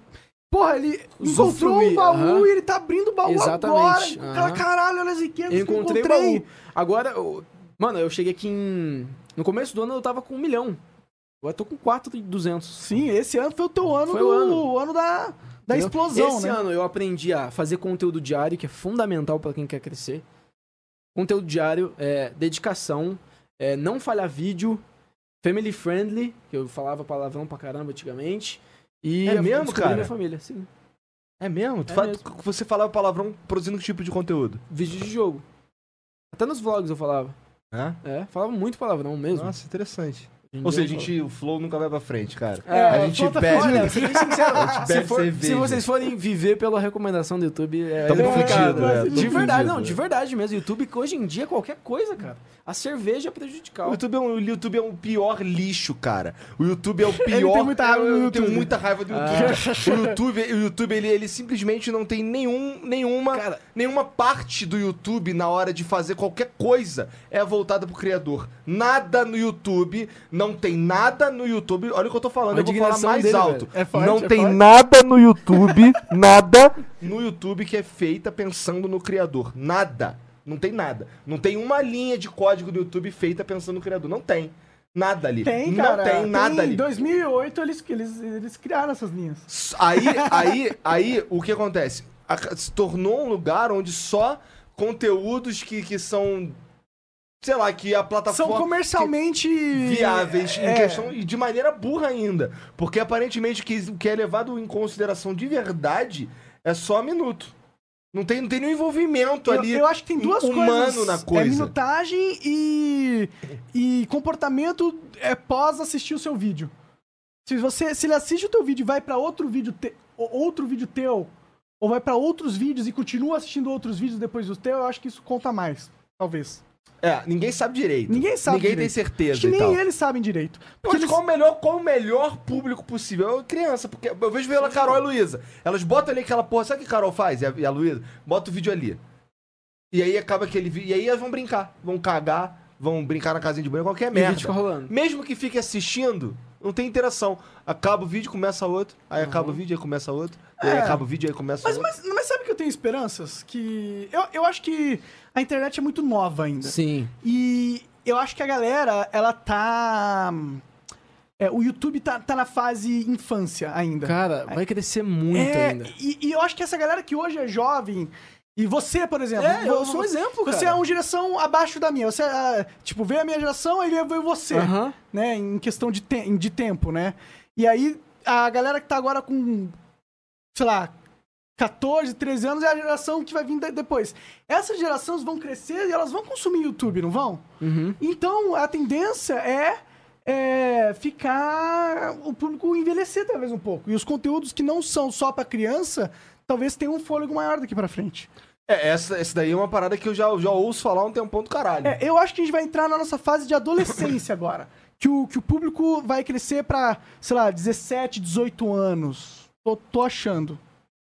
Speaker 3: Porra, ele encontrou
Speaker 4: Usufruir,
Speaker 3: um baú
Speaker 4: aham.
Speaker 3: e ele tá abrindo o baú
Speaker 4: Exatamente,
Speaker 3: agora. Cara,
Speaker 4: aham.
Speaker 3: caralho, olha as riquezas
Speaker 4: Eu
Speaker 3: que
Speaker 4: encontrei, o baú. Agora, eu- mano, eu cheguei aqui em... No começo do ano eu tava com um milhão. Agora eu tô com 4,200.
Speaker 3: Sim, esse ano foi o teu ano,
Speaker 4: Foi
Speaker 3: do,
Speaker 4: o
Speaker 3: o
Speaker 4: ano.
Speaker 3: ano. da, da
Speaker 4: Entendeu?
Speaker 3: explosão,
Speaker 4: Esse
Speaker 3: né?
Speaker 4: ano eu aprendi a fazer conteúdo diário, que é fundamental pra quem quer crescer. Conteúdo diário, é, dedicação, é, não falhar vídeo, family friendly, que eu falava palavrão pra caramba antigamente. E
Speaker 2: É mesmo,
Speaker 4: descobri
Speaker 2: cara?
Speaker 4: minha família, sim.
Speaker 2: É mesmo? Tu
Speaker 4: É
Speaker 2: fala-
Speaker 4: mesmo.
Speaker 2: Você falava palavrão produzindo que tipo de conteúdo?
Speaker 4: Vídeo de jogo. Até nos vlogs eu falava.
Speaker 2: É?
Speaker 4: É, falava muito palavrão mesmo.
Speaker 2: Nossa, interessante.
Speaker 4: Hoje em
Speaker 2: Ou
Speaker 4: dia
Speaker 2: seja,
Speaker 4: eu
Speaker 2: a gente, o flow nunca vai pra frente, cara.
Speaker 4: É,
Speaker 2: a gente
Speaker 3: falta-
Speaker 2: perde.
Speaker 4: Olha, sendo bem sincero, Ah, se,
Speaker 2: bebe
Speaker 4: for-
Speaker 2: cerveja.
Speaker 4: se vocês forem viver pela recomendação do YouTube, é
Speaker 2: Tamo
Speaker 4: complicado.
Speaker 2: fudido, é,
Speaker 4: de
Speaker 2: tamo
Speaker 4: verdade,
Speaker 2: fudido,
Speaker 4: não, de
Speaker 2: é.
Speaker 4: verdade mesmo. YouTube, que hoje em dia, qualquer coisa, cara. A cerveja é prejudicial.
Speaker 2: O YouTube, é um, o YouTube é um pior lixo, cara. O YouTube é o pior.
Speaker 3: tem muita raiva do
Speaker 2: eu, Eu tenho
Speaker 3: YouTube. Ah.
Speaker 2: muita raiva do YouTube. cara. O YouTube, o YouTube ele, ele simplesmente não tem nenhum, nenhuma,
Speaker 4: Cara.
Speaker 2: nenhuma parte do YouTube na hora de fazer qualquer coisa é voltada pro criador. Nada no YouTube, não tem nada no YouTube. Olha o que eu tô falando,
Speaker 4: A
Speaker 2: eu vou falar
Speaker 4: indignação
Speaker 2: mais
Speaker 4: dele,
Speaker 2: alto.
Speaker 3: velho. É forte,
Speaker 2: não
Speaker 3: é
Speaker 2: tem
Speaker 3: forte.
Speaker 2: nada no YouTube, nada no YouTube que é feita pensando no criador. Nada. Não tem nada. Não tem uma linha de código do YouTube feita pensando no criador. Não tem. Nada ali.
Speaker 3: Tem,
Speaker 2: não
Speaker 3: cara.
Speaker 2: tem nada
Speaker 3: Tem,
Speaker 2: ali.
Speaker 3: Em 2008 eles, eles, eles criaram essas linhas.
Speaker 2: Aí, aí, aí, o que acontece? A- Se tornou um lugar onde só conteúdos que, que são. Sei lá, que a
Speaker 3: São
Speaker 2: plataforma.
Speaker 3: comercialmente...
Speaker 2: viáveis em
Speaker 3: É.
Speaker 2: questão e de maneira burra ainda. Porque aparentemente o que- o que é levado em consideração de verdade é só minuto. Não tem, não tem nenhum envolvimento
Speaker 3: Eu-
Speaker 2: ali.
Speaker 3: Eu, acho que tem duas
Speaker 2: humano
Speaker 3: coisas.
Speaker 2: na coisa.
Speaker 3: É minutagem e, e comportamento é pós assistir o seu vídeo. Se você se ele assiste o teu vídeo e vai pra outro vídeo te- ou- outro vídeo teu ou vai pra outros vídeos e continua assistindo outros vídeos depois do teu, eu acho que isso conta mais, talvez.
Speaker 2: É, ninguém sabe direito.
Speaker 3: Ninguém sabe
Speaker 2: Ninguém
Speaker 3: direito.
Speaker 2: tem certeza.
Speaker 3: Acho que
Speaker 2: e
Speaker 3: nem
Speaker 2: tal.
Speaker 3: eles sabem direito. Porque
Speaker 2: Porque
Speaker 3: eles-
Speaker 2: qual, o melhor, qual o melhor público possível? É criança, porque eu vejo pela Carol e Luísa. Elas botam ali aquela porra, sabe o que a Carol faz? E a, e a Luísa? Bota o vídeo ali. E aí acaba aquele vídeo. E aí elas vão brincar. Vão cagar, vão brincar na casinha de banho, qualquer
Speaker 4: E o
Speaker 2: merda.
Speaker 4: vídeo fica rolando.
Speaker 2: Mesmo que fique assistindo, não tem interação. Acaba o vídeo, começa outro. Aí acaba o vídeo, aí começa outro. E aí
Speaker 3: É.
Speaker 2: acaba o vídeo, aí começa
Speaker 3: Mas,
Speaker 2: outro.
Speaker 3: mas, mas sabe que eu tenho esperanças? Que. Eu, eu acho que a internet é muito nova ainda.
Speaker 4: Sim.
Speaker 3: E eu acho que a galera, ela tá. é, o YouTube tá, tá na fase infância ainda.
Speaker 4: Cara, vai crescer muito
Speaker 3: é,
Speaker 4: ainda.
Speaker 3: E, e eu acho que essa galera que hoje é jovem. E você, por exemplo.
Speaker 4: É, eu
Speaker 3: vo-
Speaker 4: sou um exemplo,
Speaker 3: Você
Speaker 4: cara.
Speaker 3: é uma geração abaixo da minha. Você, ah, tipo, veio a minha geração, aí veio veio você.
Speaker 4: Aham.
Speaker 3: Né? Em questão de, te- de tempo, né? E aí, a galera que tá agora com. Sei lá. 14, 13 anos é a geração que vai vir de- depois. Essas gerações vão crescer e elas vão consumir YouTube, não vão?
Speaker 4: Uhum.
Speaker 3: Então, a tendência é, é, ficar. o público envelhecer talvez um pouco. E os conteúdos que não são só pra criança, talvez tenham um fôlego maior daqui pra frente.
Speaker 2: É, essa, essa daí é uma parada que eu já, já ouço falar há um tempão do caralho.
Speaker 3: É, eu acho que a gente vai entrar na nossa fase de adolescência agora. Que o, que o público vai crescer pra, sei lá, 17, 18 anos. Tô, tô achando.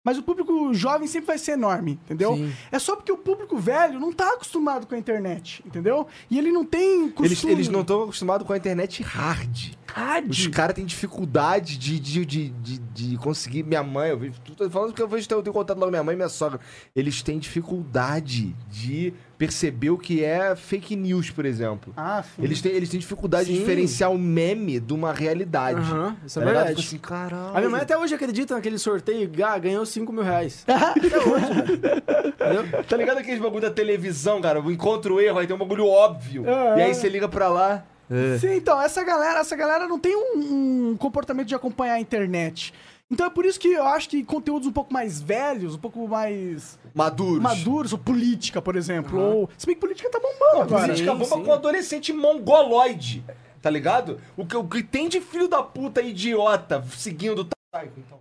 Speaker 3: Mas o público jovem sempre vai ser enorme, entendeu?
Speaker 4: Sim.
Speaker 3: É só porque o público velho não tá acostumado com a internet, entendeu? E ele não tem costume.
Speaker 2: Eles, eles não estão acostumados com a internet hard.
Speaker 3: Hard.
Speaker 2: Os caras têm dificuldade de, de, de, de, de conseguir. Minha mãe, eu vejo. Tô falando porque eu vejo eu tenho contato lá com minha mãe e minha sogra. Eles têm dificuldade de perceber o que é fake news, por exemplo.
Speaker 3: Ah, sim.
Speaker 2: Eles têm, eles têm dificuldade de
Speaker 4: Sim.
Speaker 2: diferenciar o meme de uma realidade.
Speaker 4: Aham, isso é
Speaker 2: ligado?
Speaker 4: verdade.
Speaker 2: Fica assim, caralho.
Speaker 4: A minha mãe até hoje acredita naquele sorteio e ah, ganhou 5 mil reais. Até hoje, velho. Entendeu?
Speaker 2: Tá ligado aqueles bagulho da televisão, cara? O encontro erro, aí tem um bagulho óbvio.
Speaker 3: É.
Speaker 2: E aí você liga pra lá.
Speaker 3: Sim, então, essa galera, essa galera não tem um, um comportamento de acompanhar a internet. Então é por isso que eu acho que conteúdos um pouco mais velhos, um pouco mais.
Speaker 2: Maduros.
Speaker 3: Maduros, ou política, por exemplo. Ou. Se bem que política tá bombando agora.
Speaker 2: Política
Speaker 3: Sim,
Speaker 2: bomba
Speaker 3: sim.
Speaker 2: com adolescente mongoloide, tá ligado? O que, o que tem de filho da puta idiota seguindo o Taigo, então.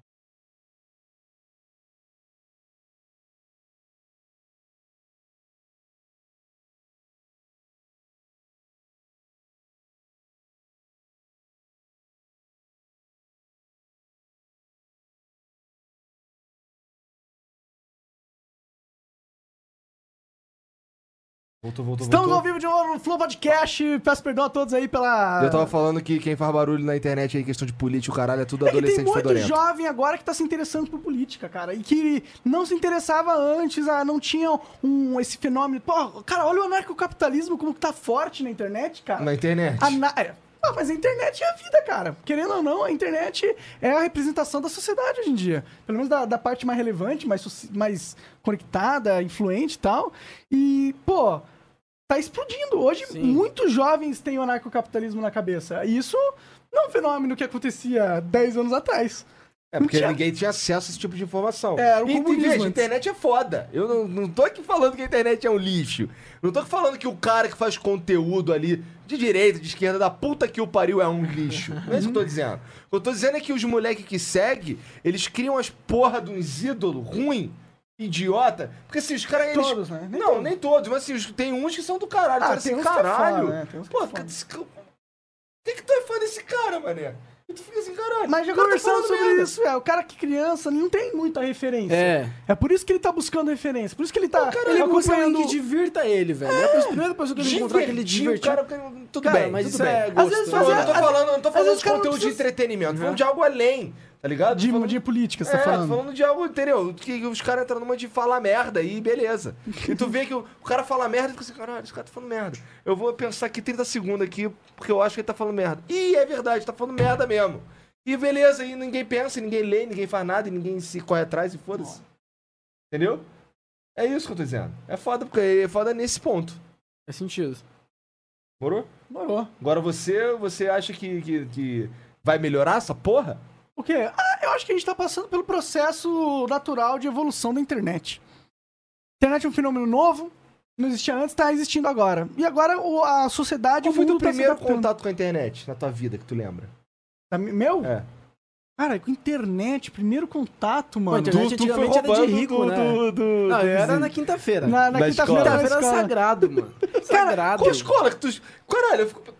Speaker 2: Voltou, voltou,
Speaker 3: Estamos ao vivo de novo no Flow Podcast. Peço perdão a todos aí pela.
Speaker 2: Eu tava falando que quem faz barulho na internet aí, questão de política, o caralho, é tudo
Speaker 3: É que tem
Speaker 2: adolescente
Speaker 3: muito
Speaker 2: fedorento.
Speaker 3: jovem agora que tá se interessando por política, cara. E que não se interessava antes, ah, não tinha um, esse fenômeno. Pô, cara, olha o anarcocapitalismo como que tá forte na internet, cara.
Speaker 2: Na internet.
Speaker 3: Ana- é. Ah, mas a internet é a vida, cara. Querendo ou não, a internet é a representação da sociedade hoje em dia. Pelo menos da, da parte mais relevante, mais, soci- mais conectada, influente e tal. E, pô, tá explodindo. Hoje, muitos jovens têm o anarcocapitalismo na cabeça. E isso não é um fenômeno que acontecia 10 anos atrás.
Speaker 2: É porque ninguém tinha acesso a esse tipo de informação.
Speaker 3: É, era o
Speaker 2: E,
Speaker 3: comunismo
Speaker 2: veja,
Speaker 3: antes.
Speaker 2: a internet é foda. Eu não, não tô aqui falando que a internet é um lixo. Não tô aqui falando que o cara que faz conteúdo ali de direita, de esquerda, da puta que o pariu é um lixo. Não é isso que eu tô dizendo. O que eu tô dizendo é que os moleques que seguem, eles criam as porra de uns ídolos ruim. Idiota, porque assim, os caras. Eles...
Speaker 3: Todos, né? Nem
Speaker 2: não,
Speaker 3: todos.
Speaker 2: nem todos, mas assim, os- tem uns que são do caralho.
Speaker 3: Ah,
Speaker 2: cara,
Speaker 3: tem
Speaker 2: assim,
Speaker 3: uns que é foda,
Speaker 2: caralho.
Speaker 3: né? Tem uns que é
Speaker 2: Pô,
Speaker 3: foda.
Speaker 2: esse ca- o que que tu é fã desse cara, mané? E tu fica assim, caralho.
Speaker 3: Mas já
Speaker 2: o cara tá
Speaker 3: conversamos
Speaker 2: falando
Speaker 3: sobre
Speaker 2: merda.
Speaker 3: isso, é. O cara que criança não tem muita referência.
Speaker 4: É.
Speaker 3: É por isso que ele tá buscando referência. Por isso que ele tá
Speaker 2: cara,
Speaker 4: Ele
Speaker 3: ele
Speaker 4: é uma coisa
Speaker 3: acompanhando...
Speaker 4: que divirta ele, velho. É a pessoa- primeira pessoa que ele encontrar que ele
Speaker 2: Divertir o
Speaker 4: divertiu.
Speaker 2: cara, porque- tudo
Speaker 4: Cara,
Speaker 2: bem,
Speaker 4: mas
Speaker 2: tudo
Speaker 4: isso
Speaker 2: bem.
Speaker 4: é
Speaker 2: Às vezes
Speaker 4: gosto,
Speaker 2: fazer-
Speaker 4: né?
Speaker 2: eu não tô falando, eu não tô
Speaker 3: Às
Speaker 2: falando
Speaker 3: vezes
Speaker 2: de
Speaker 3: o cara não
Speaker 2: conteúdo de
Speaker 3: precisa-
Speaker 2: entretenimento, tô falando de algo além, tá ligado?
Speaker 3: De,
Speaker 2: Tô falando...
Speaker 3: de política, você
Speaker 2: É,
Speaker 3: tá
Speaker 2: tô falando de algo, entendeu? Que os caras entram numa de falar merda e beleza. E tu vê que o, o cara fala merda e fica assim, caralho, esse cara tá falando merda. Eu vou pensar aqui 30 segundos aqui, porque eu acho que ele tá falando merda. E é verdade, tá falando merda mesmo. E beleza, e ninguém pensa, e ninguém lê, e ninguém faz nada, e ninguém se corre atrás e foda-se. Entendeu? É isso que eu tô dizendo. É foda, porque é foda nesse ponto.
Speaker 4: Faz sentido.
Speaker 2: Morou?
Speaker 3: Morou.
Speaker 2: Agora você, você acha que, que, que vai melhorar essa porra?
Speaker 3: O quê? Ah, eu acho que a gente tá passando pelo processo natural de evolução da internet. Internet é um fenômeno novo, não existia antes, tá existindo agora. E agora o- a sociedade,
Speaker 2: Qual
Speaker 3: o
Speaker 2: foi teu
Speaker 3: mundo tá se
Speaker 2: primeiro
Speaker 3: adaptando.
Speaker 2: contato com a internet na tua vida que tu lembra?
Speaker 3: Tá, Meu?
Speaker 2: É.
Speaker 3: Cara, com internet, primeiro contato,
Speaker 4: Pô, a
Speaker 3: mano.
Speaker 4: internet
Speaker 2: tu foi
Speaker 4: antigamente era de
Speaker 2: roubando
Speaker 4: rico,
Speaker 2: do-
Speaker 4: né?
Speaker 2: do-
Speaker 4: Não, eu era
Speaker 3: desse-
Speaker 4: na quinta-feira.
Speaker 3: Na, na
Speaker 2: da
Speaker 3: quinta-feira
Speaker 2: escola.
Speaker 3: na
Speaker 4: Quinta-feira era
Speaker 3: escola.
Speaker 4: sagrado, mano.
Speaker 2: Cara,
Speaker 4: sagrado.
Speaker 2: qual escola que tu. Caralho, eu fico- tu,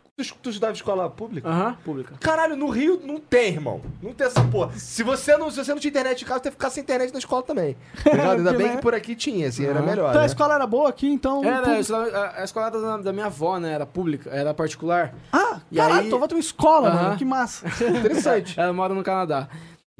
Speaker 2: tu estudava escola pública?
Speaker 4: Aham, pública.
Speaker 2: Ah. Caralho, no Rio não tem, irmão. Não tem essa porra. Se você não, se você não tinha internet em casa, você ia ficar sem internet na escola também. Tá ligado? Ainda
Speaker 3: Porque,
Speaker 2: bem
Speaker 3: né?
Speaker 2: que por aqui tinha, assim, era melhor.
Speaker 3: Então a
Speaker 2: né?
Speaker 3: escola era boa aqui, então...
Speaker 4: Era, eu
Speaker 3: tudo-
Speaker 4: estudava- a, a escola da, da minha avó, né? Era pública, era particular.
Speaker 3: Ah,
Speaker 4: E
Speaker 3: caralho,
Speaker 4: aí-
Speaker 3: então vai ter uma escola,
Speaker 4: Aham.
Speaker 3: mano, que massa.
Speaker 2: Interessante.
Speaker 4: Ela mora no Canadá.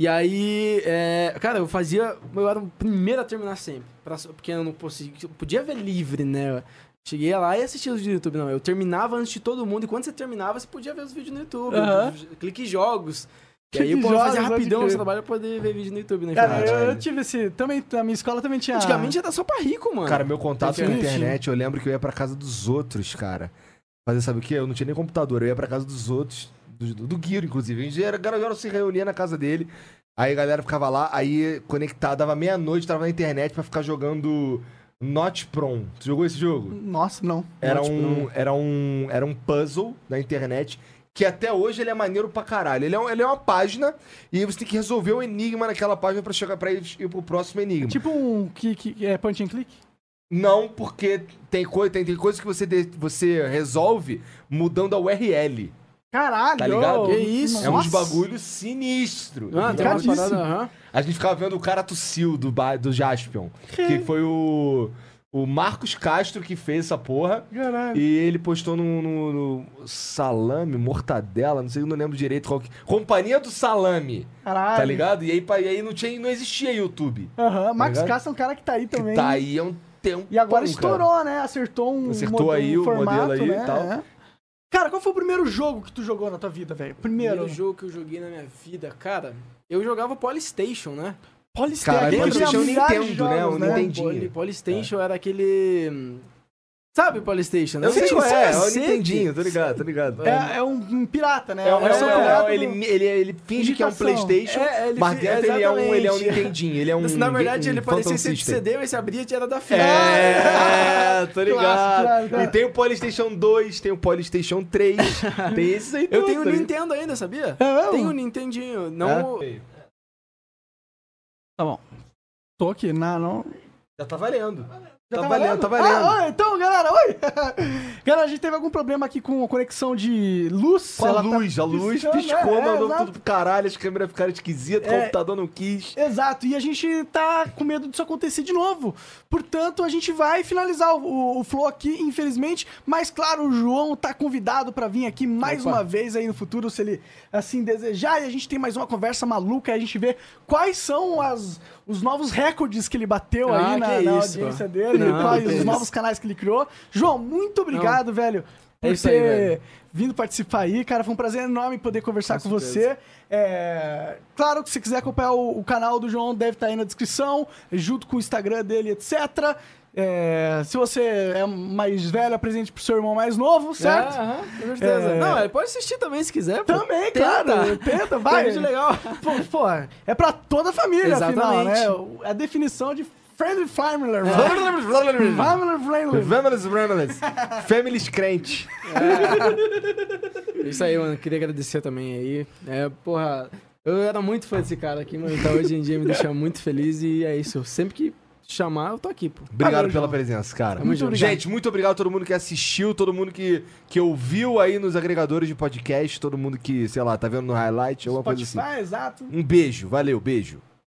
Speaker 4: E aí, é, cara, eu fazia. Eu era o primeiro a terminar sempre. pra- porque eu não consegui- eu podia ver livre, né? Cheguei lá e assistia os vídeos no YouTube, não. Eu terminava antes de todo mundo, e quando você terminava, você podia ver os vídeos no YouTube.
Speaker 3: Aham.
Speaker 4: Clique em jogos. E
Speaker 3: Clique
Speaker 4: aí,
Speaker 3: em
Speaker 4: pô, eu fazia
Speaker 3: jogos, pode
Speaker 4: rapidão
Speaker 3: crer.
Speaker 4: esse trabalho pra poder ver vídeo no YouTube, né?
Speaker 3: Cara,
Speaker 4: cara?
Speaker 3: eu, eu tive esse... Também, na minha escola também tinha...
Speaker 4: Antigamente era só pra rico, mano.
Speaker 2: Cara, meu contato com a
Speaker 3: Internet.
Speaker 2: internet, eu lembro que eu ia pra casa dos outros, cara. Fazer sabe o quê? Eu não tinha nem computador, eu ia pra casa dos outros, do, do, do Guiro, inclusive. A gente era, a galera se reunia na casa dele, aí a galera ficava lá, aí conectado, dava meia-noite, tava na internet pra ficar jogando Not Prom. Tu jogou esse jogo?
Speaker 3: Nossa, não.
Speaker 2: Era um, era um, era um puzzle da internet. Que até hoje ele é maneiro pra caralho. Ele é, um- ele é uma página e você tem que resolver um enigma naquela página pra chegar para ir, ir pro próximo enigma.
Speaker 3: Tipo um que, que é point and click?
Speaker 2: Não, porque tem, coi tem, tem coisas que você, de- você resolve mudando a URL.
Speaker 3: Caralho!
Speaker 2: Tá ligado?
Speaker 4: Que isso?
Speaker 2: É uns bagulho sinistro. tá
Speaker 4: Ah, tem umas
Speaker 3: Complicadíssimo.
Speaker 4: paradas, aham.
Speaker 2: A gente ficava vendo o cara tossiu do, ba- do Jaspion, que foi o, o Marcos Castro que fez essa porra.
Speaker 3: Caralho.
Speaker 2: E ele postou no, no- no salame, mortadela, não sei, eu não lembro direito qual que. Companhia do Salame,
Speaker 3: Caralho.
Speaker 2: tá ligado? E aí, pa- e aí não, tinha, não existia YouTube.
Speaker 3: Aham. Marcos
Speaker 2: ligado?
Speaker 3: Castro é um cara que tá aí também.
Speaker 2: Que tá aí há um tempo.
Speaker 3: E agora
Speaker 2: estourou.
Speaker 3: estourou, né? Acertou um
Speaker 2: Acertou
Speaker 3: mode-
Speaker 2: aí o
Speaker 3: formato,
Speaker 2: modelo aí e
Speaker 3: né?
Speaker 2: tal.
Speaker 3: É. Cara, qual foi o primeiro jogo que tu jogou na tua vida, velho? Primeiro.
Speaker 4: Primeiro jogo que eu joguei na minha vida, cara. Eu jogava Polystation, né?
Speaker 3: Polystation.
Speaker 2: Cara,
Speaker 3: Aquele
Speaker 2: Polystation é o
Speaker 3: que tinha milhares
Speaker 2: Nintendo,
Speaker 3: de
Speaker 2: né?
Speaker 3: jogos,
Speaker 2: O Nintendinho.
Speaker 4: Poly, Polystation era aquele. hum, Sabe, PlayStation? né?
Speaker 2: Eu sei
Speaker 4: Sim,
Speaker 2: qual é, é o
Speaker 4: cacete.
Speaker 2: Nintendinho, tô ligado, tô ligado.
Speaker 3: É, é um, um pirata, né?
Speaker 2: É um-
Speaker 3: Uma versão
Speaker 2: é,
Speaker 3: pirata
Speaker 2: ele,
Speaker 3: do-
Speaker 2: ele, ele finge que é um
Speaker 3: Indicação.
Speaker 2: Playstation,
Speaker 4: É, ele
Speaker 2: mas
Speaker 4: fi-
Speaker 2: dentro ele é, um, ele é um
Speaker 4: exatamente.
Speaker 2: Nintendinho, ele é um
Speaker 4: Na verdade,
Speaker 2: um
Speaker 4: ele parecia
Speaker 2: Phantom
Speaker 4: ser de
Speaker 2: System.
Speaker 4: CD, mas você abria e era da fita.
Speaker 2: É, tô ligado.
Speaker 3: Clássico, claro, claro.
Speaker 2: E tem o Polystation 2, tem o Polystation 3, tem esses aí
Speaker 4: Eu
Speaker 2: tudo,
Speaker 4: tenho o
Speaker 2: tá ligado?
Speaker 4: Nintendo ainda, sabia?
Speaker 3: É mesmo?
Speaker 4: Tenho o Nintendinho,
Speaker 2: É?
Speaker 4: não o...
Speaker 3: Tá bom. Tô aqui, não, não.
Speaker 2: Já tá valendo.
Speaker 3: Já
Speaker 2: tá, valendo, tá valendo.
Speaker 3: Ah, oi, então, galera, oi! galera, a gente teve algum problema aqui com a conexão de luz.
Speaker 2: Com a
Speaker 3: ela tá
Speaker 2: luz, a luz
Speaker 3: piscando,
Speaker 2: piscou,
Speaker 3: é,
Speaker 2: mandou
Speaker 3: exato.
Speaker 2: tudo pro caralho, as câmeras ficaram esquisitas, o
Speaker 3: É.
Speaker 2: computador não quis.
Speaker 3: Exato, e a gente tá com medo disso acontecer de novo. Portanto, a gente vai finalizar o, o, o Flow aqui, infelizmente. Mas, claro, o João tá convidado pra vir aqui mais uma vez aí no futuro, se ele assim desejar. E a gente tem mais uma conversa maluca. E a gente vê quais são as, os novos recordes que ele bateu
Speaker 4: Ah,
Speaker 3: aí na,
Speaker 4: que
Speaker 3: na
Speaker 4: isso,
Speaker 3: audiência dele,
Speaker 4: Não,
Speaker 3: quais
Speaker 4: que
Speaker 3: os
Speaker 4: isso.
Speaker 3: novos canais que ele criou. João, muito obrigado, velho. Por
Speaker 4: É isso aí,
Speaker 3: ter
Speaker 4: velho.
Speaker 3: vindo participar aí, cara. Foi um prazer enorme poder conversar com, você. É, Claro que se quiser acompanhar o, o canal do João, deve estar aí na descrição, junto com o Instagram dele, etc. É, Se você é mais velho, apresente pro seu irmão mais novo, certo?
Speaker 4: É, aham, com certeza.
Speaker 3: É.
Speaker 4: Não, ele pode assistir também se quiser. pô.
Speaker 3: Também,
Speaker 4: Tenta.
Speaker 3: claro. Tenta, vai.
Speaker 4: Tem vídeo legal.
Speaker 3: Pô, pô, é pra toda a família, afinal,
Speaker 4: Exatamente. É.
Speaker 3: né? O- A definição de friendly family. Family friendly.
Speaker 2: Families, families. Families crente.
Speaker 4: É Isso aí, mano. Queria agradecer também aí. É, porra, eu era muito fã desse cara aqui, mano. Tá hoje em dia me deixa muito feliz e é isso. Sempre que chamar, eu tô aqui, pô.
Speaker 2: Obrigado pela presença, cara.
Speaker 4: Tamo junto.
Speaker 2: Gente, muito obrigado a todo mundo que assistiu, todo mundo que, que ouviu aí nos agregadores de podcast, todo mundo que, sei lá, tá vendo no highlight, alguma coisa assim.
Speaker 3: Spotify, É, exato.
Speaker 2: Um beijo, valeu, beijo.